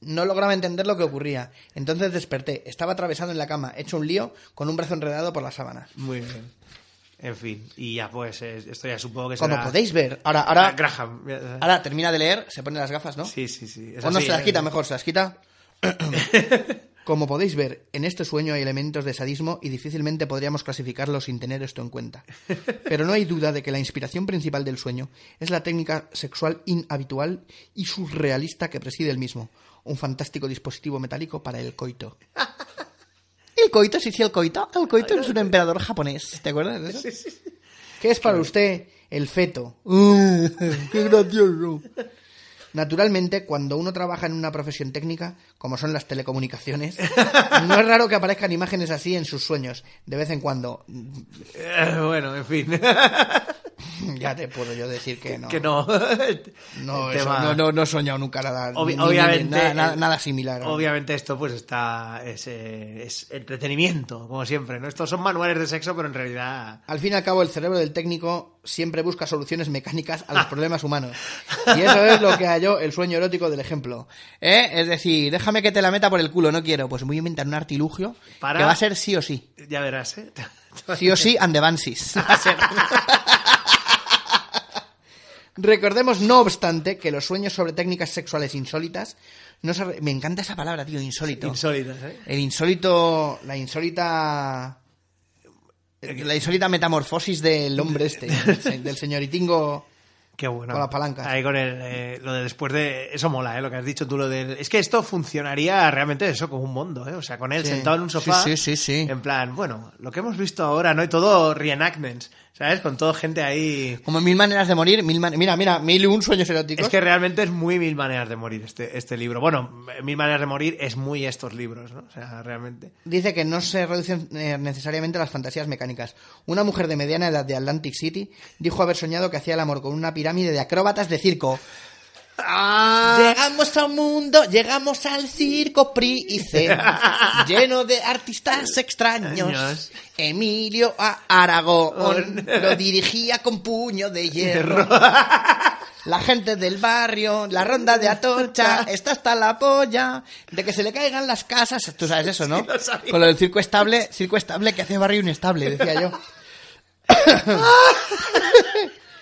S3: No lograba entender lo que ocurría. Entonces desperté. Estaba atravesado en la cama, hecho un lío, con un brazo enredado por las sábanas.
S2: Muy bien. En fin, y ya pues, es- esto ya supongo que será...
S3: Como podéis ver, ahora,
S2: Ah,
S3: ahora,
S2: Graham.
S3: ahora termina de leer, se pone las gafas, ¿no?
S2: Sí, sí, sí. es
S3: O Pues no
S2: así,
S3: se las
S2: ¿eh?
S3: quita, mejor se las quita. (coughs) Como podéis ver, en este sueño hay elementos de sadismo y difícilmente podríamos clasificarlo sin tener esto en cuenta. Pero no hay duda de que la inspiración principal del sueño es la técnica sexual inhabitual y surrealista que preside el mismo, un fantástico dispositivo metálico para el
S2: (laughs)
S3: coito. El coito, sí, sí, el coito. El coito es un emperador japonés, ¿te acuerdas de eso? ¿Qué es para usted El feto.
S2: (laughs)
S3: ¡Qué gracioso! Naturalmente, cuando uno trabaja en una profesión técnica, como son las telecomunicaciones, (laughs) no es raro que aparezcan imágenes así en sus sueños, de vez en cuando. (laughs)
S2: Eh, (laughs) bueno, en fin. (laughs)
S3: Ya te puedo yo decir que no.
S2: que no. (laughs)
S3: No,
S2: El
S3: eso,
S2: tema-
S3: no, no, no he soñado nunca nada,
S2: Obvi-
S3: ni- ni-
S2: obviamente,
S3: nada, nada-
S2: el-
S3: nada similar.
S2: Obviamente esto pues está es, eh, es entretenimiento, como siempre, ¿no? Estos son manuales de sexo, pero en realidad
S3: Al fin y al cabo, el cerebro del técnico siempre busca soluciones mecánicas a los
S2: (laughs)
S3: problemas humanos. Y eso es lo que halló el sueño erótico del ejemplo. ¿Eh? Es decir, déjame que te la meta por el culo, no quiero. Pues voy a inventar un artilugio
S2: Para-
S3: que va a ser sí o sí.
S2: ya verás,
S3: (laughs)
S2: ¿eh? (laughs)
S3: Sí o sí, and the Banshees. Va a ser. Recordemos, no obstante, que los sueños sobre técnicas sexuales insólitas no se re- Me encanta esa palabra, tío, insólito.
S2: Insólitas, ¿eh?
S3: El insólito. La insólita.
S2: Eh,
S3: La insólita metamorfosis del
S2: (laughs)
S3: hombre este, del se- del señoritingo.
S2: Qué bueno.
S3: Con las palancas.
S2: Ahí con el, eh, lo de después de... Eso mola, ¿eh? Lo que has dicho tú, lo del... Es que esto funcionaría realmente eso como un mundo, ¿eh? O sea, con él
S3: Sí.
S2: sentado en un
S3: Sí,
S2: sofá.
S3: sí, sí, sí.
S2: En plan, bueno, lo que hemos visto ahora, ¿no? Y todo reenactments, ¿sabes? Con todo gente ahí...
S3: Como mil maneras de morir, mil man- Mira, mira, mil y un sueños eróticos.
S2: Es que realmente es muy Mil Maneras de Morir este, este libro. Bueno, Mil Maneras de Morir es muy estos libros, ¿no? O sea, realmente.
S3: Dice que no se reducen eh, necesariamente a las fantasías mecánicas. Una mujer de mediana edad de Atlantic City dijo haber soñado que hacía el amor con una pirámide de acróbatas de circo.
S2: Ah.
S3: Ah. Llegamos al mundo, llegamos al circo Pri y C,
S2: (laughs)
S3: lleno de artistas extraños.
S2: Años.
S3: Emilio A. Aragón lo dirigía con puño
S2: (laughs)
S3: de hierro. La gente del barrio, la ronda de Atorcha, está hasta la polla, de que se le caigan las casas. Tú sabes eso, ¿no?
S2: lo sabía.
S3: Con lo del circo estable, circo estable que hace barrio inestable,
S2: (laughs)
S3: decía yo.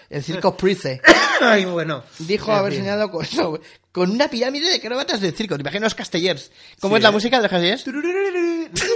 S3: El circo Price.
S2: (coughs) Ay, bueno.
S3: Dijo haber soñado con eso, con una pirámide de acróbatas de circo. Te imaginas los castellers. ¿Cómo es la música de los castellers?
S2: (laughs)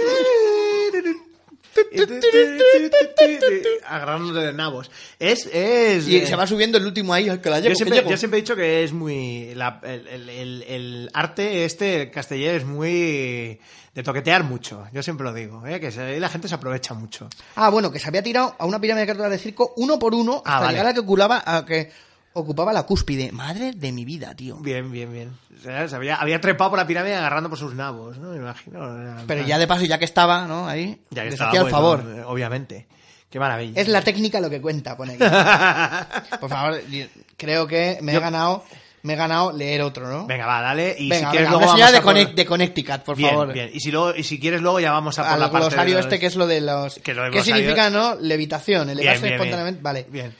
S2: Agarrándose de nabos. Es. es
S3: Y
S2: eh,
S3: se va subiendo el último ahí, que la llevo,
S2: yo
S3: que
S2: siempre,
S3: llego.
S2: yo siempre he dicho que es muy. la- el, el- el- el arte este el castellano es muy. de toquetear mucho. Yo siempre lo digo, ¿eh? que se- la gente se aprovecha mucho.
S3: Ah, bueno, que se había tirado a una pirámide de acróbatas de circo uno por uno hasta
S2: Ah, vale.
S3: llegar a la que ocupaba, a que ocupaba la cúspide. Madre de mi vida, tío.
S2: Bien, bien, bien. O sea, se había, había trepado por la pirámide agarrando por sus nabos, ¿no? Me imagino. o sea, en
S3: Pero
S2: plan-
S3: ya de paso, ya que estaba, ¿no? Ahí,
S2: Ya que
S3: les
S2: estaba,
S3: hacía el
S2: pues,
S3: favor.
S2: no, Obviamente. Qué maravilla.
S3: Es la técnica lo que cuenta, pone aquí.
S2: (laughs)
S3: Por favor, di- creo que me he
S2: Yo-
S3: ganado, me he ganado leer otro, ¿no?
S2: Venga, va, dale. Y
S3: Venga,
S2: si quieres
S3: venga,
S2: luego
S3: una señora
S2: vamos
S3: de,
S2: a por-
S3: Connect- de Connecticut, por
S2: Bien,
S3: favor.
S2: bien. Y si, luego, y si quieres luego ya vamos a (laughs) por
S3: Al
S2: la parte de
S3: glosario
S2: los-
S3: este que es lo de los...
S2: que lo de
S3: ¿Qué
S2: glosario-
S3: significa, no? Levitación,
S2: Bien,
S3: elevarse
S2: bien, bien.
S3: espontáneamente... Vale.
S2: Bien.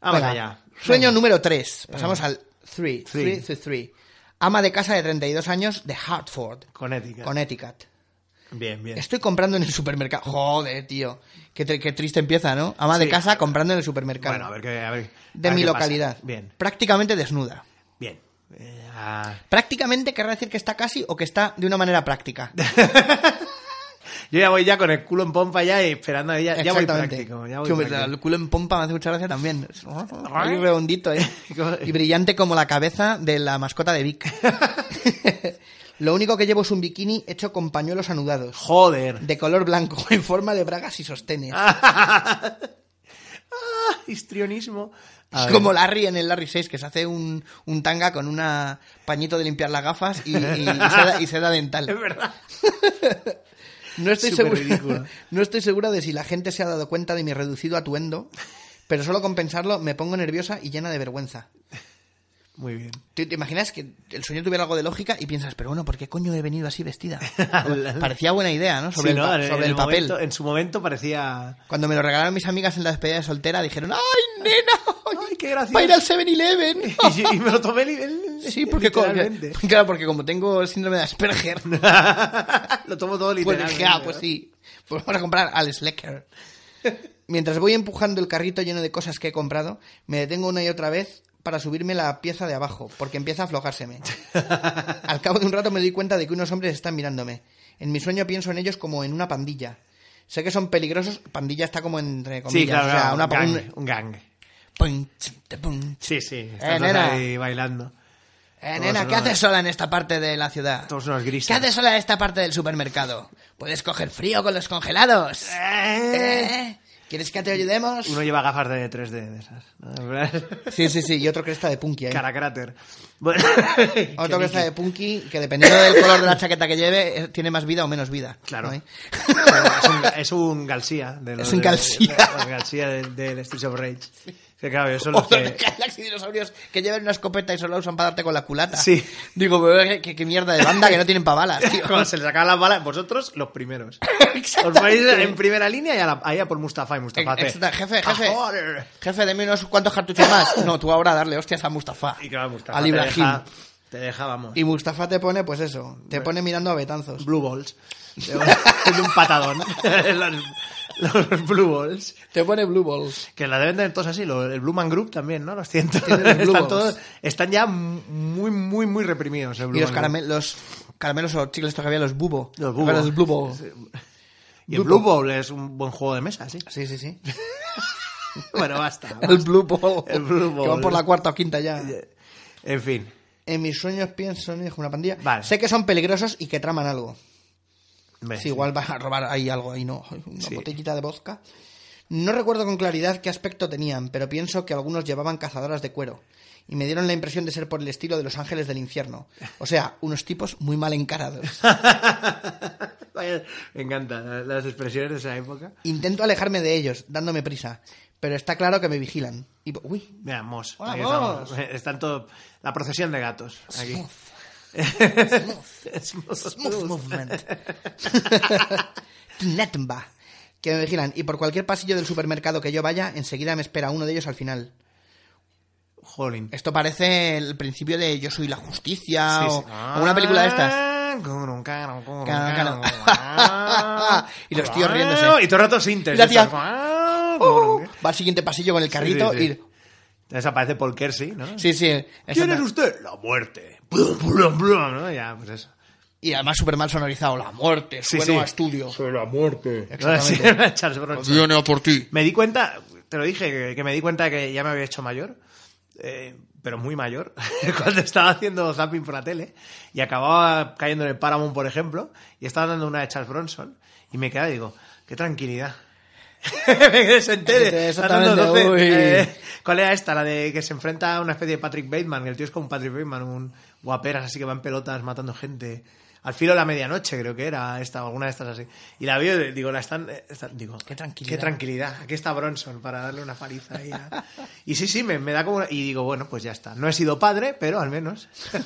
S2: Vamos
S3: Venga,
S2: allá.
S3: Sueño número 3. Pasamos al 3.
S2: Three.
S3: 3, 3, 3. Ama de casa de 32 años de Hartford,
S2: Connecticut.
S3: Connecticut.
S2: Bien, bien.
S3: Estoy comprando en el supermercado. Joder, tío. Qué, tr- qué triste empieza, ¿no? Ama de
S2: Sí.
S3: casa comprando en el supermercado.
S2: Bueno, a ver qué. A ver,
S3: de
S2: a ver
S3: mi
S2: qué pasa.
S3: localidad.
S2: Bien,
S3: Prácticamente desnuda.
S2: bien. Eh, ah,
S3: Prácticamente querrá decir que está casi o que está de una manera práctica.
S2: Yo ya voy ya con el culo en pompa ya y esperando ahí. Ya, ya voy
S3: Exactamente.
S2: práctico. Ya voy
S3: Tío, me-
S2: práctico.
S3: el culo en pompa me hace mucha gracia también. Ahí redondito,
S2: (laughs)
S3: ¿eh? Y brillante como la cabeza de la mascota de Vic.
S2: (laughs)
S3: Lo único que llevo es un bikini hecho con pañuelos anudados,
S2: Joder. (laughs)
S3: de color blanco, (laughs) en forma de bragas y sostenes.
S2: ah, histrionismo. A
S3: Es
S2: ver.
S3: como Larry en el Larry 6, que se hace un, un tanga con un pañito de limpiar las gafas y,
S2: (laughs)
S3: y- y seda, y seda
S2: Es
S3: dental.
S2: verdad.
S3: No estoy,
S2: Súper
S3: segura,
S2: ridículo.
S3: (laughs) no estoy segura de si la gente se ha dado cuenta de mi reducido atuendo, pero solo con pensarlo me pongo nerviosa y llena de vergüenza.
S2: Muy bien.
S3: ¿Te, te imaginas que el sueño tuviera algo de lógica y piensas, pero bueno, ¿por qué coño he venido
S2: (laughs)
S3: así vestida? Parecía buena idea, ¿no? Sobre
S2: Sí,
S3: el,
S2: ¿no?
S3: pa-
S2: En- en
S3: sobre el
S2: el
S3: papel.
S2: momento- en su momento parecía.
S3: Cuando me lo regalaron mis amigas en la despedida de soltera,
S2: (laughs)
S3: dijeron, ¡ay, nena!
S2: Ay, qué gracioso.
S3: ¡Para ir al 7-Eleven!
S2: (laughs) Y, yo- y me lo tomé el- el-
S3: Sí, porque como, (laughs)
S2: literalmente.
S3: claro, porque como tengo el síndrome de
S2: (laughs)
S3: Asperger, pues
S2: lo tomo todo literalmente.
S3: dije, ah, pues
S2: ¿no?
S3: sí, pues vamos a comprar al Slecker. Mientras voy empujando el carrito lleno de cosas que he comprado, me detengo una y otra vez para subirme la pieza de abajo, porque empieza a aflojárseme. Al cabo de un rato me doy cuenta de que unos hombres están mirándome. En mi sueño pienso en ellos como en una pandilla. Sé que son peligrosos, pandilla está como entre
S2: (laughs)
S3: comillas,
S2: Sí, claro,
S3: o sea,
S2: claro,
S3: una,
S2: un, gang,
S3: un-
S2: un gang.
S3: pum, chum, te pum.
S2: Sí, sí.
S3: Eh,
S2: Están todos
S3: nena.
S2: ahí bailando.
S3: Eh,
S2: Todos
S3: nena, ¿qué
S2: unos-
S3: haces sola en esta parte de la ciudad?
S2: Todos unos grises.
S3: ¿Qué haces sola en esta parte del supermercado? Puedes coger frío con los congelados.
S2: Eh,
S3: ¿Eh? ¿Quieres que te ayudemos?
S2: Uno lleva gafas de 3D de esas.
S3: (laughs)
S2: ¿no?
S3: Sí, sí, sí. Y otro cresta de punky ahí.
S2: Cara
S3: (laughs)
S2: cráter. Bueno, que
S3: Otro cresta de punky que dependiendo del color de la chaqueta que lleve, eh, tiene más vida o menos vida.
S2: Claro.
S3: ¿no? ¿Eh?
S2: Es un, es un Galsía. De los-
S3: Es un
S2: de-
S3: Galsía.
S2: de- de- de Galsía del del Streets of Rage. Que claro, ellos son
S3: (laughs)
S2: los
S3: Otro de
S2: que...
S3: Galaxy Dinosaurios que lleven una escopeta y solo la usan para darte con la culata.
S2: Sí.
S3: Digo, pero eh, qué- qué, qué mierda de banda que no tienen pa' balas,
S2: (laughs)
S3: tío.
S2: Cuando se les sacaban las balas, vosotros los primeros. Os vais
S3: Exactamente.
S2: en primera línea y a, la, ahí a por Mustafa y Mustafa. hace,
S3: Exacta- jefe, jefe.
S2: "Ah, joder".
S3: Jefe, deme unos cuantos cartuchos más. No, tú ahora darle hostias a Mustafa.
S2: Y claro, Mustafa
S3: Al
S2: te
S3: Ibrahim.
S2: deja, te deja, vamos.
S3: Y Mustafa te pone, pues eso, te pone mirando a betanzos.
S2: Blue
S3: (laughs)
S2: Balls. De un patadón. (laughs) los, los Blue Balls.
S3: Te pone Blue Balls.
S2: Que la deben tener todos así. lo- el Blue Man Group también, ¿no? Los cientos.
S3: Tienen el Blue
S2: Están,
S3: Balls.
S2: todos- están ya muy, muy, muy reprimidos. El Blue
S3: Y los,
S2: Man Group.
S3: carame- los caramelos o chicles todavía, los bubo.
S2: Los bubo.
S3: Los Blue Ball.
S2: Y el Blue Ball es un buen juego de mesa,
S3: (laughs)
S2: sí.
S3: Sí, sí, sí.
S2: Bueno, basta.
S3: El Blue Ball.
S2: (laughs)
S3: (laughs)
S2: El Blue
S3: Que
S2: Ball.
S3: van por la cuarta o quinta ya.
S2: En fin.
S3: En mis sueños pienso en una pandilla.
S2: Vale.
S3: Sé que son peligrosos y que traman algo.
S2: Ve.
S3: Si igual vas a robar ahí algo, ahí no. Una
S2: Sí.
S3: botellita de vodka. No recuerdo con claridad qué aspecto tenían, pero pienso que algunos llevaban cazadoras de cuero. Y me dieron la impresión de ser por el estilo de los ángeles del infierno. O sea, unos tipos muy mal encarados.
S2: Vaya, (laughs) Me encantan las expresiones de esa época.
S3: Intento alejarme de ellos, dándome prisa. Pero está claro que me vigilan. Y, uy,
S2: Mira, Moss.
S3: Hola,
S2: ahí estamos.
S3: Moss.
S2: (laughs) Están todo... La procesión de gatos. Aquí. (laughs) Smooth.
S3: Smooth movement. (laughs) Tnetmba. Que me vigilan. Y por cualquier pasillo del supermercado que yo vaya, enseguida me espera uno de ellos al final.
S2: Jolín.
S3: Esto parece el principio de Yo soy la justicia
S2: Sí,
S3: o,
S2: sí.
S3: o una película de estas.
S2: Ah, curum, carum, curum,
S3: Claro, claro.
S2: carum, ah.
S3: (laughs) Y los tíos
S2: Ah,
S3: riéndose.
S2: Y todo el rato síntesis.
S3: Y la tía.
S2: Ah,
S3: Oh,
S2: curum.
S3: va al siguiente pasillo con el carrito
S2: sí, sí.
S3: y.
S2: Entonces aparece Paul Kersey, ¿no?
S3: Sí, sí.
S2: ¿Quién
S3: exacto.
S2: es usted? La muerte. Blum, blum, blum, ¿no? Ya, pues eso.
S3: Y además súper mal sonorizado. La muerte.
S2: Sí,
S3: suena
S2: sí.
S3: a estudio.
S2: Exactamente. (laughs)
S3: (laughs)
S2: Charles Bronson.
S3: Viene a por ti.
S2: Me di cuenta, te lo dije, que- que me di cuenta que ya me había hecho mayor, eh, pero muy mayor, (laughs) cuando estaba haciendo zapping por la tele y acababa cayendo en el Paramount, por ejemplo, y estaba dando una de Charles Bronson y me quedaba y digo, qué tranquilidad. (laughs) me quedé senté,
S3: Exactamente, uy.
S2: eh, ¿Cuál era esta? La de que se enfrenta a una especie de Patrick Bateman, que el tío es como un Patrick Bateman, un guaperas así que va en pelotas matando gente. Al filo de la medianoche, creo que era esta, o alguna de estas así. Y la veo, y digo, la están. eh, están- digo,
S3: Qué tranquilidad.
S2: Qué tranquilidad. Aquí está Bronson para darle una paliza ahí. a- Y sí, sí, me, me da como. una- Y digo, bueno, pues ya está. No he sido padre, pero al menos. (laughs)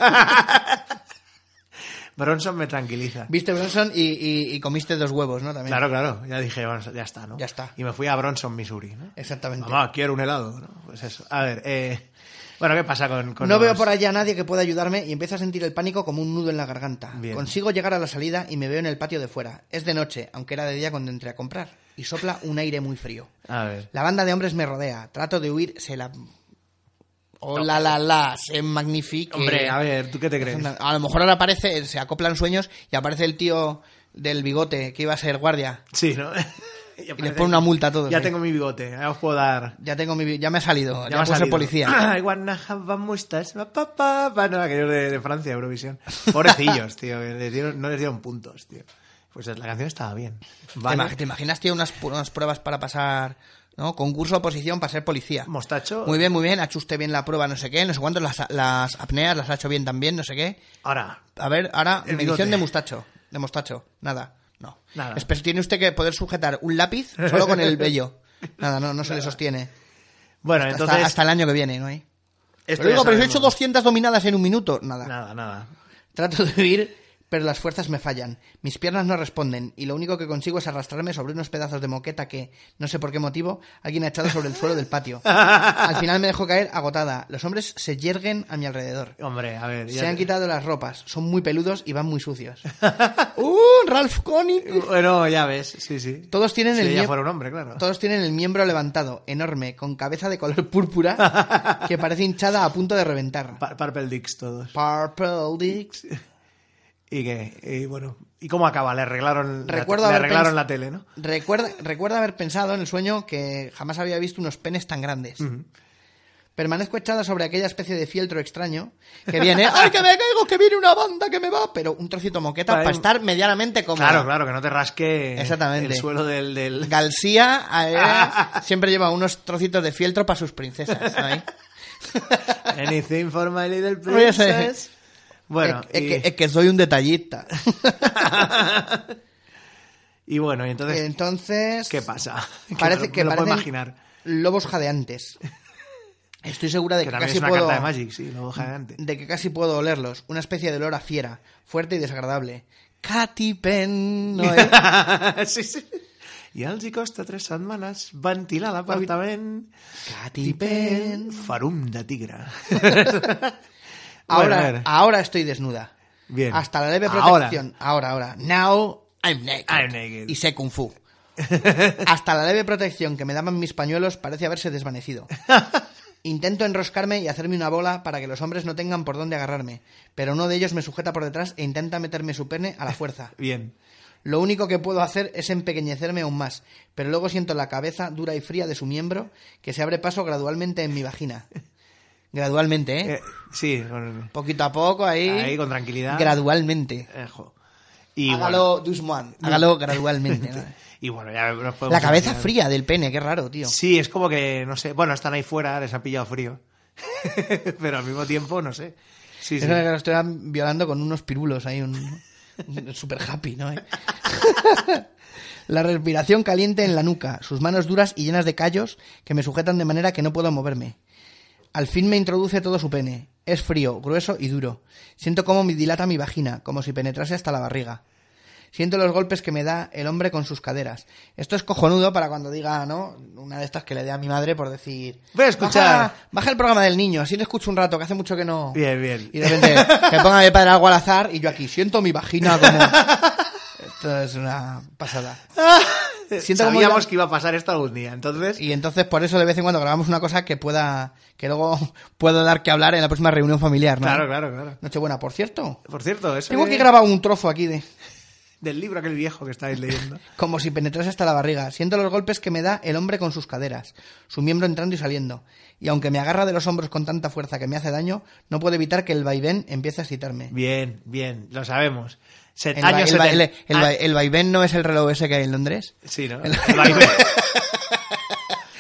S2: Bronson me tranquiliza.
S3: Viste Bronson y, y- y comiste dos huevos, ¿no? También.
S2: Claro, claro. Ya dije, bueno, ya está, ¿no?
S3: Ya está.
S2: Y me fui a Bronson, Missouri, ¿no?
S3: Exactamente.
S2: Mamá, quiero un helado. ¿no? Pues eso. A ver, eh, bueno, ¿qué pasa con, con
S3: no
S2: los-
S3: veo por allá a nadie que pueda ayudarme y empiezo a sentir el pánico como un nudo en la garganta.
S2: Bien.
S3: Consigo llegar a la salida y me veo en el patio de fuera. Es de noche, aunque era de día cuando entré a comprar. Y sopla un aire muy frío.
S2: A ver.
S3: La banda de hombres me rodea. Trato de huir, se la... Oh, la, la, la, se magnifique.
S2: Hombre, Eh, a ver, ¿tú qué te crees?
S3: A lo mejor ahora aparece, se acoplan sueños y aparece el tío del bigote que iba a ser guardia.
S2: Sí, (laughs) ¿no? y
S3: les
S2: aparece-
S3: pone una multa a todos,
S2: Ya
S3: ¿eh?
S2: tengo mi bigote, ya os puedo dar.
S3: Ya tengo mi... Ya me ha salido, ya,
S2: me ha
S3: puedo ser
S2: salido. (clears throat)
S3: policía.
S2: I wanna have a mustache, pa, pa, pa, pa. No, aquellos de, de Francia, Eurovisión. Pobrecillos, tío. que les dieron- no les dieron puntos, tío. Pues la canción estaba bien.
S3: ¿Te,
S2: Vale.
S3: ima- te imaginas, tío, unas, pu- unas pruebas para pasar, ¿no? Concurso oposición para ser policía.
S2: Mostacho.
S3: Muy bien, muy bien, ha hecho usted bien la prueba, no sé qué, no sé cuánto, las, las apneas las ha hecho bien también, no sé qué.
S2: Ahora,
S3: A ver, ahora,
S2: El
S3: medición
S2: bigote.
S3: de mustacho. De mostacho, nada, no.
S2: Nada.
S3: Es- pero tiene usted que poder sujetar un lápiz solo con el vello. Nada, no, no se le sostiene.
S2: bueno,
S3: Hasta-
S2: entonces.
S3: hasta, el año que viene, ¿no hay?
S2: esto
S3: Pero digo,
S2: ya
S3: pero he
S2: sabemos.
S3: hecho 200 dominadas en un minuto. Nada.
S2: Nada, nada.
S3: Trato de huir, pero las fuerzas me fallan. Mis piernas no responden y lo único que consigo es arrastrarme sobre unos pedazos de moqueta que, no sé por qué motivo, alguien ha echado sobre el suelo del patio. Al final me dejo caer agotada. Los hombres se yerguen a mi alrededor.
S2: Hombre, a ver. ya
S3: Se han
S2: te-
S3: quitado las ropas, son muy peludos y van muy sucios.
S2: (laughs)
S3: ¡Uh, Ralph Connick!
S2: Bueno, ya ves, sí, sí.
S3: Todos tienen
S2: Si
S3: el
S2: ella
S3: mie-
S2: fuera un hombre, claro.
S3: Todos tienen el miembro levantado, enorme, con cabeza de color (laughs) púrpura, que parece hinchada a punto de reventar.
S2: Pa- Purple Dicks todos.
S3: Purple Dicks.
S2: Y que, y bueno, ¿y cómo acaba? Le arreglaron, la,
S3: Recuerdo
S2: le
S3: haber
S2: arreglaron
S3: pens-
S2: la tele, ¿no?
S3: Recuerda, recuerda haber pensado en el sueño que jamás había visto unos penes tan grandes. Permanezco echada sobre aquella especie de fieltro extraño
S2: (laughs)
S3: que viene, ¡ay, que me caigo, que viene una banda que me va! Pero un trocito moqueta
S2: Vale.
S3: para estar medianamente cómodo.
S2: Claro, claro, que no te rasque
S3: Exactamente.
S2: el suelo del... del...
S3: García eh, siempre lleva unos trocitos de fieltro para sus princesas. ¿no? ¿Eh?
S2: (laughs) Anything for my
S3: (laughs)
S2: little
S3: Oye, sí.
S2: princess. Bueno,
S3: es, es
S2: y,
S3: que, es que soy un detallista.
S2: y bueno, y entonces,
S3: (laughs) Entonces,
S2: ¿qué pasa?
S3: (laughs)
S2: Que
S3: Parece
S2: me
S3: que
S2: lo, me lo puedo
S3: parecen
S2: imaginar.
S3: lobos jadeantes. Estoy segura de
S2: Que
S3: que,
S2: también
S3: casi
S2: es una
S3: puedo
S2: carta de Magic, sí, lo
S3: (laughs)
S2: gigante.
S3: de que casi puedo olerlos, una especie de olor a fiera, fuerte y desagradable. Katy Pen,
S2: (laughs)
S3: no eh?
S2: sí, sí. I els hi costa tres setmanes ventilar l'apartament.
S3: Katy Pen.
S2: Farum de tigre.
S3: Ahora,
S2: Bueno, a ver.
S3: (laughs) ahora estoy desnuda.
S2: Bien.
S3: Hasta la leve
S2: Ahora.
S3: protección. Ahora, ahora. Now I'm naked.
S2: I'm naked.
S3: Y sé kung fu. Hasta la leve protección que me daban mis pañuelos parece haberse desvanecido. Intento enroscarme y hacerme una bola para que los hombres no tengan por dónde agarrarme, pero uno de ellos me sujeta por detrás e intenta meterme su pene a la fuerza.
S2: Bien.
S3: Lo único que puedo hacer es empequeñecerme aún más, pero luego siento la cabeza dura y fría de su miembro que se abre paso gradualmente en mi vagina. Gradualmente, ¿eh?
S2: Eh, sí, con,
S3: Poquito a poco ahí.
S2: ahí con tranquilidad.
S3: Gradualmente.
S2: Ejo. Y bueno,
S3: hágalo, Dusmoan,
S2: (laughs)
S3: hágalo gradualmente. ¿no?
S2: y bueno, ya nos podemos
S3: La cabeza
S2: imaginar.
S3: fría del pene, qué raro, tío.
S2: Sí, es como que, no sé, bueno, están ahí fuera, les ha pillado frío. (laughs) Pero al mismo tiempo, no sé. Sí,
S3: Eso
S2: sí.
S3: es que lo estuvieran violando con unos pirulos ahí, un, un super happy, ¿no? ¿Eh? (laughs) La respiración caliente en la nuca, sus manos duras y llenas de callos que me sujetan de manera que no puedo moverme. Al fin me introduce todo su pene. Es frío, grueso y duro. Siento cómo me dilata mi vagina, como si penetrase hasta la barriga. Siento los golpes que me da el hombre con sus caderas. Esto es cojonudo para cuando diga, ¿no? Una de estas que le dé a mi madre por decir...
S2: Voy a escuchar.
S3: Baja, baja el programa del niño, así le escucho un rato, que hace mucho que no...
S2: Bien, bien.
S3: Y de repente me ponga mi padre algo al azar y yo aquí siento mi vagina como... Esto es una pasada. siento como
S2: Sabíamos
S3: la-
S2: que iba a pasar esto algún día, entonces...
S3: Y entonces por eso de vez en cuando grabamos una cosa que pueda... Que luego pueda dar que hablar en la próxima reunión familiar, ¿no?
S2: Claro, claro, claro.
S3: Nochebuena, por cierto.
S2: Por cierto, eso
S3: Tengo
S2: de-
S3: que grabar un trozo aquí de...
S2: del libro aquel viejo que estáis leyendo.
S3: Como si penetrase hasta la barriga. Siento los golpes que me da el hombre con sus caderas, su miembro entrando y saliendo. Y aunque me agarra de los hombros con tanta fuerza que me hace daño, no puedo evitar que el vaivén empiece a excitarme.
S2: Bien, bien, lo sabemos. Se-
S3: El, va-
S2: años Ah.
S3: el va- el-
S2: seten-
S3: el
S2: a-
S3: va- el vaivén no es el reloj ese que hay en Londres.
S2: Sí, ¿no?
S3: el-
S2: El vaivén.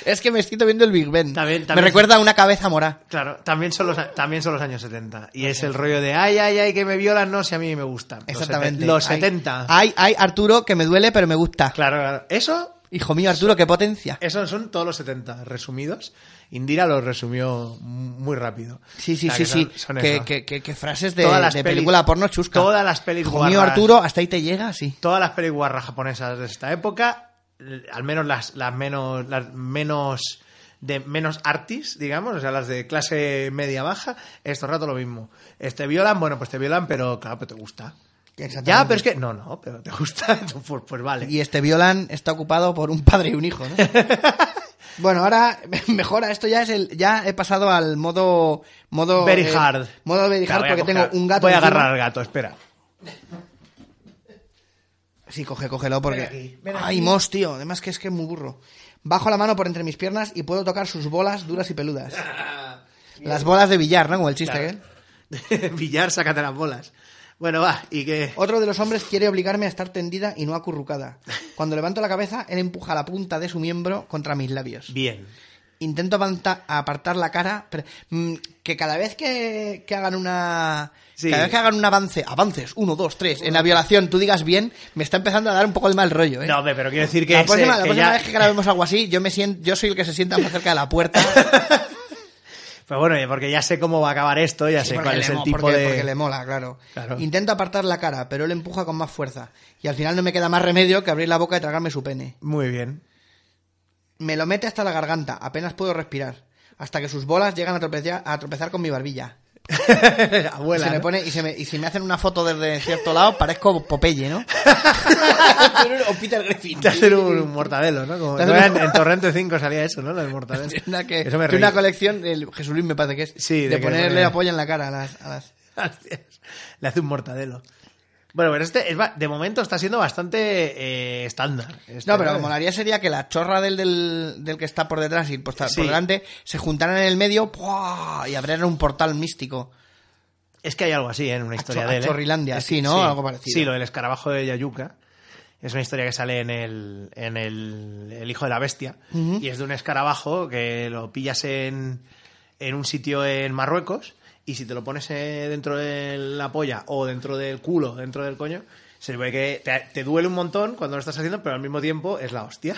S3: Es que me excito viendo el Big Ben.
S2: También-
S3: Me
S2: también-
S3: recuerda a una cabeza morada.
S2: (laughs) Claro, también son, los, a- también son los años 70. Y es el rollo de, ay, ay, ay, que me violan, no, si a mí me gustan. Los
S3: Exactamente.
S2: seten- Los
S3: Ay,
S2: 70.
S3: Ay, ay, Arturo, que me duele, pero me gusta.
S2: Claro, claro. Eso
S3: Hijo mío, Arturo, qué potencia.
S2: Esos son todos los 70 resumidos. Indira los resumió muy rápido.
S3: Sí, sí,
S2: O sea,
S3: sí,
S2: que son-
S3: sí.
S2: son
S3: que,
S2: eso.
S3: que- que- que frases de,
S2: Todas las
S3: de
S2: pelis-
S3: película porno chusca.
S2: todas las pelis
S3: Hijo mío,
S2: guarras.
S3: Arturo, hasta ahí te llega, sí.
S2: Todas las pelis guarras japonesas de esta época, l- al menos las, las menos las menos de menos artis, digamos, o sea, las de clase media baja, esto rato lo mismo. Este violan, bueno, pues te violan, pero claro, pero te gusta.
S3: Exactamente.
S2: Ya, pero es que no, no, pero te gusta, (laughs) pues, pues vale.
S3: Y este Violan está ocupado por un padre y
S2: (laughs)
S3: un hijo, ¿no? Bueno, ahora (laughs) mejora, esto ya es el ya he pasado al modo modo
S2: Very
S3: eh,
S2: hard.
S3: modo very
S2: Te la
S3: hard
S2: voy a
S3: porque tengo
S2: coger.
S3: un gato
S2: Voy a
S3: encima.
S2: agarrar al gato, espera. (laughs)
S3: Sí, coge, cógelo porque.
S2: Ven aquí, ven
S3: Ay,
S2: aquí.
S3: mos, tío. Además que es que es muy burro. Bajo la mano por entre mis piernas y puedo tocar sus bolas duras
S2: (laughs)
S3: y peludas. Las bolas de billar, ¿no? Como el chiste ¿eh?
S2: Claro.
S3: aquel.
S2: Villar, sácate las bolas. Bueno, va, y que...
S3: Otro de los hombres quiere obligarme a estar tendida y no acurrucada. Cuando levanto la cabeza, él empuja la punta de su miembro contra mis labios.
S2: Bien.
S3: Intento apanta- apartar la cara, pero, mm, que cada vez que, que hagan una...
S2: Sí.
S3: Cada vez que hagan un avance, avances, uno, dos, tres, en la violación, tú digas bien, me está empezando a dar un poco de mal rollo, ¿eh?
S2: No, hombre, pero quiero decir que...
S3: la próxima,
S2: ese-
S3: la
S2: que
S3: próxima
S2: ya-
S3: vez
S2: (laughs)
S3: que grabemos algo así, yo me siento, yo soy el que se sienta más cerca de la puerta.
S2: Pero Pues bueno, porque ya sé cómo va a acabar esto, ya
S3: Sí,
S2: sé
S3: porque
S2: cuál
S3: le
S2: es el
S3: mo-
S2: tipo
S3: porque-
S2: de...
S3: porque le mola, claro.
S2: Claro.
S3: Intento apartar la cara, pero él empuja con más fuerza. Y al final no me queda más remedio que abrir la boca y tragarme su pene.
S2: Muy bien.
S3: Me lo mete hasta la garganta, apenas puedo respirar. Hasta que sus bolas llegan a tropezar, a tropezar con mi barbilla.
S2: Abuela,
S3: se me
S2: ¿no?
S3: pone, y, se me, y si me hacen una foto desde cierto lado, parezco
S2: (laughs)
S3: Popeye, ¿no? o Peter
S2: (laughs)
S3: Griffin.
S2: Te hacen un, un mortadelo, ¿no? Como-
S3: Te hacen un-
S2: En, en Torrente 5 salía eso, ¿no? Lo del
S3: (laughs)
S2: mortadelo.
S3: (laughs) Una que,
S2: Eso me
S3: que
S2: reí. (laughs)
S3: una colección, el Jesús Luis me parece que es,
S2: Sí, de
S3: de,
S2: que
S3: ponerle
S2: pone-
S3: la polla en la cara a las... a las-
S2: Hostias. Le hace un mortadelo. Bueno, pero este es ba- de momento está siendo bastante eh, estándar. Este,
S3: No, pero lo que
S2: ¿sabes?
S3: molaría sería que la chorra del, del, del que está por detrás y el por, estar- por
S2: Sí.
S3: delante se juntaran en el medio ¡buah! y abrieran un portal místico.
S2: Es que hay algo así ¿eh? en una historia
S3: Cho-
S2: de él.
S3: a
S2: ¿eh?
S3: Chorrilandia,
S2: Es-
S3: sí, ¿no? Algo parecido.
S2: Sí, lo del escarabajo de Yayuca. Es una historia que sale en el, en el, el Hijo de la Bestia. Y es de un escarabajo que lo pillas en, en un sitio en Marruecos. Y si te lo pones eh, dentro de la polla o dentro del culo, dentro del coño, se ve que te, te duele un montón cuando lo estás haciendo, pero al mismo tiempo es la hostia.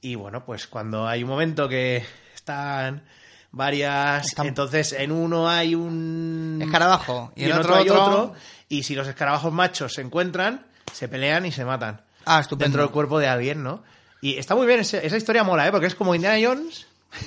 S2: Y bueno, pues cuando hay un momento que están varias.
S3: Están-
S2: Entonces, en uno hay un.
S3: Escarabajo.
S2: Mm.
S3: Y,
S2: Y, en
S3: el
S2: otro,
S3: otro,
S2: hay
S3: otro.
S2: otro. Y si los escarabajos machos se encuentran, se pelean y se matan.
S3: Ah, estupendo.
S2: Dentro del cuerpo de alguien, ¿no? Y está muy bien, ese- esa historia mola, ¿eh? Porque es como Indiana Jones. (laughs)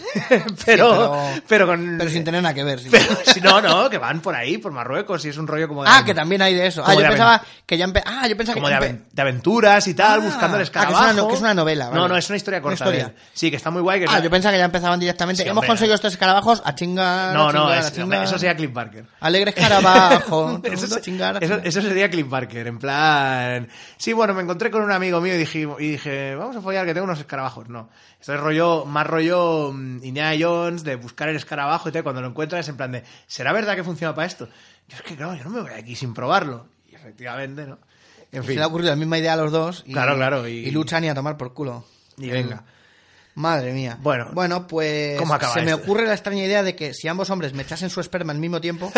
S2: pero, pero,
S3: pero-
S2: con.
S3: Pero sin tener nada que ver. sin-
S2: pero- (laughs) si no, no, que van por ahí, por Marruecos, y es un rollo como de.
S3: Ah, que también hay de eso. Ah,
S2: Como
S3: yo
S2: de
S3: pensaba
S2: aven-
S3: que ya empe- Ah, yo pensaba
S2: Como
S3: que
S2: de,
S3: ya
S2: aven-
S3: empe-
S2: de aventuras y tal,
S3: Ah,
S2: buscando el
S3: ah, que es una
S2: escarabajo.
S3: no- que es una novela,
S2: No,
S3: vale.
S2: no, es una historia
S3: Una
S2: corta.
S3: historia.
S2: de él. Sí, que está muy guay. Que
S3: Ah,
S2: no-
S3: yo pensaba que ya empezaban directamente.
S2: Sí,
S3: Hemos
S2: hombre.
S3: conseguido estos escarabajos a chingar.
S2: no,
S3: a
S2: no,
S3: chingar,
S2: es-
S3: a chingar.
S2: hombre, eso sería Cliff Barker.
S3: Alegre
S2: (laughs)
S3: escarabajo. todo el
S2: Eso,
S3: mundo a
S2: se-
S3: chingar, a
S2: eso-
S3: chingar.
S2: eso sería Cliff Barker, en plan... Sí, bueno, me encontré con un amigo mío y dije, y dije vamos a follar que tengo unos escarabajos. No, esto es rollo, más rollo mm, Indiana Jones de buscar el escarabajo y tal. Cuando lo encuentras es en plan de, ¿será verdad que funciona para esto? Yo es que claro, yo no me voy aquí sin probarlo. Y efectivamente, ¿no? En
S3: Se
S2: fin,
S3: le ha ocurrido la misma idea a los dos. Y,
S2: Claro, claro, y-
S3: Y... luchan y a tomar por culo.
S2: y venga.
S3: Madre mía.
S2: Bueno.
S3: bueno pues
S2: ¿Cómo acaba
S3: se me
S2: este?
S3: ocurre la extraña idea de que si ambos hombres me echasen su esperma al
S2: (laughs)
S3: mismo tiempo,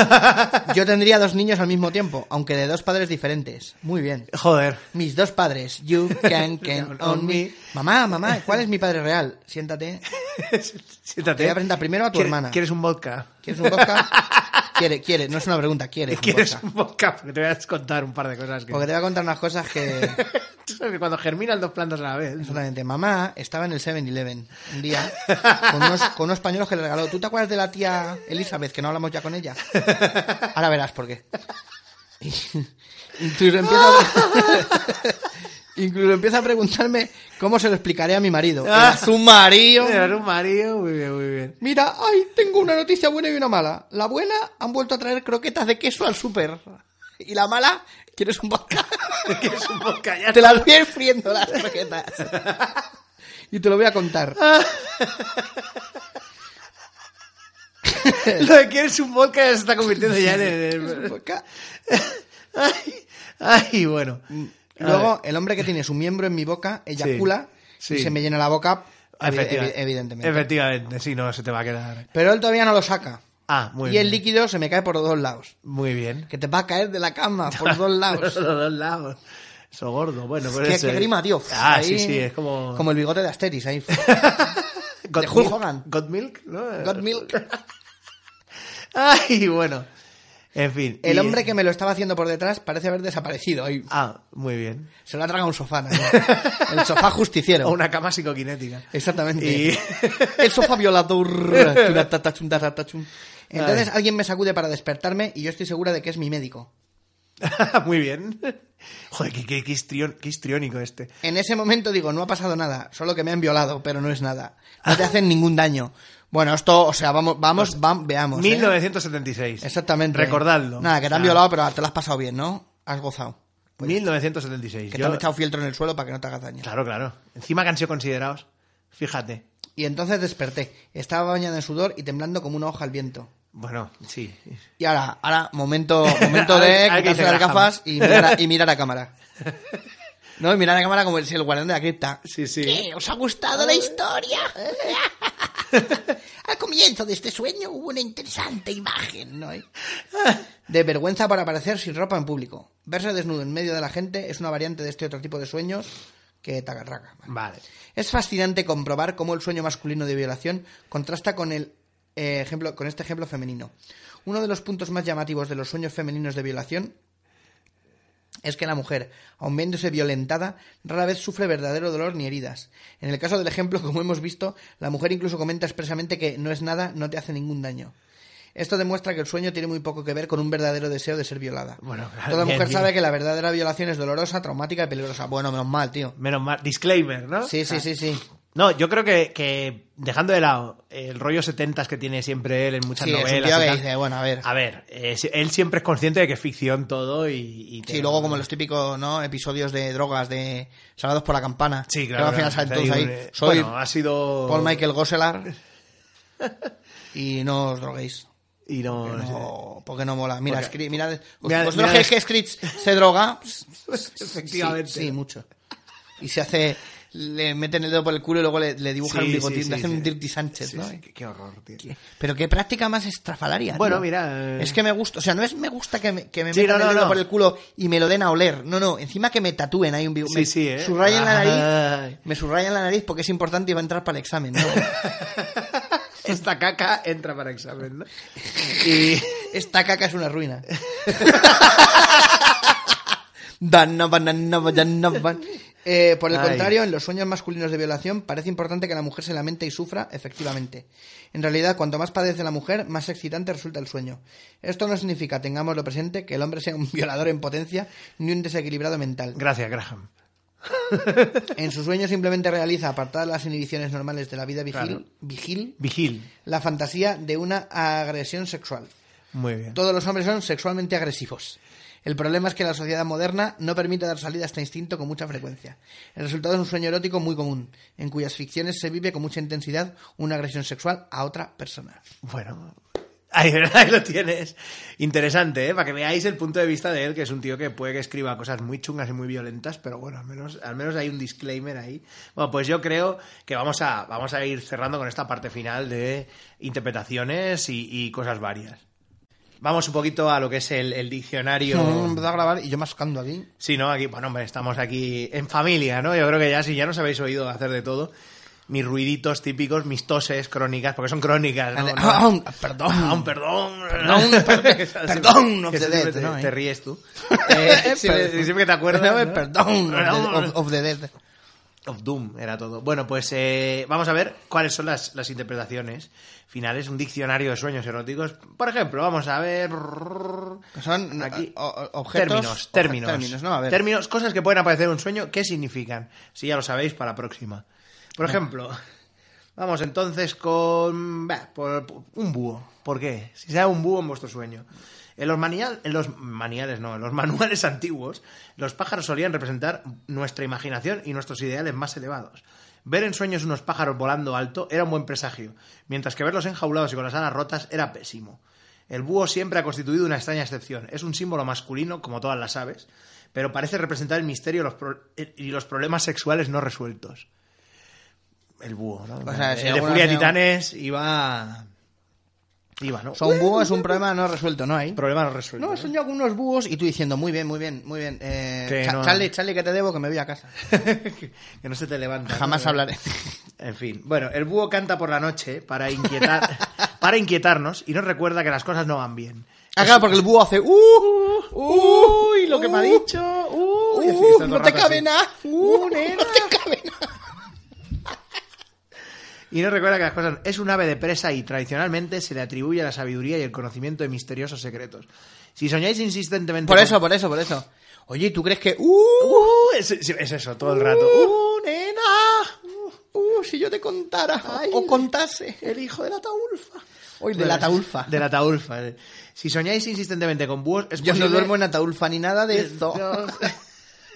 S3: yo tendría dos niños al mismo tiempo, aunque de dos padres diferentes. Muy bien.
S2: Joder.
S3: Mis dos padres, you
S2: (laughs)
S3: can count on me. Mamá, mamá, ¿cuál es mi padre real? Siéntate.
S2: Siéntate.
S3: Te voy a presentar primero a tu
S2: ¿Quieres-
S3: hermana.
S2: ¿Quieres un vodka?
S3: ¿Quieres un
S2: (laughs)
S3: vodka? Quiere, quiere, no es una pregunta, quiere. un
S2: ¿Quieres
S3: vodka.
S2: un vodka? Porque te voy a contar un par de cosas que...
S3: Porque te voy a contar unas cosas que...
S2: (laughs) Tú sabes que cuando germinan dos plantas a la
S3: (laughs)
S2: vez...
S3: Exactamente. Mamá estaba en el 7-Eleven un día con unos, con unos pañuelos que le regaló. ¿Tú te acuerdas de la tía Elizabeth, que no hablamos ya con ella? Ahora verás por qué. (laughs) Incluso empieza, a- (laughs) incluso empieza a preguntarme cómo se lo explicaré a mi marido. Era su marido.
S2: Era un marido, muy bien, muy bien.
S3: Mira, ay, tengo una noticia buena y una mala. La buena, han vuelto a traer croquetas de queso al súper. Y la mala, ¿quieres un vodka?
S2: ¿Quieres un vodka? Ya
S3: Te las voy a ir friendo
S2: (laughs)
S3: las croquetas. Y te lo voy a contar.
S2: Lo de quieres un vodka ya se está convirtiendo ya en... (laughs)
S3: ¿Quieres un
S2: el-
S3: vodka?
S2: Ay, ay, bueno.
S3: Mm,
S2: A
S3: Luego, el hombre que tiene su miembro en mi boca eyacula
S2: Sí,
S3: y
S2: sí.
S3: se me llena la boca,
S2: ver,
S3: evi-
S2: efectiva-
S3: evi- evidentemente.
S2: Efectivamente, sí, no, se te va a quedar.
S3: Pero él todavía no lo saca.
S2: Ah, muy
S3: y
S2: bien.
S3: el líquido se me cae por los dos lados.
S2: Muy bien.
S3: Que te va a caer de la cama por los
S2: (laughs)
S3: dos
S2: Los
S3: lados.
S2: dos lados. Eso gordo, bueno, pero
S3: qué,
S2: eso
S3: qué
S2: es-
S3: grima, tío.
S2: Ah,
S3: Ahí,
S2: sí, sí, es como... (laughs)
S3: Como el bigote de Asteris ahí.
S2: God
S3: de Hulk
S2: Milk-
S3: Hogan.
S2: God Milk, ¿no?
S3: God milk.
S2: Ay, bueno. En fin.
S3: El
S2: y-
S3: hombre que me lo estaba haciendo por detrás parece haber desaparecido. Ahí.
S2: Ah, muy bien.
S3: Se lo ha tragado un
S2: (laughs)
S3: sofá. ¿no? El sofá justiciero.
S2: O una cama psicoquinética.
S3: Exactamente.
S2: Y-
S3: (laughs) El sofá violador. Turatatachum, taratachum.
S2: (laughs)
S3: Entonces
S2: Ay.
S3: alguien me sacude para despertarme y yo estoy segura de que es mi médico.
S2: (laughs) Muy bien. Joder, qué, qué- qué histrión- qué histriónico este.
S3: En ese momento digo, no ha pasado nada, solo que me han violado, pero no es nada. No te
S2: Ah.
S3: hacen ningún daño. Bueno, esto, o sea, vamos,
S2: Pues,
S3: vamos, vam- veamos. ¿eh?
S2: 1976.
S3: Exactamente.
S2: Recordadlo.
S3: Nada, que te han
S2: Ah,
S3: violado, pero te lo has pasado bien, ¿no? Has gozado.
S2: 1976.
S3: Que te
S2: Yo-
S3: han echado fieltro en el suelo para que no te hagas daño.
S2: Claro, claro. Encima que han sido considerados. Fíjate.
S3: Y entonces desperté. Estaba bañada en sudor y temblando como una hoja al viento.
S2: Bueno, sí.
S3: Y ahora, ahora, momento, (laughs) momento de
S2: Ahora hay que
S3: quitarse
S2: irse
S3: las
S2: Graham.
S3: gafas y mirar, a, y mirar a (laughs) cámara. No, y mirar a cámara como el, el guardián de la cripta. Ah.
S2: Sí, sí.
S3: ¿Qué? ¿Os ha gustado la (laughs) historia? Al comienzo de este sueño hubo una interesante imagen, ¿no? (laughs) De vergüenza para aparecer sin ropa en público. Verse desnudo en medio de la gente es una variante de este otro tipo de sueños que tacarraca.
S2: Vale.
S3: Es fascinante comprobar cómo el sueño masculino de violación contrasta con el eh, ejemplo, con este ejemplo femenino. Uno de los puntos más llamativos de los sueños femeninos de violación es que la mujer, aun viéndose violentada, rara vez sufre verdadero dolor ni heridas. En el caso del ejemplo, como hemos visto, la mujer incluso comenta expresamente que no es nada, no te hace ningún daño. Esto demuestra que el sueño tiene muy poco que ver con un verdadero deseo de ser violada.
S2: Bueno, claro, (laughs)
S3: Toda
S2: bien,
S3: mujer
S2: bien.
S3: sabe que la verdadera violación es dolorosa, traumática y peligrosa. Bueno, menos mal, tío.
S2: Menos mal. Disclaimer, ¿no?
S3: Sí, sí, sí, sí.
S2: No, yo creo que, que dejando de lado el rollo 70 que tiene siempre él en muchas
S3: Sí, es un
S2: novelas.
S3: tío
S2: y
S3: que
S2: tal.
S3: dice, bueno, a ver.
S2: A ver, eh, si- él siempre es consciente de que es ficción todo y. y te-
S3: Sí, luego como los típicos ¿no? episodios de drogas de Salvados por la Campana.
S2: Sí,
S3: Que
S2: claro.
S3: Al final
S2: claro,
S3: salen
S2: hay
S3: todos
S2: un,
S3: ahí.
S2: eh,
S3: Soy
S2: Bueno, ha sido.
S3: Paul Michael
S2: (laughs)
S3: Gosselar. y no os droguéis.
S2: Y no.
S3: No, porque no mola. Mira,
S2: Porque-
S3: Screech- mirad- ¿vos-
S2: Mirad-
S3: ¿vosotros
S2: mirad-
S3: creéis que Screech se droga?
S2: (laughs) Efectivamente.
S3: Sí, sí, mucho. Y se hace. Le meten el dedo por el culo y luego le, le dibujan
S2: Sí,
S3: un
S2: sí,
S3: bigotín.
S2: sí,
S3: le hacen
S2: sí.
S3: un Dirty Sánchez,
S2: Sí,
S3: ¿no?
S2: sí, qué, qué horror, tío.
S3: Pero qué práctica más estrafalaria.
S2: Bueno,
S3: tío.
S2: mira, eh.
S3: Es que me gusta. O sea, no es me gusta que me, que me
S2: Sí,
S3: metan
S2: no, no,
S3: el dedo
S2: no.
S3: por el culo y me lo den a oler. No, no. Encima que me tatúen ahí un bigotín.
S2: Sí,
S3: me
S2: sí, ¿eh?
S3: Subrayan la
S2: Ay.
S3: (laughs) nariz. Me subrayan la nariz porque es importante y va a entrar para el examen, ¿no?
S2: (laughs) Esta caca entra para
S3: (laughs)
S2: examen, ¿no? Y.
S3: Esta caca es una ruina. Dana, banana, banana, ban- Eh, por el
S2: Ay.
S3: contrario, en los sueños masculinos de violación parece importante que la mujer se lamente y sufra, efectivamente. En realidad, cuanto más padece la mujer, más excitante resulta el sueño. Esto no significa, tengámoslo presente, que el hombre sea un (laughs) violador en potencia ni un desequilibrado mental.
S2: Gracias, Graham.
S3: En su sueño simplemente realiza, apartadas las inhibiciones normales de la vida vigil,
S2: Claro.
S3: vigil
S2: Vigil.
S3: la fantasía de una agresión sexual.
S2: Muy bien.
S3: Todos los hombres son sexualmente agresivos. El problema es que la sociedad moderna no permite dar salida a este instinto con mucha frecuencia. El resultado es un sueño erótico muy común, en cuyas ficciones se vive con mucha intensidad una agresión sexual a otra persona.
S2: Bueno. Ahí, (laughs) ahí lo tienes. Interesante, ¿eh? Para que veáis el punto de vista de él, que es un tío que puede que escriba cosas muy chungas y muy violentas, pero bueno, al menos, al menos hay un disclaimer ahí. Bueno, pues yo creo que vamos a, vamos a ir cerrando con esta parte final de interpretaciones y, y cosas varias. Vamos un poquito a lo que es el, el diccionario.
S3: Yo empezó a grabar y yo mascando aquí.
S2: Sí, ¿no? Aquí, bueno, hombre, estamos aquí en familia, ¿no? Yo creo que ya, si ya nos habéis oído hacer de todo, mis ruiditos típicos, mis toses crónicas, porque son crónicas, ¿no? No-
S3: Aún, perdón.
S2: Aún, Mm. perdón.
S3: (laughs) Perdón, per- perdón, of
S2: Que
S3: the
S2: siempre
S3: dead,
S2: te,
S3: ¿no?
S2: te ríes (laughs) tú.
S3: Eh,
S2: siempre,
S3: perdón.
S2: siempre que te acuerdas. ¿no?
S3: Perdón,
S2: Perdón.
S3: of, the- of- of the dead.
S2: Of Doom era todo. Bueno, pues eh, vamos a ver cuáles son las, las interpretaciones finales. Un diccionario de sueños eróticos. Por ejemplo, vamos a ver.
S3: Que Son
S2: Aquí.
S3: o- o- objetos.
S2: términos,
S3: obje-
S2: términos.
S3: términos, ¿no? A ver.
S2: Términos, cosas que pueden aparecer en un sueño, ¿qué significan? Si ya lo sabéis, para la próxima. Por ejemplo, vamos entonces con bah, por- por un búho. ¿Por qué? Si sea un búho en vuestro sueño. En los, manial- en los maniales, no, en los (laughs) manuales antiguos, los pájaros solían representar nuestra imaginación y nuestros ideales más elevados. Ver en sueños unos pájaros volando alto era un buen presagio, mientras que verlos enjaulados y con las alas rotas era pésimo. El búho siempre ha constituido una extraña excepción. Es un símbolo masculino, como todas las aves, pero parece representar el misterio los pro- y los problemas sexuales no resueltos. El búho, ¿no?
S3: O sea, si
S2: el de
S3: alguna
S2: Furia de
S3: vez-
S2: Titanes iba... Iba, ¿no?
S3: O sea, un búho es un problema no resuelto, ¿no? Ahí.
S2: Problema no resuelto.
S3: No,
S2: ¿no?
S3: he soñado con unos búhos y tú diciendo, muy bien, muy bien, muy bien. Eh,
S2: Que
S3: cha-
S2: no-
S3: Charlie, Charlie, que te debo que me voy a (laughs) casa.
S2: que no se te levanta. ¿no?
S3: Jamás hablaré.
S2: En fin, bueno, el búho canta por la noche para (laughs) inquietar, para inquietarnos y nos recuerda que las cosas no van bien.
S3: Ah, claro, porque el búho hace, ¡uh! ¡uh!
S2: Uy, lo que me ha
S3: uh,
S2: dicho. Uy,
S3: ¡uh!
S2: así está todo
S3: ¡no
S2: el
S3: te
S2: rato
S3: cabe
S2: así.
S3: nada!
S2: Uh,
S3: ¡uh!
S2: nena.
S3: (laughs) ¡no te cabe nada!
S2: Y nos recuerda que las cosas es un ave de presa y tradicionalmente se le atribuye la sabiduría y el conocimiento de misteriosos secretos. Si soñáis insistentemente
S3: Por
S2: con-
S3: eso, por eso, por eso. Oye, ¿tú crees que, ¡uh!
S2: Uh, es, es eso todo el rato. Uh,
S3: ¡uh! ¡nena! ¡uh! Si yo te contara o contase. El hijo de la taulfa. Hoy de
S2: bueno,
S3: la taulfa.
S2: De la taulfa. Si soñáis insistentemente con búhos, es
S3: Yo no
S2: posible-
S3: duermo en la taulfa ni nada de eso. (laughs)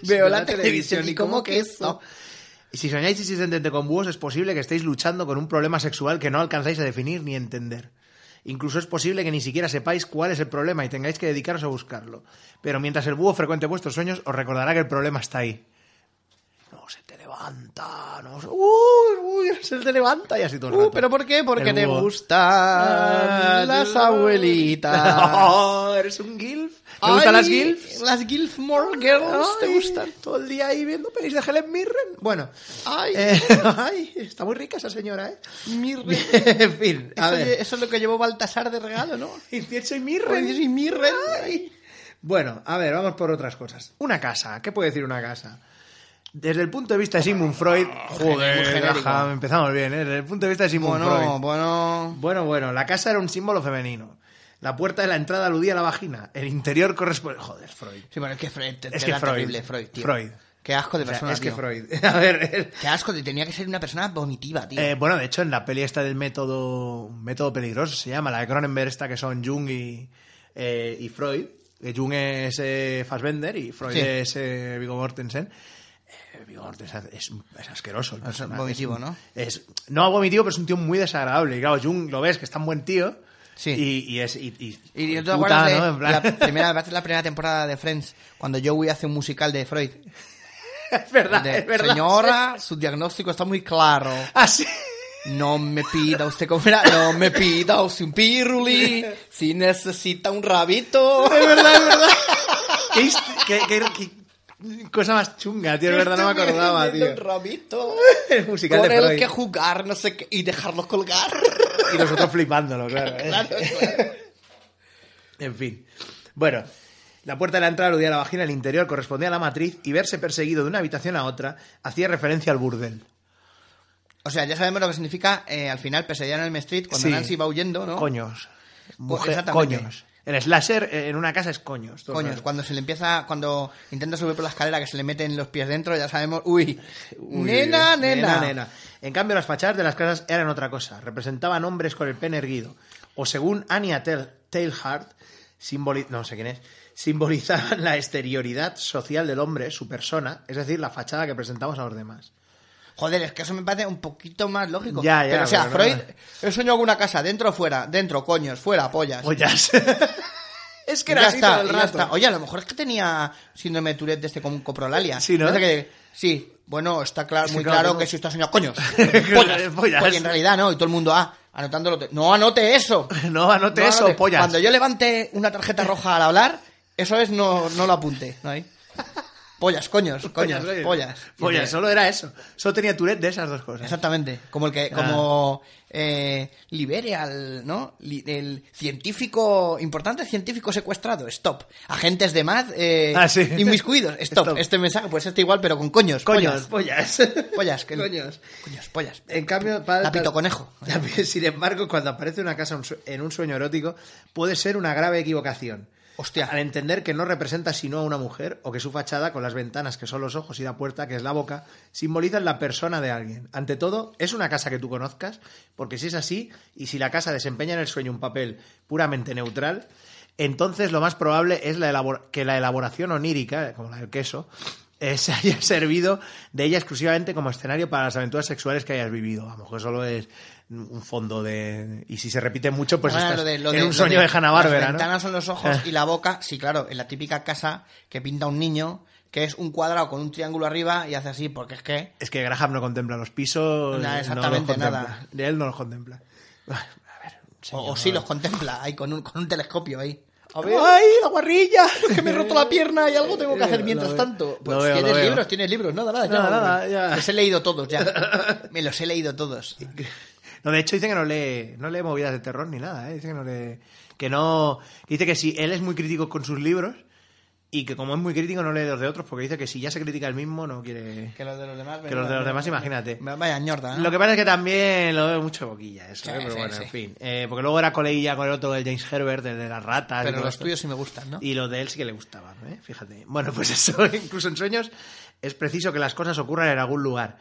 S3: Veo la televisión y como que
S2: eso.
S3: eso.
S2: Si soñáis insistentemente con búhos, es posible que estéis luchando con un problema sexual que no alcanzáis a definir ni entender. Incluso es posible que ni siquiera sepáis cuál es el problema y tengáis que dedicaros a buscarlo. Pero mientras el búho frecuente vuestros sueños, os recordará que el problema está ahí. No se te levanta, no se... Uy, uy, se te levanta y así todo el
S3: Uh,
S2: rato.
S3: ¿Pero por qué? Porque
S2: El
S3: te
S2: búho. Ah,
S3: gustan las abuelitas.
S2: Oh, eres un gilf. (laughs) ¿Te gustan
S3: Ay,
S2: las gilfs?
S3: Las Gilfmore Girls te
S2: Ay,
S3: gustan.
S2: Todo el día ahí viendo pelis de Helen Mirren. Bueno,
S3: Ay.
S2: eh, (laughs) ay, está muy rica esa señora, ¿eh?
S3: Mirren.
S2: (laughs) en fin, a
S3: eso,
S2: ver.
S3: lle- eso es lo que llevó Baltasar de regalo, ¿no?
S2: Incienso y
S3: Pues
S2: Mirren.
S3: yo soy Mirren.
S2: Bueno, a ver, vamos por otras cosas. Una casa, ¿qué puede decir una casa? Desde el punto de vista de Sigmund Freud,
S3: muy
S2: joder,
S3: genérico.
S2: Graham, empezamos bien, ¿eh? Desde el punto de vista de Sigmund Freud.
S3: Bueno, bueno.
S2: Bueno, bueno, la casa era un símbolo femenino. La puerta de la entrada aludía a la vagina. El interior corresponde. Joder, Freud.
S3: Sí, bueno, es que Freud te-
S2: Es
S3: te
S2: que
S3: da
S2: Freud.
S3: terrible Freud, tío.
S2: Freud.
S3: Qué asco de
S2: O sea,
S3: persona,
S2: es que
S3: tío.
S2: Freud. (laughs) A ver, él-
S3: Qué asco, te tenía que ser una persona vomitiva, tío.
S2: Eh, bueno, de hecho, en la peli esta del método método peligroso se llama, la de Cronenberg, esta que son Jung y, eh, y Freud. que Jung es eh, Fassbender y Freud
S3: Sí.
S2: es eh, Viggo Mortensen. Eh, Viggo Mortensen es, es asqueroso. el personaje.
S3: vomitivo, ¿no?
S2: Es, no vomitivo, pero es un tío muy desagradable. Y claro, Jung lo ves que es tan buen tío.
S3: Sí.
S2: Y, y es. Y, y-
S3: y tú te
S2: puta,
S3: acuerdas de
S2: ¿no? En plan-
S3: la primera, parece la primera temporada de Friends, cuando Joey hace un musical de Freud.
S2: es verdad,
S3: De,
S2: es verdad. Ah,
S3: Señora, su diagnóstico está muy claro.
S2: Así.
S3: No me pida usted comer, no me pida usted un piruli, si necesita un rabito.
S2: (laughs)
S3: (laughs)
S2: Es verdad, es verdad. Qué hist- qué- qué- qué cosa más chunga, tío. Es verdad, no me acordaba, tío.
S3: Un rabito.
S2: El musical
S3: Con
S2: de
S3: el
S2: Freud.
S3: que jugar, no sé qué, y dejarlos (laughs) colgar.
S2: Y nosotros flipándolo, claro. ¿eh?
S3: Claro, claro.
S2: En fin. Bueno, la puerta de la entrada aludía a la vagina, el interior correspondía a la matriz y verse perseguido de una habitación a otra hacía referencia al burdel.
S3: O sea, ya sabemos lo que significa eh, al final pesadilla en el Street cuando
S2: Sí.
S3: Nancy va huyendo, ¿no?
S2: Coños. Mujer-
S3: exactamente.
S2: coños. El slasher eh, en una casa es coños. todo el
S3: Coños,
S2: rato.
S3: cuando se le empieza, cuando intenta subir por la escalera que se le meten los pies dentro, ya sabemos, uy,
S2: Uy,
S3: nena, nena,
S2: nena. En cambio, las fachadas de las casas eran otra cosa. Representaban hombres con el pene erguido. O según Anya Tel- Teilhard, simboli- no sé quién es, simbolizaban la exterioridad social del hombre, su persona, es decir, la fachada que presentamos a los demás.
S3: Joder, es que eso me parece un poquito más lógico.
S2: Ya, ya,
S3: Pero, o sea,
S2: pero
S3: Freud,
S2: claro.
S3: he soñado con una casa, dentro o fuera, dentro, coños, fuera, pollas.
S2: Ollas. (laughs) es que
S3: Y
S2: era
S3: ya
S2: así todo
S3: está,
S2: el
S3: y ya
S2: rato.
S3: está. Oye, a lo mejor es que tenía síndrome de Tourette de este con coprolalia.
S2: Sí, ¿no?
S3: Parece que- sí, bueno, está claro,
S2: Sí,
S3: muy
S2: claro,
S3: claro
S2: tengo-
S3: que si está
S2: (laughs)
S3: soñando, coños,
S2: Pollas.
S3: pollas. Oye, en realidad no, y todo el mundo, ah, anotándolo, te- no anote eso.
S2: No, (laughs) anote
S3: No,
S2: eso,
S3: anote.
S2: pollas.
S3: Cuando yo levante una tarjeta roja al hablar, eso es no, no lo apunte.
S2: (laughs)
S3: ¿no hay? Pollas, coños, coños,
S2: oye.
S3: pollas.
S2: Pollas, solo era eso. Solo tenía Tourette de esas dos cosas.
S3: Exactamente. Como el que,
S2: Ah.
S3: como eh, libere al, ¿no? Li- el científico, importante científico secuestrado, stop. Agentes de más eh,
S2: Ah, sí. (laughs)
S3: inmiscuidos, stop.
S2: Stop.
S3: Este mensaje puede ser igual, pero con coños,
S2: Coños,
S3: coños.
S2: pollas. (laughs)
S3: Pollas, que-
S2: Coños.
S3: Coños, pollas.
S2: En cambio, para-
S3: Lapito conejo.
S2: (laughs) También, sin embargo, cuando aparece una casa un sue- en un sueño erótico, puede ser una grave equivocación.
S3: Hostia.
S2: Al entender que no representa sino a una mujer o que su fachada, con las ventanas que son los ojos y la puerta que es la boca, simbolizan la persona de alguien. Ante todo, es una casa que tú conozcas, porque si es así y si la casa desempeña en el sueño un papel puramente neutral, entonces lo más probable es la elabor- que la elaboración onírica, como la del queso, eh, (laughs) se haya servido de ella exclusivamente como escenario para las aventuras sexuales que hayas vivido. A lo mejor solo es un fondo de... Y si se repite mucho, pues
S3: Ahora,
S2: estás
S3: Ah, lo de- lo
S2: en
S3: de-
S2: un
S3: lo
S2: sueño de, Hanna-Barbera,
S3: Las
S2: ¿no? Ah.
S3: ventanas son los ojos y la boca. Sí, claro, en la típica casa que pinta un niño, que es un cuadrado con un triángulo arriba y hace así, porque es que...
S2: Es que Graham no contempla los pisos.
S3: Nada,
S2: no los
S3: exactamente,
S2: contempla.
S3: nada.
S2: De él no los contempla. A ver,
S3: O,
S2: señor.
S3: o sí los contempla, ahí con un, con un telescopio ahí. A ver.
S2: ¡Ay, la guarrilla!
S3: que me he roto la pierna y algo tengo que hacer
S2: Eh, Lo
S3: mientras
S2: veo,
S3: tanto.
S2: lo
S3: Pues
S2: veo, lo
S3: tienes
S2: veo.
S3: libros, tienes libros, nada, nada, ya.
S2: Nada,
S3: hombre.
S2: nada, ya.
S3: Los he leído todos
S2: (laughs)
S3: ya. Me los he leído todos.
S2: No, de hecho dice que no lee, no lee movidas de terror ni nada, ¿eh? Dice que no lee... Que no... Dice que si él es muy crítico con sus libros y que como es muy crítico no lee los de otros porque dice que si ya se critica el mismo no quiere...
S3: Que los de los demás,
S2: Que los de los demás, imagínate.
S3: Vaya ñorda, ¿no?
S2: Lo que pasa es que también lo veo mucho de boquilla eso,
S3: Sí,
S2: ¿eh? pero
S3: sí,
S2: bueno,
S3: sí.
S2: en fin. Eh, porque luego era coleguilla con el otro del James Herbert, el de las ratas. y
S3: Pero
S2: todo
S3: los
S2: esto.
S3: tuyos sí me gustan, ¿no?
S2: pues, Y los de él sí que le gustaban, ¿eh? fíjate. Bueno, pues (laughs) eso, incluso en sueños es preciso que las cosas ocurran en algún lugar.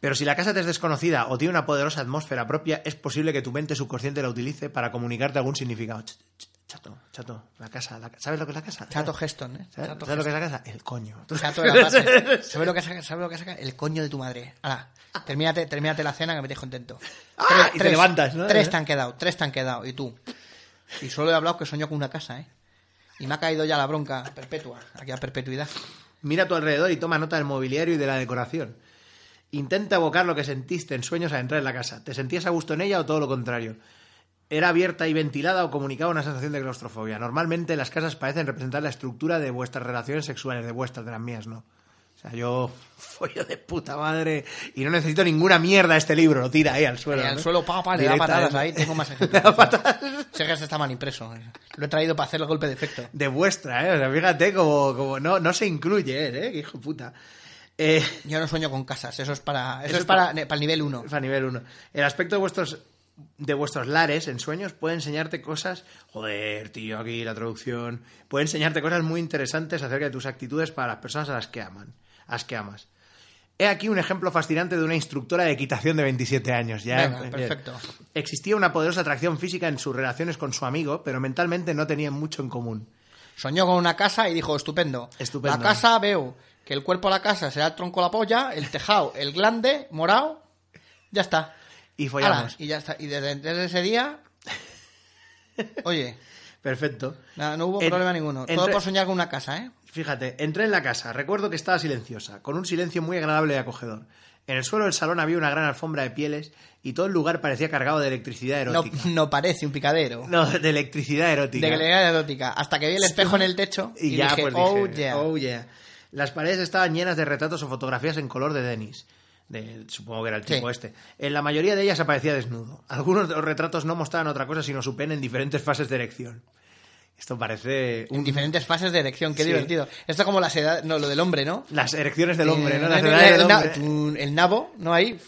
S2: Pero si la casa te es desconocida o tiene una poderosa atmósfera propia, es posible que tu mente subconsciente la utilice para comunicarte algún significado. Ch- ch- Chato, chato, la casa, la ca- ¿sabes lo que es la casa?
S3: Chato Geston, ¿eh?
S2: ¿Sabes,
S3: Chato
S2: sabes lo que es la casa? El coño. (laughs)
S3: Chato de la parte. ¿Sabes lo que saca? ¿Sabes lo que saca? El coño de tu madre. Hala, termínate, termínate la cena que me tienes contento.
S2: (laughs) Ah, y te levantas, ¿no? Eh.
S3: Tres te han quedado, tres te han quedado. Y tú. Y solo he hablado que soñó con una casa, ¿eh? Y me ha caído ya la bronca perpetua, aquí a perpetuidad.
S2: Mira a tu alrededor y toma nota del mobiliario y de la decoración. Intenta evocar lo que sentiste en sueños al entrar en la casa. ¿Te sentías a gusto en ella o todo lo contrario? ¿Era abierta y ventilada o comunicaba una sensación de claustrofobia? Normalmente las casas parecen representar la estructura de vuestras relaciones sexuales, de vuestras, de las mías, ¿no? O sea, yo (laughs) follo de puta madre y no necesito ninguna mierda este libro, lo tira ahí al suelo.
S3: Ahí al
S2: ¿no?
S3: suelo, pa, pa, le da
S2: Directamente.
S3: patadas ahí,
S2: (laughs)
S3: tengo más ejemplos.
S2: Le da patadas.
S3: Sé que ese está mal impreso. eh. Lo he traído para hacer el golpe de efecto.
S2: De vuestra, ¿eh? O sea, fíjate como, como no, no se incluye, él, ¿eh? Qué hijo de puta. Eh,
S3: Yo no sueño con casas, eso es para, eso es para, para el nivel 1.
S2: A nivel 1. El aspecto de vuestros de vuestros lares en sueños puede enseñarte cosas, joder, tío, aquí la traducción, puede enseñarte cosas muy interesantes acerca de tus actitudes para las personas a las que aman, asqueamas. He aquí un ejemplo fascinante de una instructora de equitación de 27 años. Ya,
S3: Venga,
S2: bien.
S3: perfecto.
S2: Existía una poderosa atracción física en sus relaciones con su amigo, pero mentalmente no tenían mucho en común.
S3: Soñó con una casa y dijo, estupendo.
S2: Estupendo.
S3: La casa veo que el cuerpo de la casa será el tronco la polla, el tejado, el glande, morado, ya está.
S2: Y follamos.
S3: Ala, y ya está. Y desde, desde ese día... Oye,
S2: Perfecto.
S3: na- no hubo
S2: En-
S3: problema ninguno. Todo
S2: entre-
S3: por soñar con una casa, ¿eh?
S2: Fíjate, entré en la casa. Recuerdo que estaba silenciosa, con un silencio muy agradable y acogedor. En el suelo del salón había una gran alfombra de pieles y todo el lugar parecía cargado de electricidad
S3: No,
S2: erótica.
S3: no parece un picadero.
S2: No, de electricidad erótica.
S3: De galería erótica. Hasta que vi el espejo en el techo y,
S2: Y, ya
S3: dije,
S2: pues dije,
S3: oh, yeah.
S2: oh, yeah". Las paredes estaban llenas de retratos o fotografías en color de Denis. De, supongo que era el
S3: Sí.
S2: tipo este. En la mayoría de ellas aparecía desnudo. Algunos de los retratos no mostraban otra cosa sino su pene en diferentes fases de erección. Esto parece
S3: En
S2: un-
S3: diferentes fases de erección, qué
S2: Sí.
S3: divertido. Esto es como las edades, no, lo del hombre, ¿no?
S2: las erecciones del hombre,
S3: Eh,
S2: ¿no?
S3: el,
S2: Las edades del
S3: el na-
S2: hombre.
S3: tun- el nabo, ¿no? Ahí.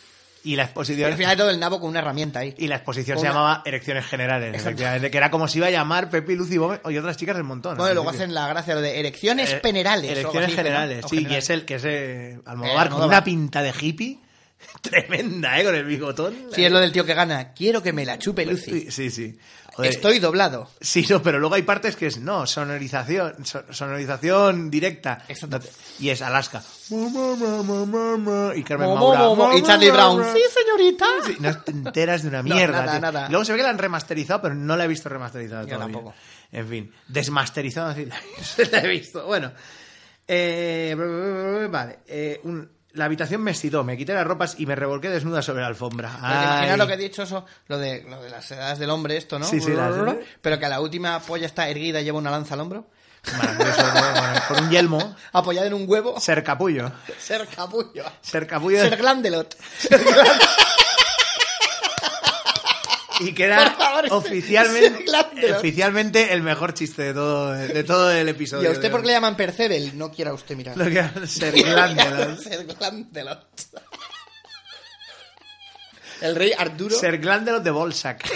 S2: Y la
S3: Y
S2: exposición,
S3: al final todo el nabo con una herramienta ahí.
S2: y la exposición se
S3: Una-
S2: llamaba Erecciones Generales,
S3: Exacto.
S2: efectivamente, que era como si iba a llamar Pepi, Lucy Gómez y otras chicas del montón.
S3: Bueno,
S2: al
S3: luego
S2: principio.
S3: hacen la gracia lo de erecciones
S2: Eh,
S3: penerales. o algo
S2: Elecciones
S3: así,
S2: generales,
S3: ¿no? O
S2: sí. Y
S3: generales.
S2: es el que es eh, Almodóvar
S3: Almodóvar.
S2: con una pinta de hippie (laughs) tremenda, ¿eh? Con el bigotón.
S3: Sí, es lo del tío que gana. Quiero que me la chupe Lucy.
S2: Sí, sí. sí. Joder.
S3: Estoy doblado.
S2: Sí, no, pero luego hay partes que es, no, sonorización, so- sonorización directa.
S3: Exacto.
S2: Y es Alaska. Mu, mu, mu, mu, mu, mu. Y Carmen
S3: Mo, mo,
S2: Maura.
S3: mo, mo.
S2: Mu,
S3: Y
S2: mu,
S3: Charlie
S2: mu,
S3: Brown.
S2: mu.
S3: Sí, señorita.
S2: Sí, no te enteras de una
S3: (laughs) No,
S2: mierda.
S3: nada,
S2: tío.
S3: nada.
S2: Luego se ve que la han remasterizado, pero no la he visto remasterizada
S3: Yo
S2: todavía.
S3: tampoco.
S2: En fin, desmasterizada (laughs) sí la, sí la he visto. Bueno, eh, br- br- br- vale. eh, un- la habitación me excitó, me quité las ropas y me revolqué desnuda sobre la alfombra.
S3: Pero te imaginas
S2: Ay.
S3: lo que he dicho eso, lo de, lo de las edades del hombre, esto, ¿no?
S2: Sí, sí, las-
S3: Pero que a la última polla está erguida y lleva una lanza al hombro.
S2: Maravilloso,
S3: (laughs)
S2: bueno, con un yelmo,
S3: Apoyada en un huevo.
S2: ser capullo.
S3: Ser capullo.
S2: Ser capullo
S3: Ser glandelot.
S2: (laughs) y que era
S3: Por favor, este
S2: oficialmente,
S3: (laughs) ser glándula.
S2: oficialmente el mejor chiste de todo, de todo el episodio.
S3: ¿Y a usted
S2: de
S3: por qué
S2: hoy.
S3: le llaman percebel? No quiera usted mirar.
S2: Lo que era ser glándula.
S3: (laughs) Ser Glandelot. El rey Arturo.
S2: Ser Glándelos de Bolsac.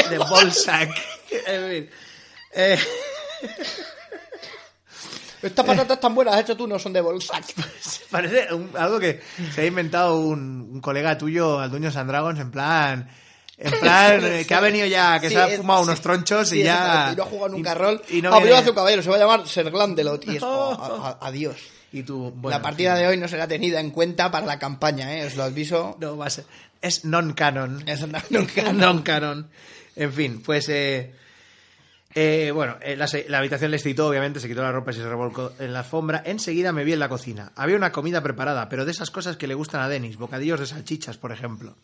S3: (laughs)
S2: de Bolsac. En fin. Eh,
S3: Estas patatas tan buenas has hecho tú, no son
S2: (laughs)
S3: de bolsa.
S2: parece un- algo que se ha inventado un, un colega tuyo, Alduño Sandragons, en plan. En plan, eh, que ha venido ya, que
S3: (laughs) Sí,
S2: se ha
S3: es-
S2: fumado
S3: sí.
S2: unos tronchos
S3: Sí,
S2: y ya.
S3: exactamente, Y no ha jugado nunca
S2: y-
S3: rol.
S2: Y, no
S3: Abrió
S2: viene-
S3: a su caballero, se va a llamar Ser Glandelot.
S2: (laughs)
S3: Y es, oh, a- a- adiós.
S2: y tú, bueno,
S3: la partida de hoy no será tenida en cuenta para la campaña, ¿eh? Os
S2: (laughs)
S3: lo aviso.
S2: No va a ser. Es non-canon.
S3: Es una- (laughs) nunca.
S2: non-canon. En fin, pues. eh, eh, bueno, eh, la, se- la habitación le excitó, obviamente, se quitó la ropa y se revolcó en la alfombra. Enseguida me vi en la cocina. Había una comida preparada, pero de esas cosas que le gustan a Denis, bocadillos de salchichas, por ejemplo.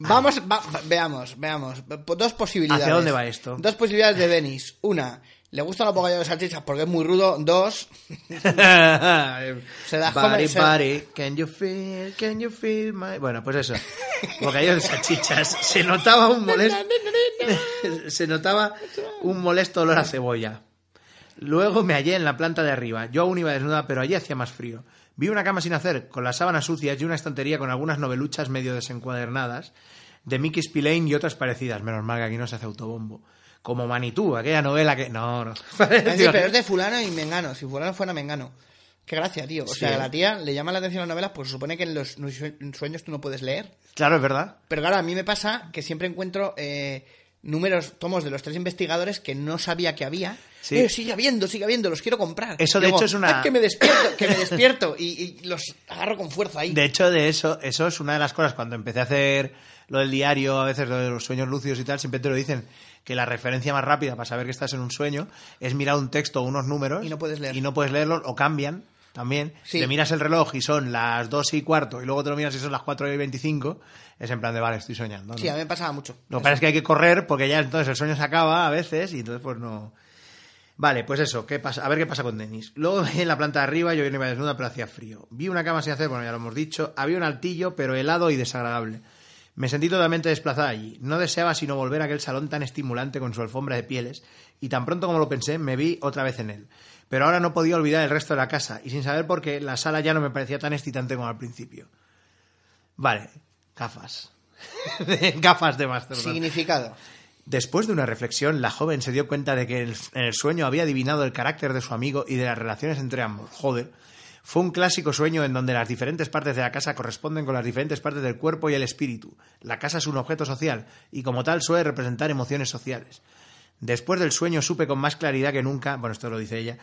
S3: Vamos, va- va- veamos, veamos. Po- Dos posibilidades.
S2: ¿Hacia dónde va esto?
S3: Dos posibilidades de Denis. Una, le gustan los bocadillos de salchichas porque es muy rudo.
S2: (laughs)
S3: Dos,
S2: se
S3: las come-
S2: Body,
S3: se-
S2: body, can you feel, can you feel my... Bueno, pues eso. Bocadillos de salchichas. Se notaba un molesto... (laughs) se notaba un molesto olor a cebolla. Luego me hallé en la planta de arriba. Yo aún iba desnuda, pero allí hacía más frío. Vi una cama sin hacer, con las sábanas sucias y una estantería con algunas noveluchas medio desencuadernadas, de Mickey Spillane y otras parecidas. Menos mal que aquí no se hace autobombo. Como Manitou, aquella novela que... No, (laughs) no.
S3: Ah, sí, pero es de fulano y mengano. Si fulano fuera mengano. Qué gracia, tío. O sea,
S2: Sí. eh.
S3: a la tía le llama la atención las novelas porque se supone que en los sue- sueños tú no puedes leer.
S2: Claro, es verdad.
S3: Pero claro, a mí me pasa que siempre encuentro eh, números, tomos de los tres investigadores que no sabía que había.
S2: Sí.
S3: Eh, sigue habiendo, sigue habiendo, los quiero comprar.
S2: Eso, de
S3: Luego,
S2: hecho, es una-
S3: "Ay, que me despierto, que me despierto. Y, y los agarro con fuerza ahí.
S2: De hecho, de eso, eso es una de las cosas. Cuando empecé a hacer lo del diario, a veces lo de los sueños lúcidos y tal, siempre te lo dicen que la referencia más rápida para saber que estás en un sueño es mirar un texto o unos números
S3: Y no puedes leer.
S2: y no puedes leerlos o cambian también.
S3: Sí.
S2: Si te miras el reloj y son las 2 y cuarto y luego te lo miras y son las 4 y 25, es en plan de vale, estoy soñando. ¿no?
S3: Sí, a mí me pasaba mucho.
S2: Lo que pasa es que hay que correr porque ya entonces el sueño se acaba a veces y entonces pues no... Vale, pues eso, ¿qué pasa? a ver qué pasa con Denis. Luego (laughs) en la planta de arriba yo no iba desnuda pero hacía frío. Vi una cama sin hacer, bueno ya lo hemos dicho, había un altillo pero helado y desagradable. Me sentí totalmente desplazada allí. No deseaba sino volver a aquel salón tan estimulante con su alfombra de pieles y tan pronto como lo pensé me vi otra vez en él. Pero ahora no podía olvidar el resto de la casa y sin saber por qué la sala ya no me parecía tan excitante como al principio. Vale, gafas. (laughs) gafas de Master.
S3: Significado.
S2: Después de una reflexión, la joven se dio cuenta de que en el- en el sueño había adivinado el carácter de su amigo y de las relaciones entre ambos. Joder. Fue un clásico sueño en donde las diferentes partes de la casa corresponden con las diferentes partes del cuerpo y el espíritu. La casa es un objeto social y como tal suele representar emociones sociales. Después del sueño supe con más claridad que nunca, bueno, esto lo dice ella,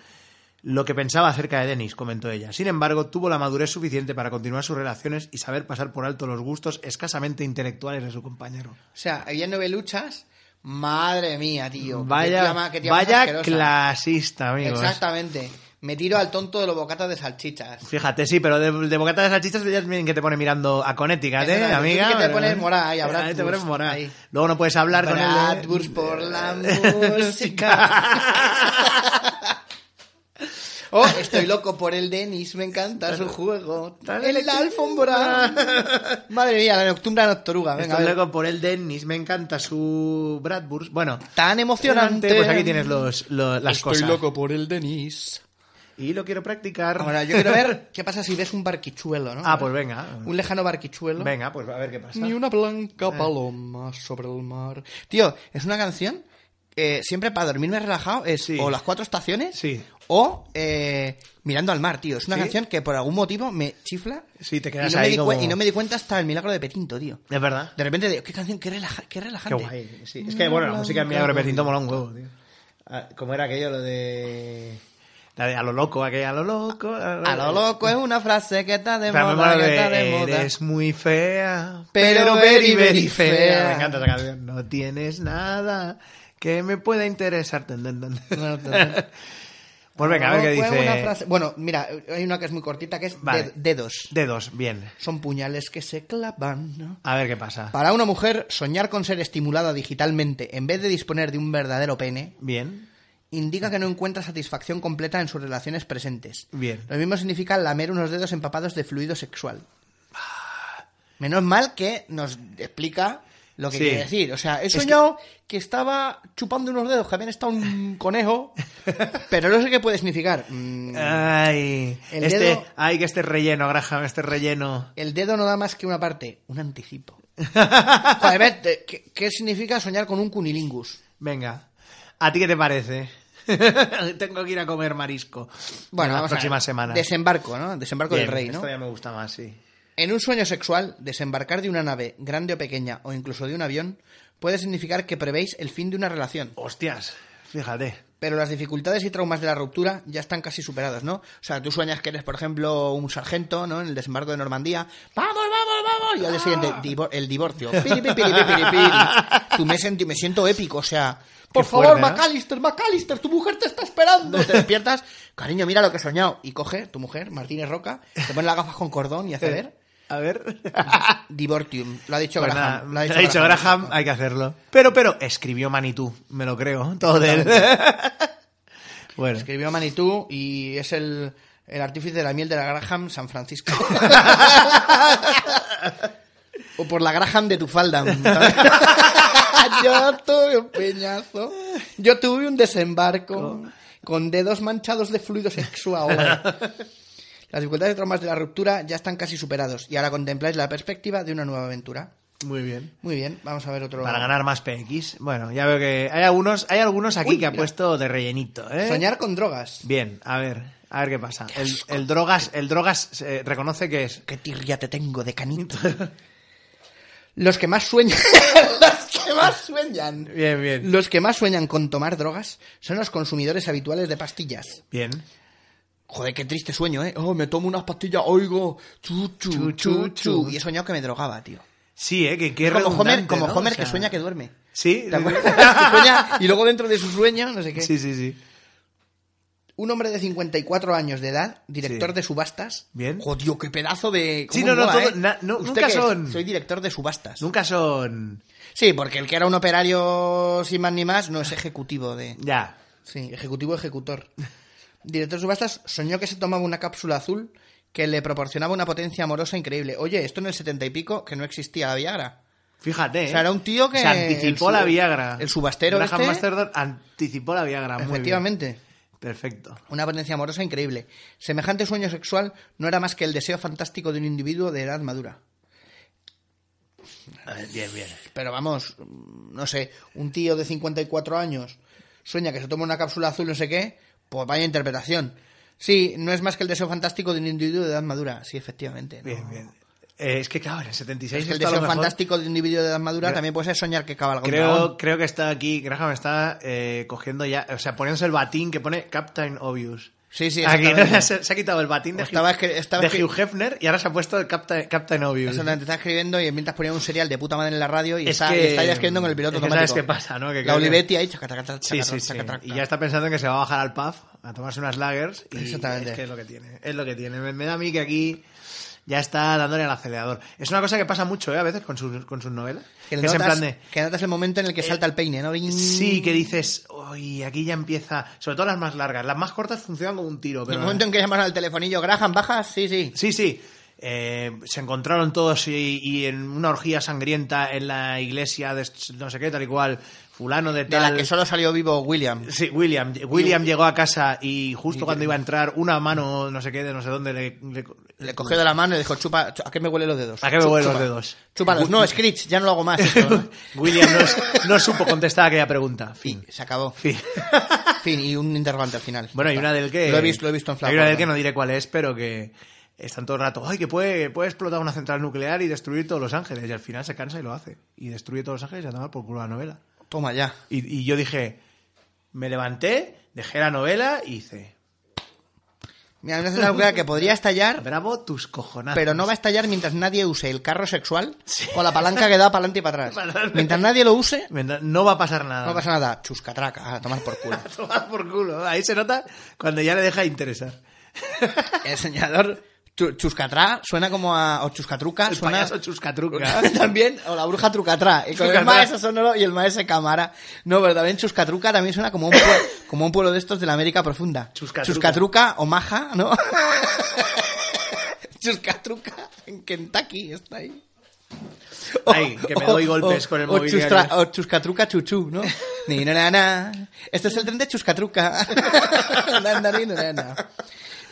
S2: lo que pensaba acerca de Denis, comentó ella. Sin embargo, tuvo la madurez suficiente para continuar sus relaciones y saber pasar por alto los gustos escasamente intelectuales de su compañero.
S3: O sea, había noveluchas. Madre mía, tío. Qué tía
S2: Vaya,
S3: más- qué tía más
S2: vaya ¿eh?
S3: asquerosa.
S2: clasista, amigos.
S3: Exactamente. Me tiro al tonto de los bocatas de salchichas.
S2: Fíjate, sí, pero de, de bocata de salchichas ya es bien que te pone mirando a Connecticut, ¿eh,
S3: Exactamente, tú
S2: amiga?
S3: sí que te
S2: Pero-
S3: pones morada ahí, a
S2: Ahí te
S3: Bratwurst,
S2: pones morada.
S3: ahí.
S2: Luego no puedes hablar con él. ¿eh?
S3: Bratwurst por (laughs) la música. Oh, estoy loco por el Denis, me encanta su juego. En la alfombra. Madre mía, la nocturna noctoruga. Venga, a
S2: Esto
S3: ver.
S2: luego por el Dennis, me encanta su Bradburst. Bueno,
S3: Tan emocionante.
S2: Pues aquí tienes los, lo- las
S3: Estoy
S2: cosas.
S3: loco por el Denis.
S2: Y lo quiero practicar.
S3: Ahora, yo quiero ver qué pasa si ves un barquichuelo, ¿no?
S2: (laughs) Ah, pues venga.
S3: Un lejano barquichuelo.
S2: Venga, pues a ver qué pasa.
S3: Ni una blanca
S2: Ah.
S3: paloma sobre el mar. Tío, es una canción que siempre para dormirme relajado es
S2: Sí.
S3: o las cuatro estaciones
S2: Sí.
S3: o eh, mirando al mar, tío. Es una
S2: Sí.
S3: canción que por algún motivo me chifla
S2: Sí, te
S3: y
S2: quedas
S3: no, me
S2: ahí
S3: di cuen-
S2: como...
S3: y no me di cuenta hasta el milagro de Petinto, tío.
S2: Es verdad.
S3: De repente digo, qué canción, qué, relaja- qué relajante.
S2: Qué guay. sí. Es que, bueno, la música en Milagro Repertinto mola un huevo, tío. Ah, ¿Cómo era aquello, lo de... La de a lo loco, aquella a lo loco...
S3: A lo loco es una frase que está de
S2: La
S3: moda,
S2: memoria
S3: que está
S2: de
S3: de moda.
S2: eh, eres muy fea,
S3: Pero
S2: pero very,
S3: very,
S2: very
S3: fea".
S2: fea. Me encanta esa canción. No tienes nada que me pueda interesar. Tan, tan, tan.
S3: (laughs) No, no, no.
S2: Pues venga, a ver qué
S3: Loco es una
S2: dice.
S3: frase- Bueno, mira, hay una que es muy cortita que es
S2: Vale.
S3: ded- dedos.
S2: Dedos, bien.
S3: Son puñales que se clavan, ¿no?
S2: A ver qué pasa.
S3: Para una mujer, soñar con ser estimulada digitalmente en vez de disponer de un verdadero pene
S2: Bien.
S3: indica que no encuentra satisfacción completa en sus relaciones presentes.
S2: Bien.
S3: Lo mismo significa lamer unos dedos empapados de fluido sexual. Menos mal que nos explica lo que
S2: Sí.
S3: quiere decir. O sea, he
S2: Es que-
S3: soñado que... estaba chupando unos dedos que habían estado un conejo,
S2: (laughs)
S3: pero no sé qué puede significar. Mm,
S2: Ah. Ay,
S3: El
S2: este,
S3: dedo-
S2: ay, que este relleno, Graham, este relleno.
S3: El dedo no da más que una parte,
S2: (laughs)
S3: un anticipo. Joder, vete, ¿qué, qué significa soñar con un cunilingus?
S2: Venga, ¿a ti qué te parece? (laughs) Tengo que ir a comer marisco.
S3: Bueno,
S2: las
S3: vamos a ver.
S2: próximas semanas.
S3: Desembarco, ¿no? Desembarco
S2: Bien,
S3: del rey, ¿no?
S2: Esto ya me gusta más, sí.
S3: En un sueño sexual, desembarcar de una nave, grande o pequeña, o incluso de un avión, puede significar que prevéis el fin de una relación.
S2: Hostias, fíjate.
S3: Pero las dificultades y traumas de la ruptura ya están casi superados, ¿no? O sea, tú sueñas que eres, por ejemplo, un sargento, ¿no? En el desembarco de Normandía. ¡Vamos, vamos, vamos! Y al día siguiente, divo- el divorcio. Piri, piri, piri, piri, piri. Tú me, sent- me siento épico, o sea... Por
S2: fuerte,
S3: favor,
S2: ¿eh?
S3: Macalister, Macalister, tu mujer te está esperando. Te despiertas, cariño, mira lo que he soñado. Y coge tu mujer, Martínez Roca, te pone las gafas con cordón y hace ver.
S2: A (laughs) ver.
S3: Divortium, lo ha dicho
S2: Pues nada,
S3: Graham. Lo ha dicho,
S2: Graham, hay que hacerlo. Pero, pero, escribió Manitou, me lo creo, todo de él. (laughs) bueno,
S3: Escribió Manitou y es el, el artífice de la miel de la Graham San (laughs) Francisco. o por la Graham de tu falda. (laughs) Yo tuve un peñazo. Yo tuve un desembarco con dedos manchados de fluido (laughs) sexual. Las dificultades y traumas de la ruptura ya están casi superados y ahora contempláis la perspectiva de una nueva aventura.
S2: muy bien.
S3: Muy bien, vamos a ver otro.
S2: Para ganar más PX. Bueno, ya veo que hay algunos, hay algunos aquí
S3: Uy,
S2: que ha
S3: mira.
S2: puesto de rellenito, ¿eh?
S3: Soñar con drogas.
S2: Bien, a ver, a ver qué pasa. el, el drogas, el drogas eh, reconoce que es.
S3: qué tirria te tengo de canito. (laughs) Los que más sueñan, (laughs) los que más sueñan,
S2: Bien, bien.
S3: los que más sueñan con tomar drogas son los consumidores habituales de pastillas.
S2: Bien.
S3: Joder, qué triste sueño, ¿eh? Oh, me tomo unas pastillas, oigo, chu,
S2: Chu,
S3: chu, chu,
S2: chu,
S3: chu,
S2: chu.
S3: Y he soñado que me drogaba, tío.
S2: Sí, ¿eh? Que qué
S3: Como Homer,
S2: redundante,
S3: como
S2: ¿no?
S3: Homer
S2: O sea,
S3: que sueña (laughs) que duerme.
S2: Sí,
S3: ¿Te acuerdas? Que sueña y luego dentro de su sueño, no sé qué.
S2: sí, sí, sí.
S3: Un hombre de 54 años de edad, director
S2: Sí.
S3: de subastas.
S2: Bien.
S3: Jodio, qué pedazo de...
S2: Sí,
S3: cómo
S2: no, no,
S3: mola,
S2: todo-
S3: ¿eh?
S2: na- no,
S3: ¿Usted
S2: nunca
S3: qué es?
S2: son-
S3: Soy director de subastas.
S2: Nunca son.
S3: Sí, porque el que era un operario sin más ni más no es ejecutivo de.
S2: Ya.
S3: Sí, ejecutivo ejecutor. Director de subastas soñó que se tomaba una cápsula azul que le proporcionaba una potencia amorosa increíble. Oye, esto en el setenta y pico que no existía la Viagra.
S2: Fíjate, ¿eh?
S3: O sea, era un tío que
S2: Se anticipó
S3: el su-
S2: la Viagra.
S3: el subastero
S2: Graham
S3: este-
S2: Masterdor anticipó la Viagra. Ah, Muy bien.
S3: Efectivamente.
S2: Perfecto.
S3: Una potencia amorosa increíble. Semejante sueño sexual no era más que el deseo fantástico de un individuo de edad madura.
S2: Bien, bien.
S3: Pero vamos, mm, no sé, un tío de 54 años sueña que se toma una cápsula azul, no sé qué, pues vaya interpretación. Sí, no es más que el deseo fantástico de un individuo de edad madura. Sí, efectivamente. ¿no?
S2: Bien, bien. Eh, es que claro, en el 76
S3: Es que el
S2: esto a lo
S3: deseo
S2: mejor-
S3: fantástico de un individuo de edad madura
S2: Creo-
S3: también puede ser soñar que cabalga un dragón.
S2: Creo, creo que está aquí, Graham está eh, cogiendo ya, o sea, poniéndose el batín que pone Captain Obvious.
S3: Sí, sí,
S2: Aquí (laughs)
S3: exactamente.
S2: se, se ha quitado el batín de,
S3: O estaba
S2: Hugh,
S3: escri- estaba
S2: de
S3: escri-
S2: Hugh Hefner y ahora se ha puesto el Captain, Captain Obvious.
S3: Exactamente, está escribiendo y mientras ponía un serial de puta madre en la radio y,
S2: Es
S3: está,
S2: que-
S3: y está ya escribiendo con el piloto
S2: es que
S3: automático.
S2: sabes qué pasa, ¿no? Que
S3: la
S2: creo que-
S3: Olivetti ahí, chaca, chaca, chaca,
S2: Sí,
S3: chaca,
S2: sí, sí.
S3: chaca, chaca.
S2: Y ya está pensando en que se va a bajar al pub a tomarse unas lagers. Y
S3: Exactamente.
S2: Es que es lo que tiene. Es lo que tiene. Me, me da a mí que aquí ya está dándole al acelerador. Es una cosa que pasa mucho, ¿eh? A veces con sus, con sus novelas.
S3: Que
S2: es
S3: notas,
S2: en plan de. Eh,
S3: que notas el momento en el que salta el peine, ¿no? Bing.
S2: Sí, que dices, uy, aquí ya empieza. Sobre todo las más largas. Las más cortas funcionan como un tiro.
S3: En el
S2: Pero
S3: momento en que llamas al telefonillo, Graham, bajas, sí, sí.
S2: Sí, sí. Eh, se encontraron todos y, y en una orgía sangrienta en la iglesia de no sé qué, tal y cual. Fulano de
S3: De
S2: tal.
S3: la que solo salió vivo William.
S2: Sí, William. William llegó a casa y justo cuando iba a entrar, una mano, no sé qué, de no sé dónde, le... le-
S3: Le cogió de la mano y le dijo, chupa, chu- ¿a qué me huelen los dedos?
S2: ¿A qué me
S3: Chu-
S2: huelen los
S3: chupa.
S2: dedos?
S3: Chúpalos. No, Screech, ya no lo hago más.
S2: (laughs)
S3: esto, ¿no?
S2: William no, no supo contestar aquella pregunta.
S3: Y
S2: Fin.
S3: se acabó.
S2: Fin.
S3: Fin, y un interrogante al final.
S2: Bueno, hay una del que...
S3: Lo he visto, lo he visto en Flash.
S2: Hay una del que no diré cuál es, pero que están todo el rato, ay, que puede, puede explotar una central nuclear y destruir todos Los Ángeles. Y al final se cansa y lo hace. Y destruye todos Los Ángeles y a tomar por culo la novela.
S3: Toma ya.
S2: Y, y yo dije, me levanté, dejé la novela y hice,
S3: Mira, una central nuclear que podría estallar,
S2: bravo tus cojonazos.
S3: pero no va a estallar mientras nadie use el carro sexual o la palanca que da para adelante y para
S2: Para
S3: atrás.
S2: adelante. Ah.
S3: Mientras nadie lo use,
S2: Mientras- No va a pasar nada.
S3: no pasa nada. Chuscatraca, a tomar por culo.
S2: (laughs) A tomar por culo. Ahí se nota cuando ya le deja interesar.
S3: El señalador chu- chuscatrá suena como a... o chuscatruca
S2: El
S3: suena...
S2: payaso chuscatruca.
S3: (laughs)
S2: (laughs)
S3: también, o la bruja trucatrá, y con
S2: Trucatrá.
S3: el maestro sonoro y el maestro cámara. No, pero también Chuscatruca también suena como
S2: (laughs)
S3: un, pue- como un pueblo de estos de la América profunda.
S2: Chuscatruca.
S3: Chuscatruca o Maja, ¿no? (laughs) Chuscatruca en Kentucky, está ahí.
S2: Ay, que me doy golpes con el
S3: o
S2: mobiliario.
S3: chustra- o Chuscatruca chuchú,
S2: (laughs)
S3: ¿no? Ni na, na, na. Este es el tren de
S2: (laughs)
S3: Chuscatruca. Na, na, ni, na, na, na.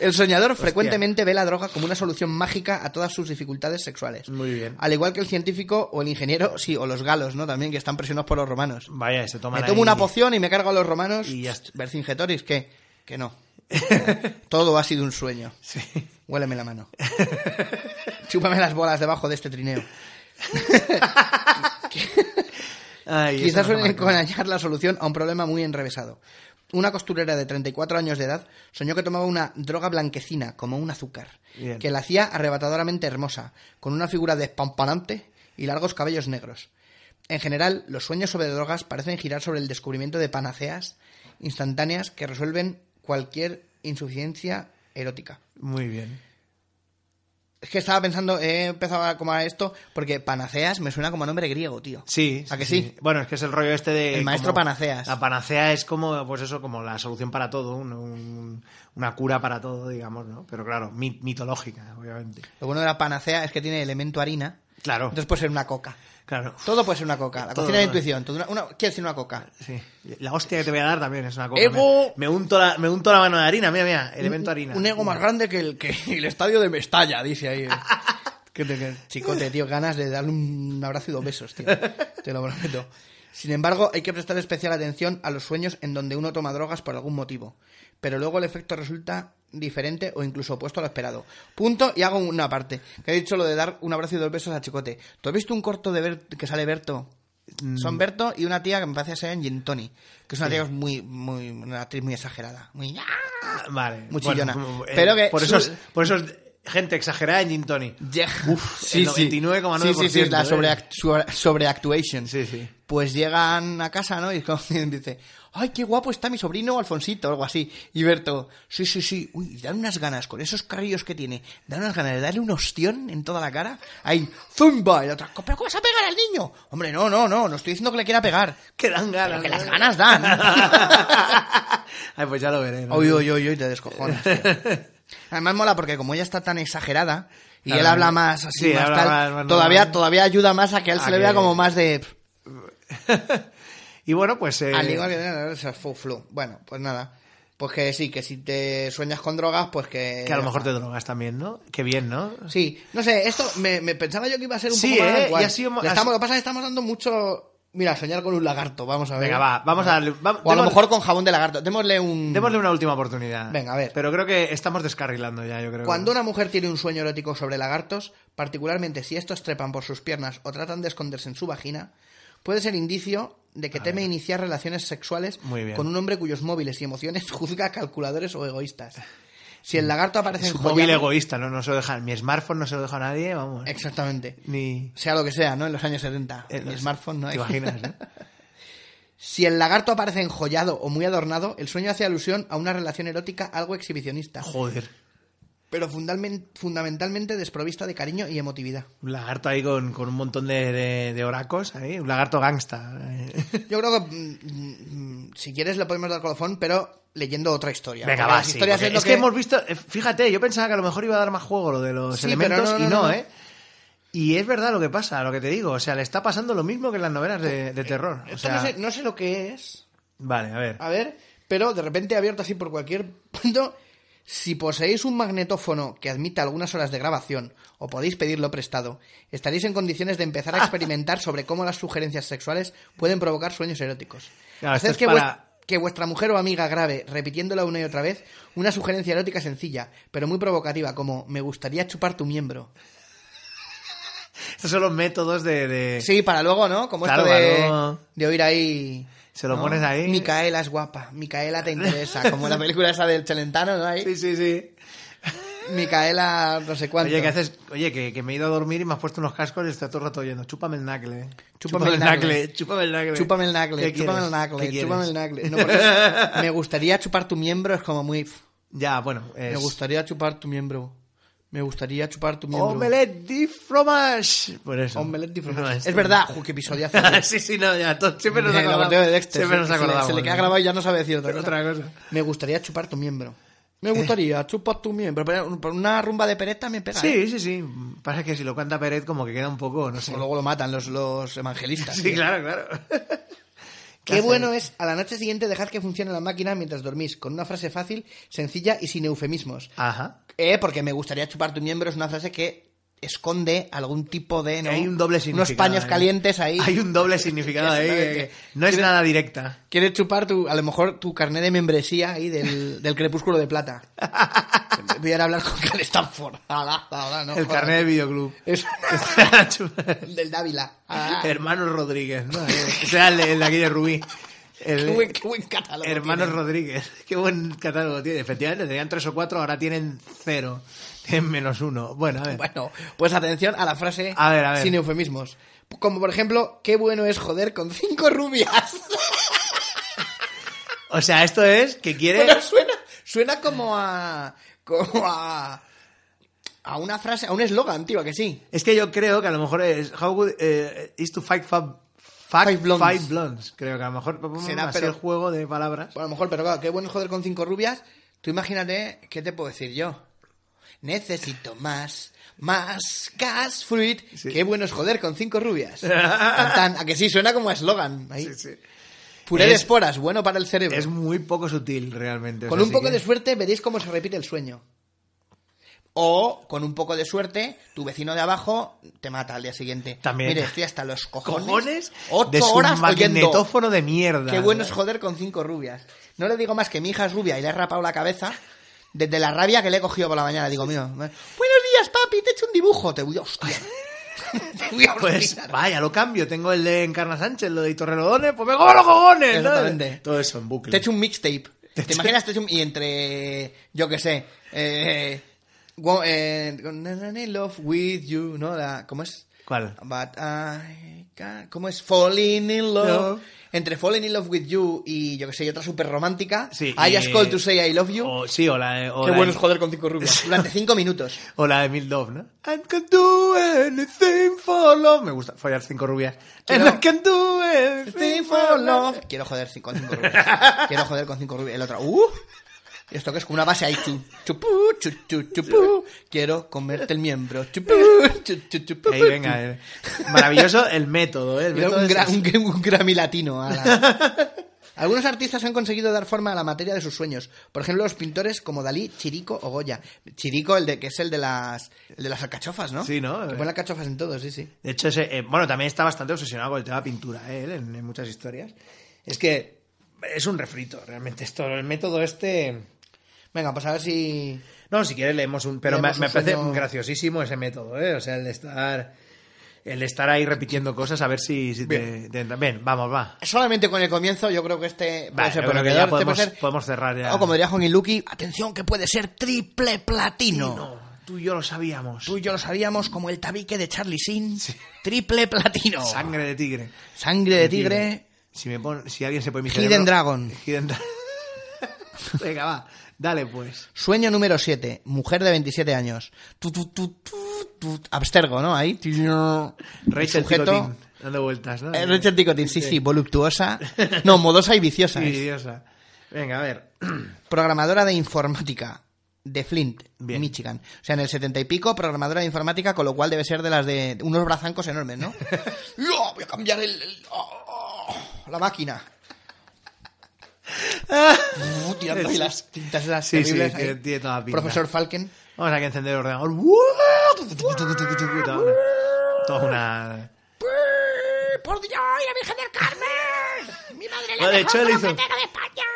S3: El soñador frecuentemente ve la droga como una solución mágica a todas sus dificultades sexuales.
S2: Muy bien.
S3: Al igual que el científico o el ingeniero, (laughs) sí, o los galos, ¿no? También que están presionados por los romanos.
S2: Vaya, se toma
S3: Me tomo una poción y me cargo a los romanos.
S2: Y ya está.
S3: Vercingetoris, que, que
S2: (laughs)
S3: no. Todo ha sido un sueño.
S2: Sí.
S3: Huéleme la mano. Chúpame las bolas debajo de este trineo.
S2: (laughs) Ay, eso
S3: Quizás
S2: no se
S3: suelen
S2: marca.
S3: enconañar la solución a un problema muy enrevesado. Una costurera de 34 años de edad soñó que tomaba una droga blanquecina, como un azúcar,
S2: Bien.
S3: que la hacía arrebatadoramente hermosa, con una figura despampanante y largos cabellos negros. En general, los sueños sobre drogas parecen girar sobre el descubrimiento de panaceas instantáneas que resuelven cualquier insuficiencia erótica.
S2: Muy bien.
S3: Es que estaba pensando, he empezado a como a esto, porque panaceas me suena como a nombre griego, tío.
S2: Sí,
S3: ¿A que sí?
S2: Bueno, es que es el rollo este de...
S3: El maestro
S2: como-
S3: panaceas.
S2: La panacea es como, pues eso, como la solución para todo, un- un- una cura para todo, digamos, ¿no? Pero claro, mi- mitológica, obviamente.
S3: Lo bueno de la panacea es que tiene elemento harina.
S2: Claro,
S3: Entonces puede ser una coca.
S2: claro.
S3: Todo puede ser una coca. La
S2: Todo,
S3: cocina de
S2: ¿no?
S3: intuición. Todo una, una, ¿Quieres decir una coca?
S2: Sí. La hostia que te voy a dar también es una cosa.
S3: Ego.
S2: Me, me unto la, me unto la mano de harina, mira, mira, elemento harina.
S3: Un ego más grande que el, que el estadio de Mestalla,
S2: (laughs)
S3: dice ahí. eh. Que te- que- Chicote, tío, ganas de darle un abrazo y dos besos, tío. Te lo prometo. Sin embargo, hay que prestar especial atención a los sueños en donde uno toma drogas por algún motivo. Pero luego el efecto resulta diferente o incluso opuesto a lo esperado. Punto y hago una parte. Que he dicho lo de dar un abrazo y dos besos a Chicote. ¿Tú has visto un corto de Ber- que sale Berto?
S2: Mm.
S3: Son Berto y una tía que me parece que se llama Gintoni, que es una tía que es muy, muy, una actriz muy exagerada. Muy...
S2: Ah, Vale.
S3: Muchillona.
S2: como, eh,
S3: Pero que
S2: Por
S3: su-
S2: eso, es- por eso es gente exagerada en Gin Tony.
S3: Yeah.
S2: Uf, el 99,9%,
S3: Sí, sí, sí, es la
S2: ¿eh?
S3: sobreact- sobre- sobreactuation.
S2: Sí, sí.
S3: Pues llegan a casa, ¿no? Y como (laughs) dice, ¡ay, qué guapo está mi sobrino Alfonsito! O algo así. Y Berto, sí, sí, sí, uy, dan unas ganas, con esos carrillos que tiene, dan unas ganas de darle un ostión en toda la cara. Ahí, ¡zumba! Y la otra, ¿pero cómo vas a pegar al niño? Hombre, no, no, no, no estoy diciendo que le quiera pegar.
S2: (laughs) Que dan ganas.
S3: Pero que las
S2: ¿no?
S3: ganas dan.
S2: (laughs) Ay, pues ya lo veré. ¿no?
S3: Oye, oye, oye, te
S2: (laughs)
S3: descojonas. tío. Además mola porque como ella está tan exagerada y
S2: Claro.
S3: él habla más así,
S2: Sí,
S3: más
S2: habla
S3: tal,
S2: más- más
S3: todavía,
S2: normal.
S3: todavía ayuda más a que él
S2: A
S3: se le
S2: que-
S3: vea como más de... pff,
S2: Y bueno, pues. eh,
S3: Al igual que... o sea, fu- flu. Bueno, pues nada. Pues que sí, que si te sueñas con drogas, pues que...
S2: que a lo mejor te drogas también, ¿no? Qué bien, ¿no?
S3: Sí, no sé, esto me, me pensaba yo que iba a ser un
S2: Sí,
S3: poco más
S2: ¿eh?
S3: guay.
S2: Y ha sido mo-
S3: Le
S2: ha
S3: estamos,
S2: sido-
S3: lo que pasa es que estamos dando mucho... Mira, soñar con un lagarto, vamos a ver.
S2: Venga, va, vamos a... va-
S3: O a lo
S2: démosle-
S3: mejor con jabón de lagarto. Démosle un.
S2: Démosle una última oportunidad.
S3: Venga, a ver.
S2: Pero creo que estamos descarrilando ya, yo creo.
S3: Cuando una mujer tiene un sueño erótico sobre lagartos, particularmente si estos trepan por sus piernas o tratan de esconderse en su vagina, puede ser indicio de que teme iniciar relaciones sexuales
S2: Muy bien.
S3: con un hombre cuyos móviles y emociones (laughs) juzga calculadores o egoístas. Si el lagarto aparece
S2: Es
S3: en
S2: un móvil
S3: enjollado-
S2: egoísta, ¿no? No se lo dejan. Mi smartphone no se lo deja a nadie, vamos.
S3: Exactamente.
S2: Ni...
S3: Sea lo que sea, ¿no? En los años 70.
S2: eh,
S3: En
S2: no sé.
S3: smartphone no
S2: ¿Te
S3: hay.
S2: imaginas, no?
S3: (laughs) Si el lagarto aparece enjollado o muy adornado, el sueño hace alusión a una relación erótica algo exhibicionista,
S2: Joder.
S3: pero fundalmen- fundamentalmente desprovista de cariño y emotividad.
S2: Un lagarto ahí con, con un montón de, de, de oracos ahí. Un lagarto gangsta. eh.
S3: Yo creo que mm, mm, si quieres le podemos dar colofón, pero leyendo otra historia.
S2: Venga,
S3: Porque
S2: va,
S3: las
S2: sí,
S3: historias
S2: porque
S3: es lo
S2: que... hemos visto... eh, Fíjate, yo pensaba que a lo mejor iba a dar más juego lo de los
S3: Sí, pero
S2: elementos
S3: no, no,
S2: y no,
S3: no, no.
S2: ¿eh? Y es verdad lo que pasa, lo que te digo. O sea, le está pasando lo mismo que en las novelas de, de terror. O
S3: Eh, Esto
S2: sea,
S3: no, sé, Ah. no sé lo que es,
S2: Vale, a ver.
S3: a ver, pero de repente abierto así por cualquier (laughs) punto. Si poseéis un magnetófono que admita algunas horas de grabación o podéis pedirlo prestado, estaréis en condiciones
S2: (laughs)
S3: de empezar a experimentar sobre cómo las sugerencias sexuales pueden provocar sueños eróticos.
S2: Claro, esto
S3: Haced
S2: es
S3: que,
S2: para-
S3: vuest- que vuestra mujer o amiga grabe, repitiéndola una y otra vez, una sugerencia erótica sencilla, pero muy provocativa, como me gustaría chupar tu miembro.
S2: Estos son los métodos de... de-
S3: Sí, para luego, ¿no? Como
S2: Claro,
S3: esto de,
S2: para luego.
S3: de oír ahí.
S2: Se lo
S3: ¿no?
S2: pones ahí.
S3: Micaela es guapa, Micaela te interesa.
S2: (laughs)
S3: Como la película esa del Chelentano, ¿no? Ahí,
S2: Sí, sí, sí.
S3: Micaela, no sé cuánto.
S2: Oye, ¿qué haces? Oye, que, que me he ido a dormir y me has puesto unos cascos y está todo el rato oyendo. Chúpame el nacle. eh.
S3: Chúpame el nacle.
S2: Chúpame el nacle.
S3: Chúpame el
S2: ¿Qué
S3: nacle, chúpame
S2: quieres?
S3: el
S2: ¿Qué
S3: nacle,
S2: quieres?
S3: chúpame el nacle. No, porque
S2: (laughs)
S3: es- me gustaría chupar tu miembro, es como muy. pf,
S2: Ya, bueno. Es...
S3: Me gustaría chupar tu miembro. Me gustaría chupar tu miembro.
S2: Omelette di fromage. Por eso. (laughs)
S3: Omelette di fromage.
S2: No, esto-
S3: Es verdad, ju, qué episodio
S2: (laughs)
S3: hace.
S2: sí, sí, no, ya. to- siempre nos
S3: De la
S2: acordamos.
S3: partida de Dexter,
S2: siempre
S3: sí,
S2: nos
S3: que se le-
S2: acordamos.
S3: Se le queda grabado y ya no sabe decir otra
S2: Pero
S3: cosa.
S2: otra cosa.
S3: Me gustaría chupar tu miembro.
S2: Eh.
S3: Me gustaría chupar tu miembro. Pero por una rumba de pereta me pega. ¿eh?
S2: Sí, sí, sí. Pasa que si lo canta Peret como que queda un poco, no sé.
S3: O luego lo matan los, los evangelistas.
S2: (laughs) Sí, claro, claro.
S3: Qué bueno es a la noche siguiente dejar que funcione la máquina mientras dormís, con una frase fácil, sencilla y sin eufemismos.
S2: Ajá.
S3: Eh, porque me gustaría chupar tu miembro es una frase que esconde algún tipo de... ¿no?
S2: Hay un doble significado.
S3: Unos paños
S2: ahí.
S3: calientes ahí.
S2: Hay un doble significado ahí. que-
S3: Exactamente.
S2: que no es nada directa.
S3: Quieres chupar tu, a lo mejor tu carnet de membresía ahí del, del crepúsculo
S2: (laughs)
S3: de plata. Voy a ir a hablar con Cal Stanford. (laughs) Ala, ala, no,
S2: El
S3: joder.
S2: carnet del videoclub.
S3: Es- (laughs) del Dávila.
S2: (laughs)
S3: Ah,
S2: Hermanos Rodríguez, ¿no? O sea, el, el de aquí de Rubí. El-
S3: qué, buen, qué buen catálogo.
S2: Hermanos
S3: tiene.
S2: Rodríguez. (laughs) Qué buen catálogo tiene. Efectivamente, tenían tres o cuatro, ahora tienen cero. Tienen menos uno. Bueno, a ver.
S3: Bueno, pues atención a la frase
S2: A ver, a ver.
S3: sin eufemismos. Como por ejemplo, qué bueno es joder con cinco rubias. (laughs)
S2: O sea, esto es que quiere...
S3: Bueno, suena, suena como a. como a. a una frase, a un eslogan, tío, ¿a que sí.
S2: Es que yo creo que a lo mejor es... How good eh, is to fight fab- fuck
S3: Five blondes.
S2: five blondes. Creo que a lo mejor vamos
S3: Será,
S2: a hacer
S3: pero-
S2: juego de palabras.
S3: Bueno, Pues a lo mejor, pero claro, qué bueno es joder con cinco rubias. Tú imagínate, ¿qué te puedo decir yo? Necesito más, más gas fruit.
S2: Sí.
S3: Qué bueno es joder con
S2: (laughs)
S3: cinco rubias. Tan, tan, a que sí, suena como a eslogan. ahí.
S2: Sí, sí.
S3: Puré de
S2: Es-
S3: esporas, bueno para el cerebro.
S2: Es muy poco sutil realmente. o
S3: Con
S2: sea,
S3: un
S2: sí
S3: poco
S2: que-
S3: de suerte veréis cómo se repite el sueño. O, con un poco de suerte, tu vecino de abajo te mata al día siguiente.
S2: También.
S3: Mire, estoy hasta los cojones.
S2: cojones
S3: Ocho
S2: de su
S3: horas oyendo.
S2: magnetófono de mierda.
S3: Qué bueno es joder con cinco rubias. No le digo más que mi hija es rubia y le he rapado la cabeza desde la rabia que le he cogido por la mañana. Digo, mío, buenos días, papi, te he hecho un dibujo. Te voy a hostiar. (laughs) te voy a
S2: Pues
S3: hostiar.
S2: vaya, lo cambio. Tengo el de Encarna Sánchez, lo de Torrelodones, pues me como los cojones. ¿no?
S3: Exactamente.
S2: Todo eso en bucle.
S3: Te he hecho un mixtape. ¿Te,
S2: hecho-
S3: imaginas? Te he hecho un- Y entre, yo qué sé, eh, wo- eh, in love with you, ¿no? La- ¿Cómo es?
S2: ¿Cuál?
S3: But I can't- ¿Cómo es? Falling in love.
S2: No.
S3: Entre Falling in love with you y, yo qué sé, y otra súper romántica.
S2: Sí,
S3: I
S2: y-
S3: just called to say I love you.
S2: O, sí, o la de. O
S3: Qué
S2: la
S3: bueno es
S2: de,
S3: joder con cinco rubias. (laughs) Durante cinco minutos.
S2: o la de Mil Love, ¿no? I can do anything for love. Me gusta follar cinco rubias.
S3: Quiero-
S2: And I can do anything for love.
S3: Quiero joder cinco- con cinco rubias. (laughs) Quiero joder con cinco rubias. El otro, uh. Y Esto que es como una base ahí. chu, chupú, chu, chu, chupú. Quiero comerte el miembro. Chupú, chu, chu, chupú,
S2: Ahí venga. eh. Maravilloso el método, ¿eh? El
S3: Era
S2: método
S3: un,
S2: es-
S3: gra- un, gra- un Grammy latino a la- al Algunos artistas han conseguido dar forma a la materia de sus sueños. Por ejemplo, los pintores como Dalí, Chirico o Goya. Chirico, el de que es el de las, el de las alcachofas, ¿no?
S2: Sí, ¿no?
S3: Que pone alcachofas en todo, sí, sí.
S2: De hecho, ese, eh, bueno, también está bastante obsesionado con el tema de pintura, ¿eh? él, en, en muchas historias. Es que es un refrito, realmente. Esto, el método este.
S3: Venga, pues a ver si...
S2: No, si quieres leemos un. Pero
S3: Leemos
S2: me, me
S3: un
S2: parece
S3: sueño-
S2: graciosísimo ese método, ¿eh? O sea, el de estar. El de estar ahí repitiendo cosas a ver si, si te-
S3: Bien.
S2: te, entra- Bien, vamos, va.
S3: Solamente con el comienzo yo creo que este puede
S2: Vale,
S3: ser
S2: yo creo que
S3: prometedor,
S2: ya
S3: este
S2: podemos,
S3: puede ser-
S2: podemos cerrar ya.
S3: O como diría Juan Iluki, atención que puede ser triple platino.
S2: No, tú y yo lo sabíamos.
S3: Tú y yo lo sabíamos como el tabique de Charlie Sin. Triple platino.
S2: Sangre de tigre.
S3: Sangre de tigre.
S2: Si, me pon- si alguien se pone mi
S3: Hidden
S2: cerebro-
S3: Dragon.
S2: Hidden Dra- (laughs) Venga, va. Dale, pues.
S3: Sueño número 7. Mujer de 27 años. Tu, tu, tu, tu, tu. Abstergo, ¿no? Ahí.
S2: Rachel
S3: Sujeto.
S2: Ticotín, Dando vueltas, ¿no?
S3: Eh, Rachel Ticotin, sí, sí, voluptuosa. No, modosa y viciosa. es.
S2: Idiosa. Venga, a ver.
S3: Programadora de informática de Flint,
S2: Bien.
S3: Michigan. O sea, en el setenta y pico, programadora de informática, con lo cual debe ser de las de unos brazancos
S2: (laughs)
S3: enormes, ¿no? ¡Oh, voy a cambiar el, el- oh, oh,
S2: (laughs)
S3: la máquina. Uh, tirando ahí las tintas esas
S2: Sí, sí,
S3: terribles
S2: tiene-
S3: ahí.
S2: tiene toda la pinta.
S3: Profesor Falken.
S2: Vamos a que encender el ordenador. Toda una- Toda una...
S3: ¡Por Dios, la Virgen del Carmen! ¡Mi madre
S2: Bueno, de hecho, él hizo-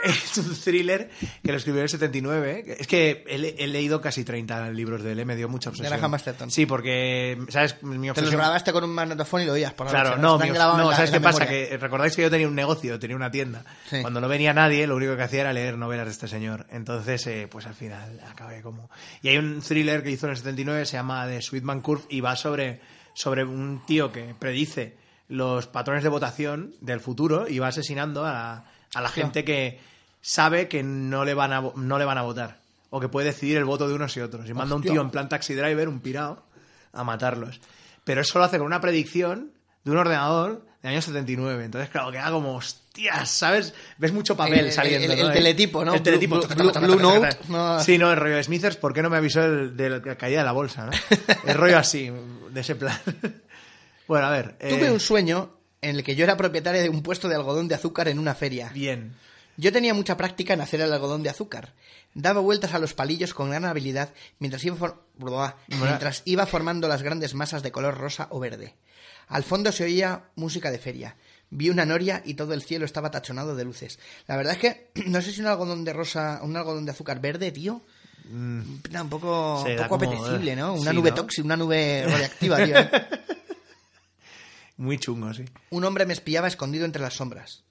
S2: (laughs) Es un thriller que lo escribió en el 79. ¿eh? Es que he, le- he leído casi 30 libros de él, ¿eh? me dio mucha obsesión.
S3: Graham Masterton.
S2: Sí, porque, ¿sabes? Mi
S3: Te los
S2: obsesión...
S3: grabaste con un magnetofón y lo oías por la
S2: Claro,
S3: noche,
S2: no,
S3: Te han
S2: mi-
S3: grabado en
S2: no
S3: la-
S2: ¿sabes
S3: en
S2: qué
S3: la
S2: pasa?
S3: memoria.
S2: Que eh, recordáis que yo tenía un negocio, tenía una tienda.
S3: Sí.
S2: Cuando no venía nadie, lo único que hacía era leer novelas de este señor. Entonces, eh, pues al final acabé como... Y hay un thriller que hizo en el 79, se llama The Sweetman Curve, y va sobre, sobre un tío que predice los patrones de votación del futuro y va asesinando a, a la gente que sabe que no le, van a, vo- no le van a votar. O que puede decidir el voto de unos y otros. Y manda un
S3: Hostia.
S2: tío en plan taxi driver, un pirado, a matarlos. Pero eso lo hace con una predicción de un ordenador del año 79. Entonces, claro, queda como, hostias, ¿sabes? Ves mucho papel
S3: El- el-
S2: saliendo.
S3: el
S2: ¿no?
S3: teletipo, ¿no?
S2: El teletipo.
S3: Blue- Blue- Blue Note, no.
S2: Sí, no, el rollo de Smithers, ¿por qué no me avisó el- de la caída de la bolsa?
S3: (laughs)
S2: ¿no? El rollo así, de ese plan. (laughs) Bueno, a ver. eh,
S3: Tuve un sueño en el que yo era propietaria de un puesto de algodón de azúcar en una feria.
S2: Bien.
S3: Yo tenía mucha práctica en hacer el algodón de azúcar. Daba vueltas a los palillos con gran habilidad mientras iba, for- Buah, mientras iba formando las grandes masas de color rosa o verde. Al fondo se oía música de feria. Vi una noria y todo el cielo estaba tachonado de luces. La verdad es que (clears throat) no sé si un algodón de rosa, un algodón de azúcar verde, tío. Tampoco
S2: Mm. Se da
S3: poco
S2: como- eh,
S3: apetecible, ¿no? Una
S2: sí,
S3: nube
S2: ¿no?
S3: tóxica, una nube radiactiva,
S2: (laughs)
S3: tío. ¿eh?
S2: Muy chungo, sí.
S3: Un hombre me espiaba escondido entre las sombras.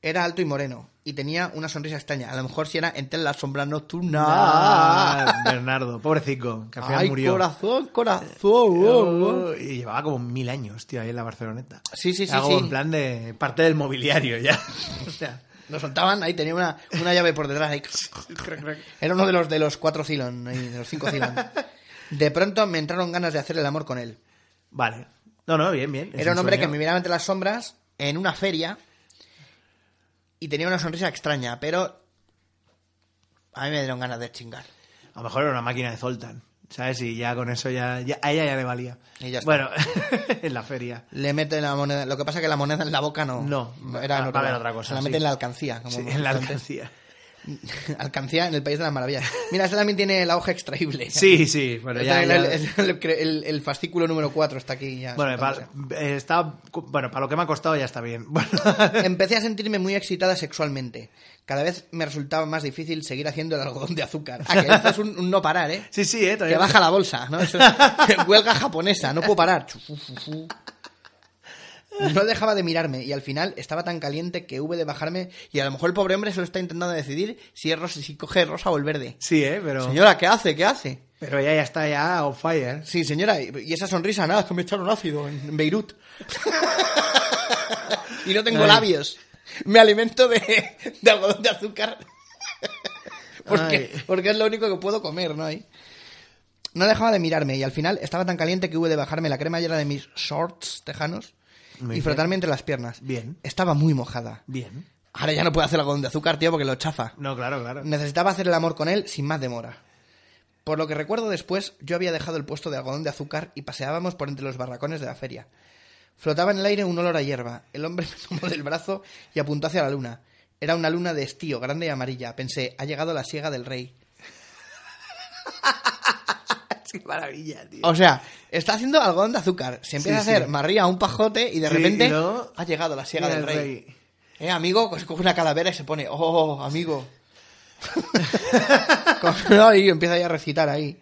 S3: Era alto y moreno, y tenía una sonrisa extraña. A lo mejor si era entre las sombras nocturnas.
S2: Ah, Bernardo, pobrecito, que al final
S3: ¡Ay,
S2: murió.
S3: corazón, corazón! oh,
S2: (laughs)
S3: oh.
S2: Y llevaba como mil años, tío, ahí en la Barceloneta.
S3: Sí, sí, sí,
S2: Algo
S3: sí.
S2: en plan de parte del mobiliario ya. (laughs) o sea,
S3: Lo soltaban, ahí tenía una, una llave por detrás. ahí. Era uno de los, de los cuatro Cylon, ahí, de los cinco Cylon. De pronto me entraron ganas de hacer el amor con él.
S2: Vale. No, no, bien, bien. Es
S3: Era un hombre que
S2: sueño.
S3: me miraba entre las sombras en una feria y tenía una sonrisa extraña, pero a mí me dieron ganas de chingar.
S2: A lo mejor era una máquina de Zoltan, ¿sabes? Y ya con eso ya, ya- a ella ya le valía.
S3: Y ya está.
S2: Bueno, (laughs) en la feria.
S3: Le mete la moneda. Lo que pasa es que la moneda en la boca no.
S2: No,
S3: era
S2: va-
S3: normal.
S2: va a haber otra cosa,
S3: Se la
S2: sí.
S3: mete en la alcancía. Como
S2: Sí,
S3: hemos
S2: en la
S3: dicho antes. (laughs)
S2: alcancía.
S3: alcancía en el país de las maravillas. Mira, esa también tiene la hoja extraíble.
S2: Sí, sí, bueno,
S3: Esta
S2: ya-
S3: es
S2: ya-
S3: El, el- el- el fascículo número 4 está aquí ya.
S2: Bueno,
S3: soltándose.
S2: para, está, bueno, para lo que me ha costado ya está bien. (laughs) Bueno,
S3: Empecé a sentirme muy excitada sexualmente. Cada vez me resultaba más difícil seguir haciendo el algodón de azúcar. Ah, que esto es un, un no parar, ¿eh?
S2: sí, sí, eh,
S3: Que
S2: todavía-
S3: baja la bolsa, ¿no? Eso es (laughs) huelga japonesa, no puedo parar. Chufu, fu, fu. No dejaba de mirarme y al final estaba tan caliente que hube de bajarme y a lo mejor el pobre hombre se lo está intentando decidir si, es rosa, si coge rosa o el verde.
S2: Sí, eh, pero,
S3: Señora, ¿qué hace? ¿Qué hace?
S2: pero ella ya está ya on fire.
S3: Sí, señora, y y esa sonrisa, nada, es que me echaron ácido en en Beirut. (laughs) y no tengo
S2: Ay.
S3: labios. Me alimento de, de algodón de azúcar. (laughs) porque,
S2: Ay.
S3: porque es lo único que puedo comer, ¿no? Ahí. No dejaba de mirarme y al final estaba tan caliente que hube de bajarme la crema llena de mis shorts tejanos
S2: Muy
S3: y
S2: bien.
S3: frotarme entre las piernas.
S2: Bien.
S3: Estaba muy mojada.
S2: Bien.
S3: Ahora ya no puedo hacer algodón de azúcar, tío, porque lo chafa.
S2: No, claro, claro.
S3: Necesitaba hacer el amor con él sin más demora. Por lo que recuerdo después, yo había dejado el puesto de algodón de azúcar y paseábamos por entre los barracones de la (laughs) feria. Flotaba en el aire un olor a hierba. El hombre me tomó del brazo y apuntó hacia la luna. Era una luna de estío, grande y amarilla. Pensé, ha llegado la siega del rey. (laughs)
S2: Qué maravilla, tío.
S3: O sea, está haciendo algodón de azúcar. Se empieza
S2: Sí,
S3: a hacer
S2: sí.
S3: marría un pajote y de
S2: Sí,
S3: repente
S2: y luego-
S3: ha llegado la siega
S2: Mira
S3: del
S2: el
S3: rey. Eh, amigo, pues coge una calavera y se pone, oh, amigo. (laughs) Cógelo ahí y empieza ya a recitar ahí.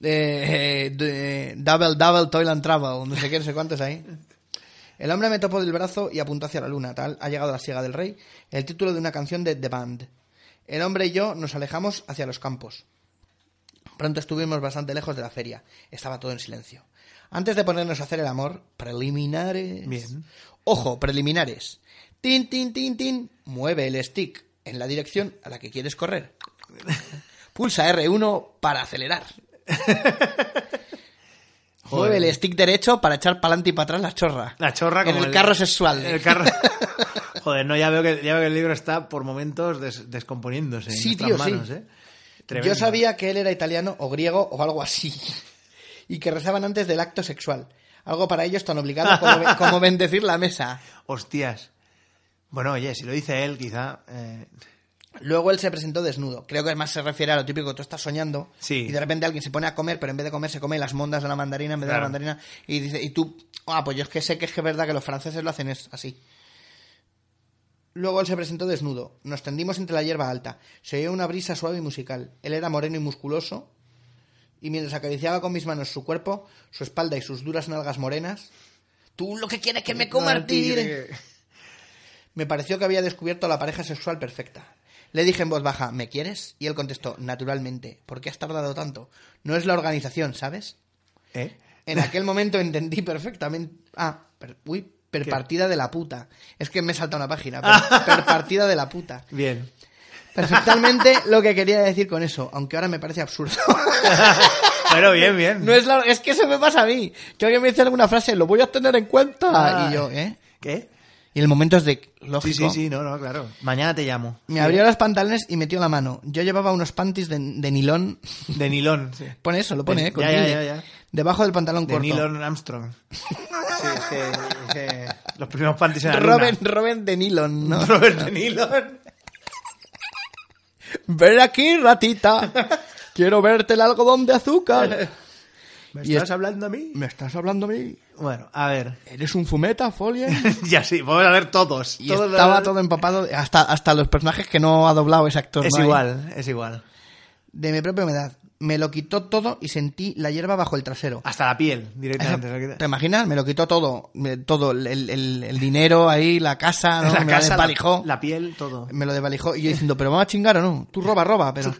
S3: Eh, eh, de- double, double, toil and travel, no sé qué, no sé cuántos ahí. El hombre me topó del brazo y apuntó hacia la luna, tal. Ha llegado la siega del rey, el título de una canción de The Band. El hombre y yo nos alejamos hacia los campos. Pronto estuvimos bastante lejos de la feria. Estaba todo en silencio. Antes de ponernos a hacer el amor, preliminares.
S2: Bien.
S3: Ojo, preliminares. Tin, tin, tin, tin. Mueve el stick en la dirección a la que quieres correr. Pulsa R1
S2: (laughs)
S3: para acelerar. Mueve el stick derecho para echar para adelante y para atrás la chorra.
S2: La chorra como
S3: En el, carro sexual.
S2: en el
S3: (laughs)
S2: carro. Joder, no, ya veo, que, ya veo que el libro está por momentos des- descomponiéndose en
S3: Sí,
S2: nuestras
S3: tío, sí.
S2: manos, ¿eh?
S3: Yo
S2: Tremendo.
S3: sabía que él era italiano o griego o algo así. (laughs) Y que rezaban antes del acto sexual. Algo para ellos tan obligado
S2: (laughs)
S3: como, be- como bendecir la mesa.
S2: Hostias. Bueno, oye, si lo dice él, quizá. eh,
S3: Luego él se presentó desnudo. Creo que más se refiere a lo típico, tú estás soñando
S2: Sí.
S3: y de repente alguien se pone a comer, pero en vez de comer se come las mondas de la mandarina en vez de
S2: Claro.
S3: la mandarina y dice, y tú, ah, pues yo es que sé que es que es verdad que los franceses lo hacen es así. Luego él se presentó desnudo. Nos tendimos entre la hierba alta. Se oía una brisa suave y musical. Él era moreno y musculoso y mientras acariciaba con mis manos su cuerpo, su espalda y sus duras nalgas morenas, tú lo que quieres es que me coma el tigre. Me pareció que había descubierto la pareja sexual perfecta. Le dije en voz baja, ¿me quieres? Y él contestó, naturalmente, ¿por qué has tardado tanto? No es la organización, ¿sabes?
S2: ¿Eh? (laughs)
S3: En aquel momento entendí perfectamente... Ah, per- uy, per
S2: ¿Qué?
S3: partida de la puta. Es que me he saltado una
S2: (laughs)
S3: página. Per, per partida de la puta.
S2: Bien.
S3: Perfectamente lo que quería decir con eso, aunque ahora me parece absurdo. (laughs)
S2: Pero bien, bien.
S3: No es, la- es que eso me pasa a mí. Que alguien me dice alguna frase, lo voy a tener en cuenta.
S2: Ah.
S3: Y yo, ¿eh?
S2: ¿Qué?
S3: Y el momento es de...
S2: Sí,
S3: Lógico.
S2: sí, sí, no, no, claro. Mañana te llamo.
S3: Me abrió los pantalones y metió la mano. Yo llevaba unos panties de, de nilón.
S2: De Nilón. sí.
S3: Pone eso, lo pone,
S2: De-
S3: ¿eh? con
S2: ya, ya,
S3: tilde.
S2: ya, ya.
S3: Debajo del pantalón
S2: De
S3: corto.
S2: Nilon
S3: (laughs)
S2: Armstrong. Sí, es que, es que los primeros panties en la luna.
S3: Robert, Robert de
S2: (laughs)
S3: nilón, ¿no?
S2: Robert de Nilon.
S3: Ven aquí,
S2: (laughs)
S3: ratita. Quiero verte el algodón de azúcar.
S2: ¿Me
S3: Y
S2: estás
S3: es-
S2: hablando a mí?
S3: ¿Me estás hablando a mí?
S2: Bueno, a ver.
S3: ¿Eres un fumeta, Folia?
S2: (laughs) ya sí, vamos a ver todos.
S3: Y
S2: Todos
S3: estaba
S2: los-
S3: todo empapado, de- hasta, hasta los personajes que no ha doblado ese actor.
S2: Es
S3: ¿no?
S2: igual, es igual.
S3: De mi propia humedad. Me lo quitó todo y sentí la hierba bajo el trasero.
S2: Hasta la piel,
S3: Eso,
S2: directamente. se lo
S3: ¿Te
S2: quita.
S3: imaginas? Me lo quitó todo. me- todo el, el- el- el dinero ahí, la casa,
S2: (laughs)
S3: ¿no?
S2: la casa,
S3: me lo
S2: la-
S3: desvalijó.
S2: la piel, todo.
S3: Me lo desvalijó. Y yo diciendo, pero vamos a chingar o no. Tú roba,
S2: (laughs)
S3: roba, pero.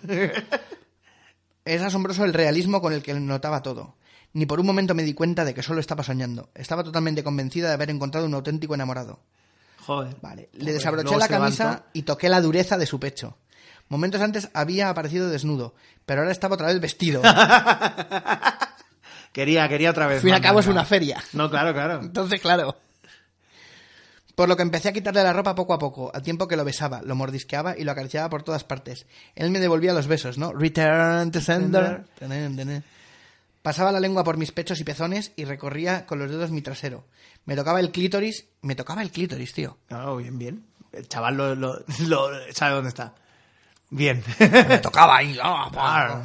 S3: es asombroso el realismo con el que notaba todo. Ni por un momento me di cuenta de que solo estaba soñando. Estaba totalmente convencida de haber encontrado un auténtico enamorado.
S2: Joder.
S3: Vale. Le
S2: Joder,
S3: desabroché
S2: luego
S3: la
S2: se
S3: camisa
S2: levantó.
S3: y toqué la dureza de su pecho. Momentos antes había aparecido desnudo, pero ahora estaba otra vez
S2: (laughs)
S3: vestido.
S2: Quería, quería otra vez.
S3: Al fin y al
S2: más,
S3: cabo
S2: más,
S3: es una
S2: más.
S3: feria.
S2: No, claro, claro.
S3: Entonces, claro. Por lo que empecé a quitarle la ropa poco a poco, al tiempo que lo besaba, lo mordisqueaba y lo acariciaba por todas partes. Él me devolvía los besos, ¿no? Return to sender. Tenem, tenem. Pasaba la lengua por mis pechos y pezones y recorría con los dedos mi trasero. Me tocaba el clítoris. Me tocaba el clítoris, tío.
S2: Claro, bien, bien. El chaval lo, lo- lo- sabe dónde está. Bien.
S3: Me tocaba ahí. ah,
S2: Claro.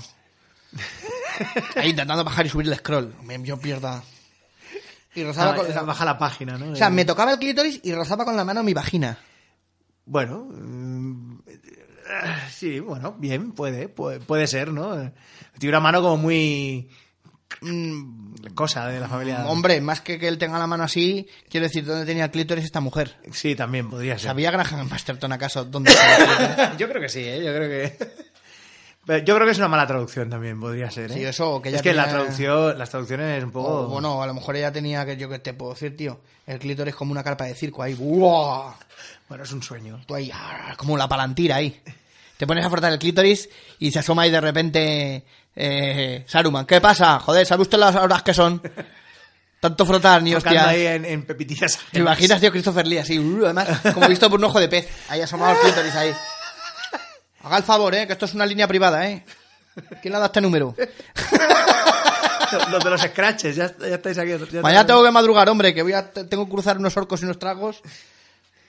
S3: ahí intentando bajar y subir el scroll. Me- Yo pierda. Y
S2: Ah, (laughs)
S3: rozaba con... O
S2: Baja la página, ¿no?
S3: sea, me tocaba el clítoris y rozaba con la mano mi vagina.
S2: Bueno, mm, eh, sí, bueno, bien, puede, puede, puede ser, ¿no? Tiene una mano como muy mm, cosa de la familia.
S3: Mm, Hombre, más que que él tenga la mano así, quiero decir, ¿dónde tenía el clítoris esta mujer?
S2: Sí, también podría ser.
S3: ¿Sabía Graham Masterton acaso dónde estaba el
S2: (laughs)
S3: clítoris?
S2: yo creo que sí, ¿eh? yo creo que. (laughs) Pero yo creo que es una mala traducción también, podría ser. ¿eh?
S3: Sí, eso, que ya
S2: es que la
S3: tenía-
S2: traducción, las traducciones un poco.
S3: O, bueno, a lo mejor ella tenía que, yo que te puedo decir, tío, el clítoris como una carpa de circo ahí, ¡buah!
S2: Bueno, es un sueño.
S3: Tú ahí, ¡ah! como la palantira ahí. Te pones a frotar el clítoris y se asoma ahí de repente eh, Saruman. ¿Qué pasa? Joder, ¿sabe usted las horas que son? Tanto frotar, ni
S2: Tocando
S3: hostia.
S2: ahí en, en pepitillas.
S3: ¿Te imaginas, tío, Christopher Lee así? uh, además, como visto por un ojo de pez. Ahí asomado el clítoris ahí. Haga el favor, eh, que esto es una línea privada, eh. ¿Quién le ha dado este número?
S2: (laughs) Los de los scratches, ya, ya estáis aquí. ya-
S3: Mañana tengo que madrugar, hombre, que voy a, tengo que cruzar unos orcos y unos tragos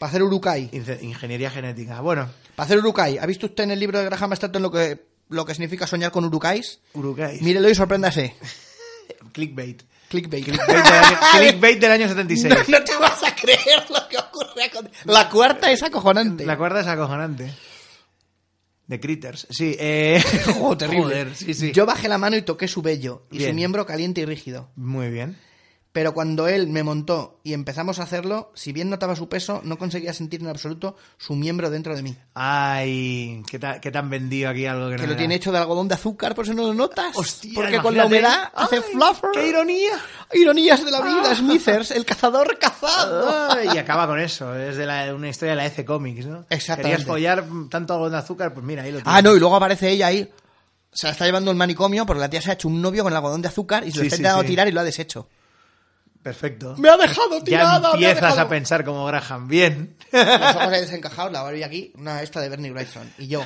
S3: Para hacer Urukai.
S2: Ince- Ingeniería genética. Bueno,
S3: Para hacer Urukai. ¿Ha visto usted en el libro de Graham Stanton lo que, lo que significa soñar con Urukais?
S2: Uruguay.
S3: Mírelo y sorpréndase.
S2: Clickbait.
S3: Clickbait.
S2: Clickbait
S3: (laughs)
S2: del año, clickbait del año 76.
S3: No, no te vas a creer lo que ocurre. con- La cuarta es acojonante.
S2: La cuerda es acojonante. De Critters. Sí, eh. (laughs)
S3: (laughs) Joder, terrible.
S2: Joder, sí, sí.
S3: Yo bajé la mano y toqué su vello y
S2: Bien.
S3: su miembro caliente y rígido.
S2: Muy bien.
S3: Pero cuando él me montó y empezamos a hacerlo, si bien notaba su peso, no conseguía sentir en absoluto su miembro dentro de mí.
S2: Ay, ¿qué, ta- qué tan vendido aquí algo que, no
S3: Que lo
S2: era?
S3: tiene hecho de algodón de azúcar, por eso no lo notas.
S2: Hostia,
S3: Porque con la
S2: imagínate.
S3: humedad hace
S2: Ay,
S3: fluffer.
S2: ¡Qué ironía! Ah.
S3: Ironías de la vida, Smithers, el cazador cazado.
S2: Ay, y acaba con eso. Es de la- una historia de la F Comics, ¿no?
S3: Exactamente.
S2: Querías follar tanto algodón de azúcar, pues mira, ahí lo tienes.
S3: Ah, no, y luego aparece ella ahí. Se la está llevando al manicomio porque la tía se ha hecho un novio con el algodón de azúcar y se lo
S2: Sí,
S3: está
S2: sí,
S3: intentando
S2: sí.
S3: tirar y lo ha deshecho.
S2: Perfecto.
S3: ¡Me ha dejado
S2: Ya
S3: tirada! me ha
S2: empiezas a
S3: dejado!
S2: pensar como Graham. Bien.
S3: Los ojos ahí desencajados, la barbilla aquí, una esta de Bernie Wrightson. Y yo.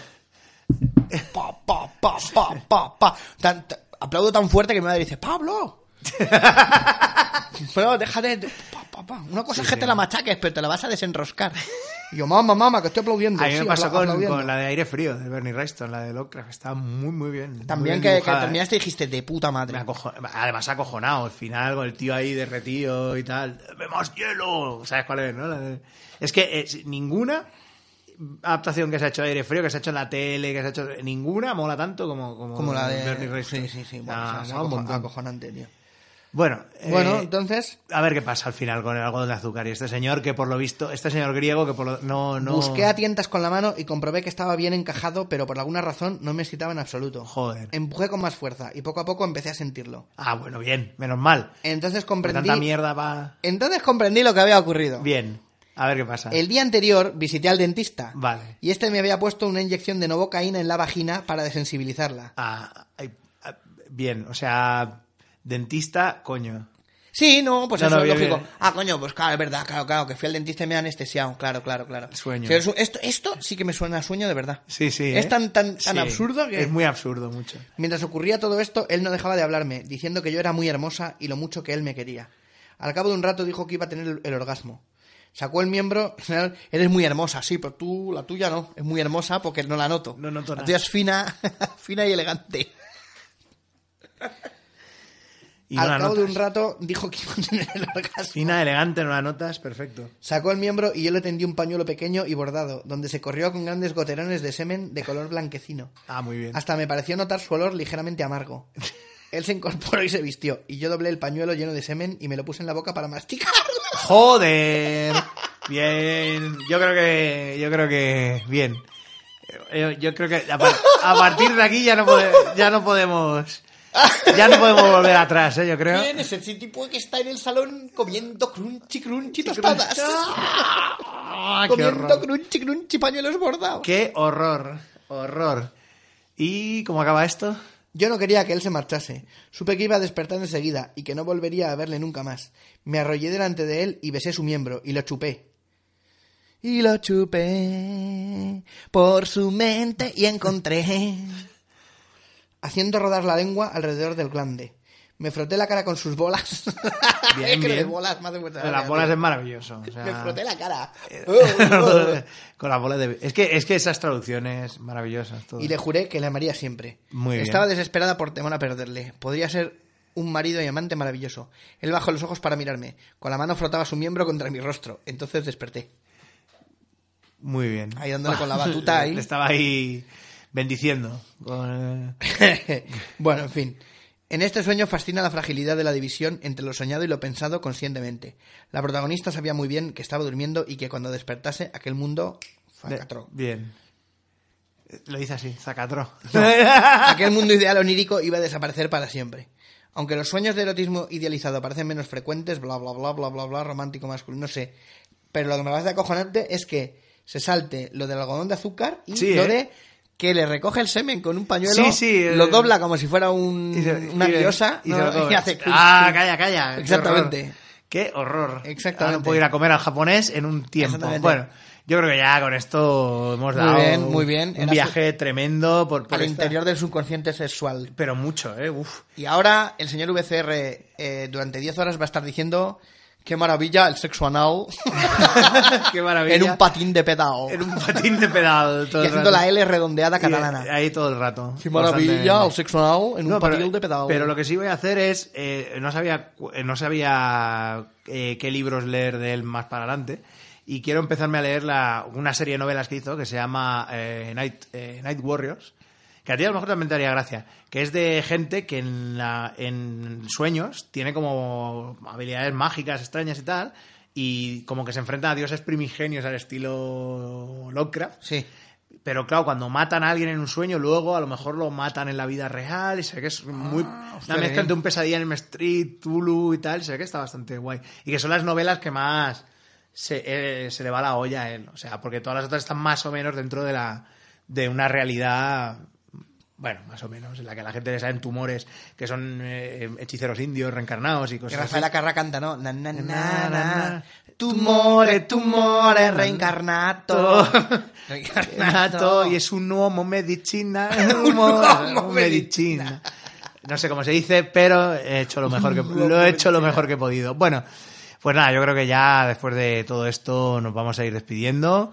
S3: Pa, pa, pa, pa, pa, pa. Tan- tan- aplaudo tan fuerte que mi madre dice: ¡Pablo!
S2: (laughs)
S3: Pero déjate. de- pa, pa, pa. Una cosa es que te la machaques, pero te la vas a desenroscar. Y yo, mamá, mamá, que estoy aplaudiendo.
S2: A mí me
S3: sí,
S2: pasó
S3: apla-
S2: con,
S3: aplaudiendo".
S2: con la de aire frío de Bernie Wrightson, la de Lovecraft. Estaba muy, muy bien. muy
S3: También
S2: bien
S3: que, que
S2: dibujada, ¿eh?
S3: terminaste y dijiste: de puta madre.
S2: Me acojo- Además, acojonado al final con el tío ahí derretido y tal. ¡Dame más hielo! ¿Sabes cuál es, no? La de- Es que eh, si- ninguna adaptación que se ha hecho de aire frío, que se ha hecho en la tele, que se ha hecho. Ninguna mola tanto como, como,
S3: Como la de.
S2: Bernie Wrightson.
S3: Sí, sí, sí. Bueno,
S2: Ah,
S3: o sea, es
S2: mola un
S3: acojo-
S2: montón.
S3: acojonante, tío.
S2: Bueno, eh,
S3: Bueno, entonces.
S2: a ver qué pasa al final con el algodón de azúcar. Y este señor que por lo visto, este señor griego que por lo. No, no.
S3: Busqué a tientas con la mano y comprobé que estaba bien encajado, pero por alguna razón no me excitaba en absoluto.
S2: Joder.
S3: Empujé con más fuerza y poco a poco empecé a sentirlo.
S2: Ah, bueno, bien, menos mal.
S3: Entonces
S2: Porque Tanta
S3: comprendí.
S2: mierda va.
S3: Entonces comprendí lo que había ocurrido.
S2: Bien, a ver qué pasa.
S3: El día anterior visité al dentista.
S2: Vale.
S3: Y este me había puesto una inyección de novocaína en la vagina para desensibilizarla.
S2: Ah, ay, ah, bien, o sea, dentista, coño.
S3: Sí, no, pues
S2: No,
S3: eso
S2: no,
S3: es
S2: bien,
S3: lógico.
S2: bien.
S3: Ah, coño, pues claro, es verdad, claro, claro, que fui al dentista y me han anestesiado, claro, claro, claro.
S2: Sueño.
S3: Sí, es un- esto, esto sí que me suena a sueño de verdad.
S2: Sí, sí.
S3: Es
S2: ¿eh?
S3: tan, tan, tan
S2: Sí,
S3: absurdo que...
S2: Es muy absurdo, mucho.
S3: Mientras ocurría todo esto, él no dejaba de hablarme, diciendo que yo era muy hermosa y lo mucho que él me quería. Al cabo de un rato dijo que iba a tener el- el orgasmo. Sacó el miembro, (laughs) en general, eres muy hermosa, sí, pero tú, la tuya no, es muy hermosa porque no la noto.
S2: No noto
S3: La
S2: nada.
S3: tuya es fina, (laughs) fina y elegante.
S2: Y
S3: Al
S2: no la
S3: cabo de
S2: notas.
S3: un rato dijo que iba a tener el orgasmo.
S2: Fina, elegante, no la notas, perfecto.
S3: Sacó el miembro y yo le tendí un pañuelo pequeño y bordado, donde se corrió con grandes goterones de semen de color blanquecino.
S2: Ah, muy bien.
S3: Hasta me pareció notar su olor ligeramente
S2: (laughs)
S3: amargo. Él se incorporó y se vistió, y yo doblé el pañuelo lleno de semen y me lo puse en la boca para
S2: (laughs)
S3: masticarlo.
S2: ¡Joder! Bien, yo creo que. Yo creo que. Bien. Eh, Yo creo que a, par- a partir de aquí ya no, pode- ya no podemos. Ya no podemos volver atrás, ¿eh? Yo creo.
S3: es ese tipo que está en el salón comiendo crunchy crunchy
S2: Ah, qué horror.
S3: crunchy crunchy pañuelos bordados.
S2: Qué horror, horror. ¿Y cómo acaba esto?
S3: Yo no quería que él se marchase. Supe que iba a despertar enseguida y que no volvería a verle nunca más. Me arrollé delante de él y besé su miembro y lo chupé. Y lo chupé por su mente y encontré. (laughs) Haciendo rodar la lengua alrededor del glande. Me froté la cara con sus bolas.
S2: Bien,
S3: (laughs) Es que lo de
S2: bien.
S3: bolas, me hace mucha
S2: Con
S3: gracia,
S2: las bolas
S3: tío.
S2: es maravilloso. o sea.
S3: (laughs)
S2: eh,
S3: Me froté la cara. (laughs) Oh,
S2: (laughs) Con las bolas de... Es que, es que esas traducciones maravillosas. todo.
S3: Y le juré que le amaría siempre.
S2: Muy bien.
S3: Estaba desesperada por temor a perderle. Podría ser un marido y amante maravilloso. Él bajó los ojos para mirarme. Con la mano frotaba su miembro contra mi rostro. Entonces desperté. (laughs)
S2: Muy bien.
S3: Ahí dándole con
S2: (laughs)
S3: la batuta ahí.
S2: Le estaba ahí bendiciendo. Con, eh,
S3: bueno, en fin. En este sueño fascina la fragilidad de la división entre lo soñado y lo pensado conscientemente. La protagonista sabía muy bien que estaba durmiendo y que cuando despertase aquel mundo... Facatró.
S2: Bien. Eh, Lo dice así,
S3: (laughs)
S2: Zacatró.
S3: Aquel mundo ideal onírico iba a desaparecer para siempre. Aunque los sueños de erotismo idealizado parecen menos frecuentes, bla, bla, bla, bla, bla, bla, romántico masculino, no sé. Pero lo que me parece acojonante es que se salte lo del algodón de azúcar y
S2: Sí,
S3: lo
S2: ¿eh?
S3: de que le recoge el semen con un pañuelo,
S2: Sí, sí, eh.
S3: lo dobla como si fuera un-
S2: (laughs)
S3: una
S2: y le-
S3: diosa
S2: y se
S3: ¿no?
S2: lo come.
S3: (laughs) y hace clic,
S2: Ah,
S3: clic.
S2: calla, calla. qué
S3: Exactamente.
S2: horror. Qué horror.
S3: Exactamente.
S2: Ahora no puedo ir a comer al japonés en un tiempo.
S3: Exactamente.
S2: Bueno, yo creo que ya con esto hemos
S3: Muy
S2: dado
S3: bien, muy bien.
S2: un
S3: Era su-
S2: viaje tremendo por, por
S3: al
S2: esta-
S3: interior del subconsciente sexual.
S2: Pero mucho, ¿eh? Uf.
S3: Y ahora el señor VCR eh, durante 10 horas va a estar diciendo Qué maravilla el sexo anal
S2: (laughs) Qué maravilla.
S3: (laughs) en un patín de pedao.
S2: En un patín de pedal. todo
S3: (laughs) Y
S2: el
S3: haciendo
S2: rato.
S3: la L redondeada
S2: Y,
S3: catalana.
S2: eh, ahí todo el rato.
S3: Qué
S2: Bastante
S3: maravilla
S2: bien.
S3: el sexo anal en
S2: No,
S3: un
S2: pero-
S3: patín de pedao.
S2: Pero lo que sí voy a hacer es. eh, no sabía, cu- eh, no sabía eh, qué libros leer de él más para adelante. Y quiero empezarme a leer la, una serie de novelas que hizo que se llama eh, Night, eh, Night Warriors. Que a ti a lo mejor también te haría gracia. Que es de gente que en, la- en sueños tiene como habilidades mágicas extrañas y tal. Y como que se enfrenta a dioses primigenios al estilo Lovecraft.
S3: Sí.
S2: Pero claro, cuando matan a alguien en un sueño, luego a lo mejor lo matan en la vida real. Y sé que es muy.
S3: Ah,
S2: una
S3: hostia, qué
S2: mezcla
S3: bien.
S2: entre un pesadilla en el Street, Tulu y tal. Sé que está bastante guay. Y que son las novelas que más se, eh, se le va la olla a él. O sea, porque todas las otras están más o menos dentro de la de una realidad. Bueno, más o menos, en la que a la gente le salen tumores que son eh, hechiceros indios reencarnados y cosas así.
S3: Rafaela Carrà canta, ¿no? Na, na, na,
S2: Na,
S3: na.
S2: na.
S3: Tumore, tumore, reencarnato. (laughs)
S2: (laughs) Nato, Oh. (laughs) y es un uomo
S3: (laughs)
S2: medicina. Un
S3: uomo
S2: uomo
S3: medicina.
S2: medicina. No sé cómo se dice, pero he hecho lo mejor que (laughs) lo he hecho lo mejor que he podido. Bueno, pues nada, yo creo que ya después de todo esto nos vamos a ir despidiendo.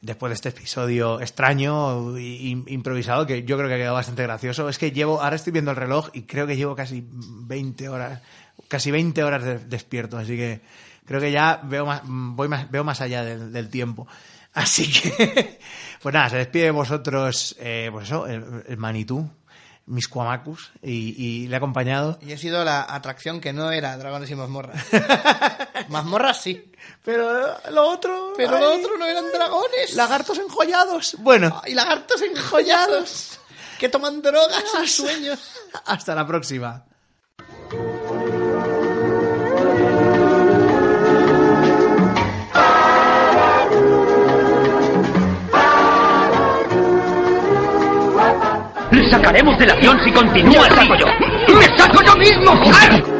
S2: Después de este episodio extraño e improvisado, que yo creo que ha quedado bastante gracioso. Es que llevo, ahora estoy viendo el reloj y creo que llevo casi 20 horas, casi 20 horas de- despierto, así que creo que ya veo más, voy más, veo más allá del, del tiempo. (laughs) Así que, pues nada, se despide de vosotros, eh, pues eso, el, el Manitú, mis Cuamacus, y, y le ha acompañado.
S3: Y he sido la atracción que no era dragones
S2: (laughs)
S3: y mazmorras. mazmorras sí.
S2: Pero lo otro.
S3: Pero
S2: ay,
S3: lo otro no eran dragones.
S2: Lagartos enjollados. Bueno,
S3: Y
S2: (laughs)
S3: lagartos enjollados que toman drogas en sueños.
S2: hasta la próxima.
S4: Le sacaremos del avión si continúa así. ¡Me saco yo mismo! ¡Ah!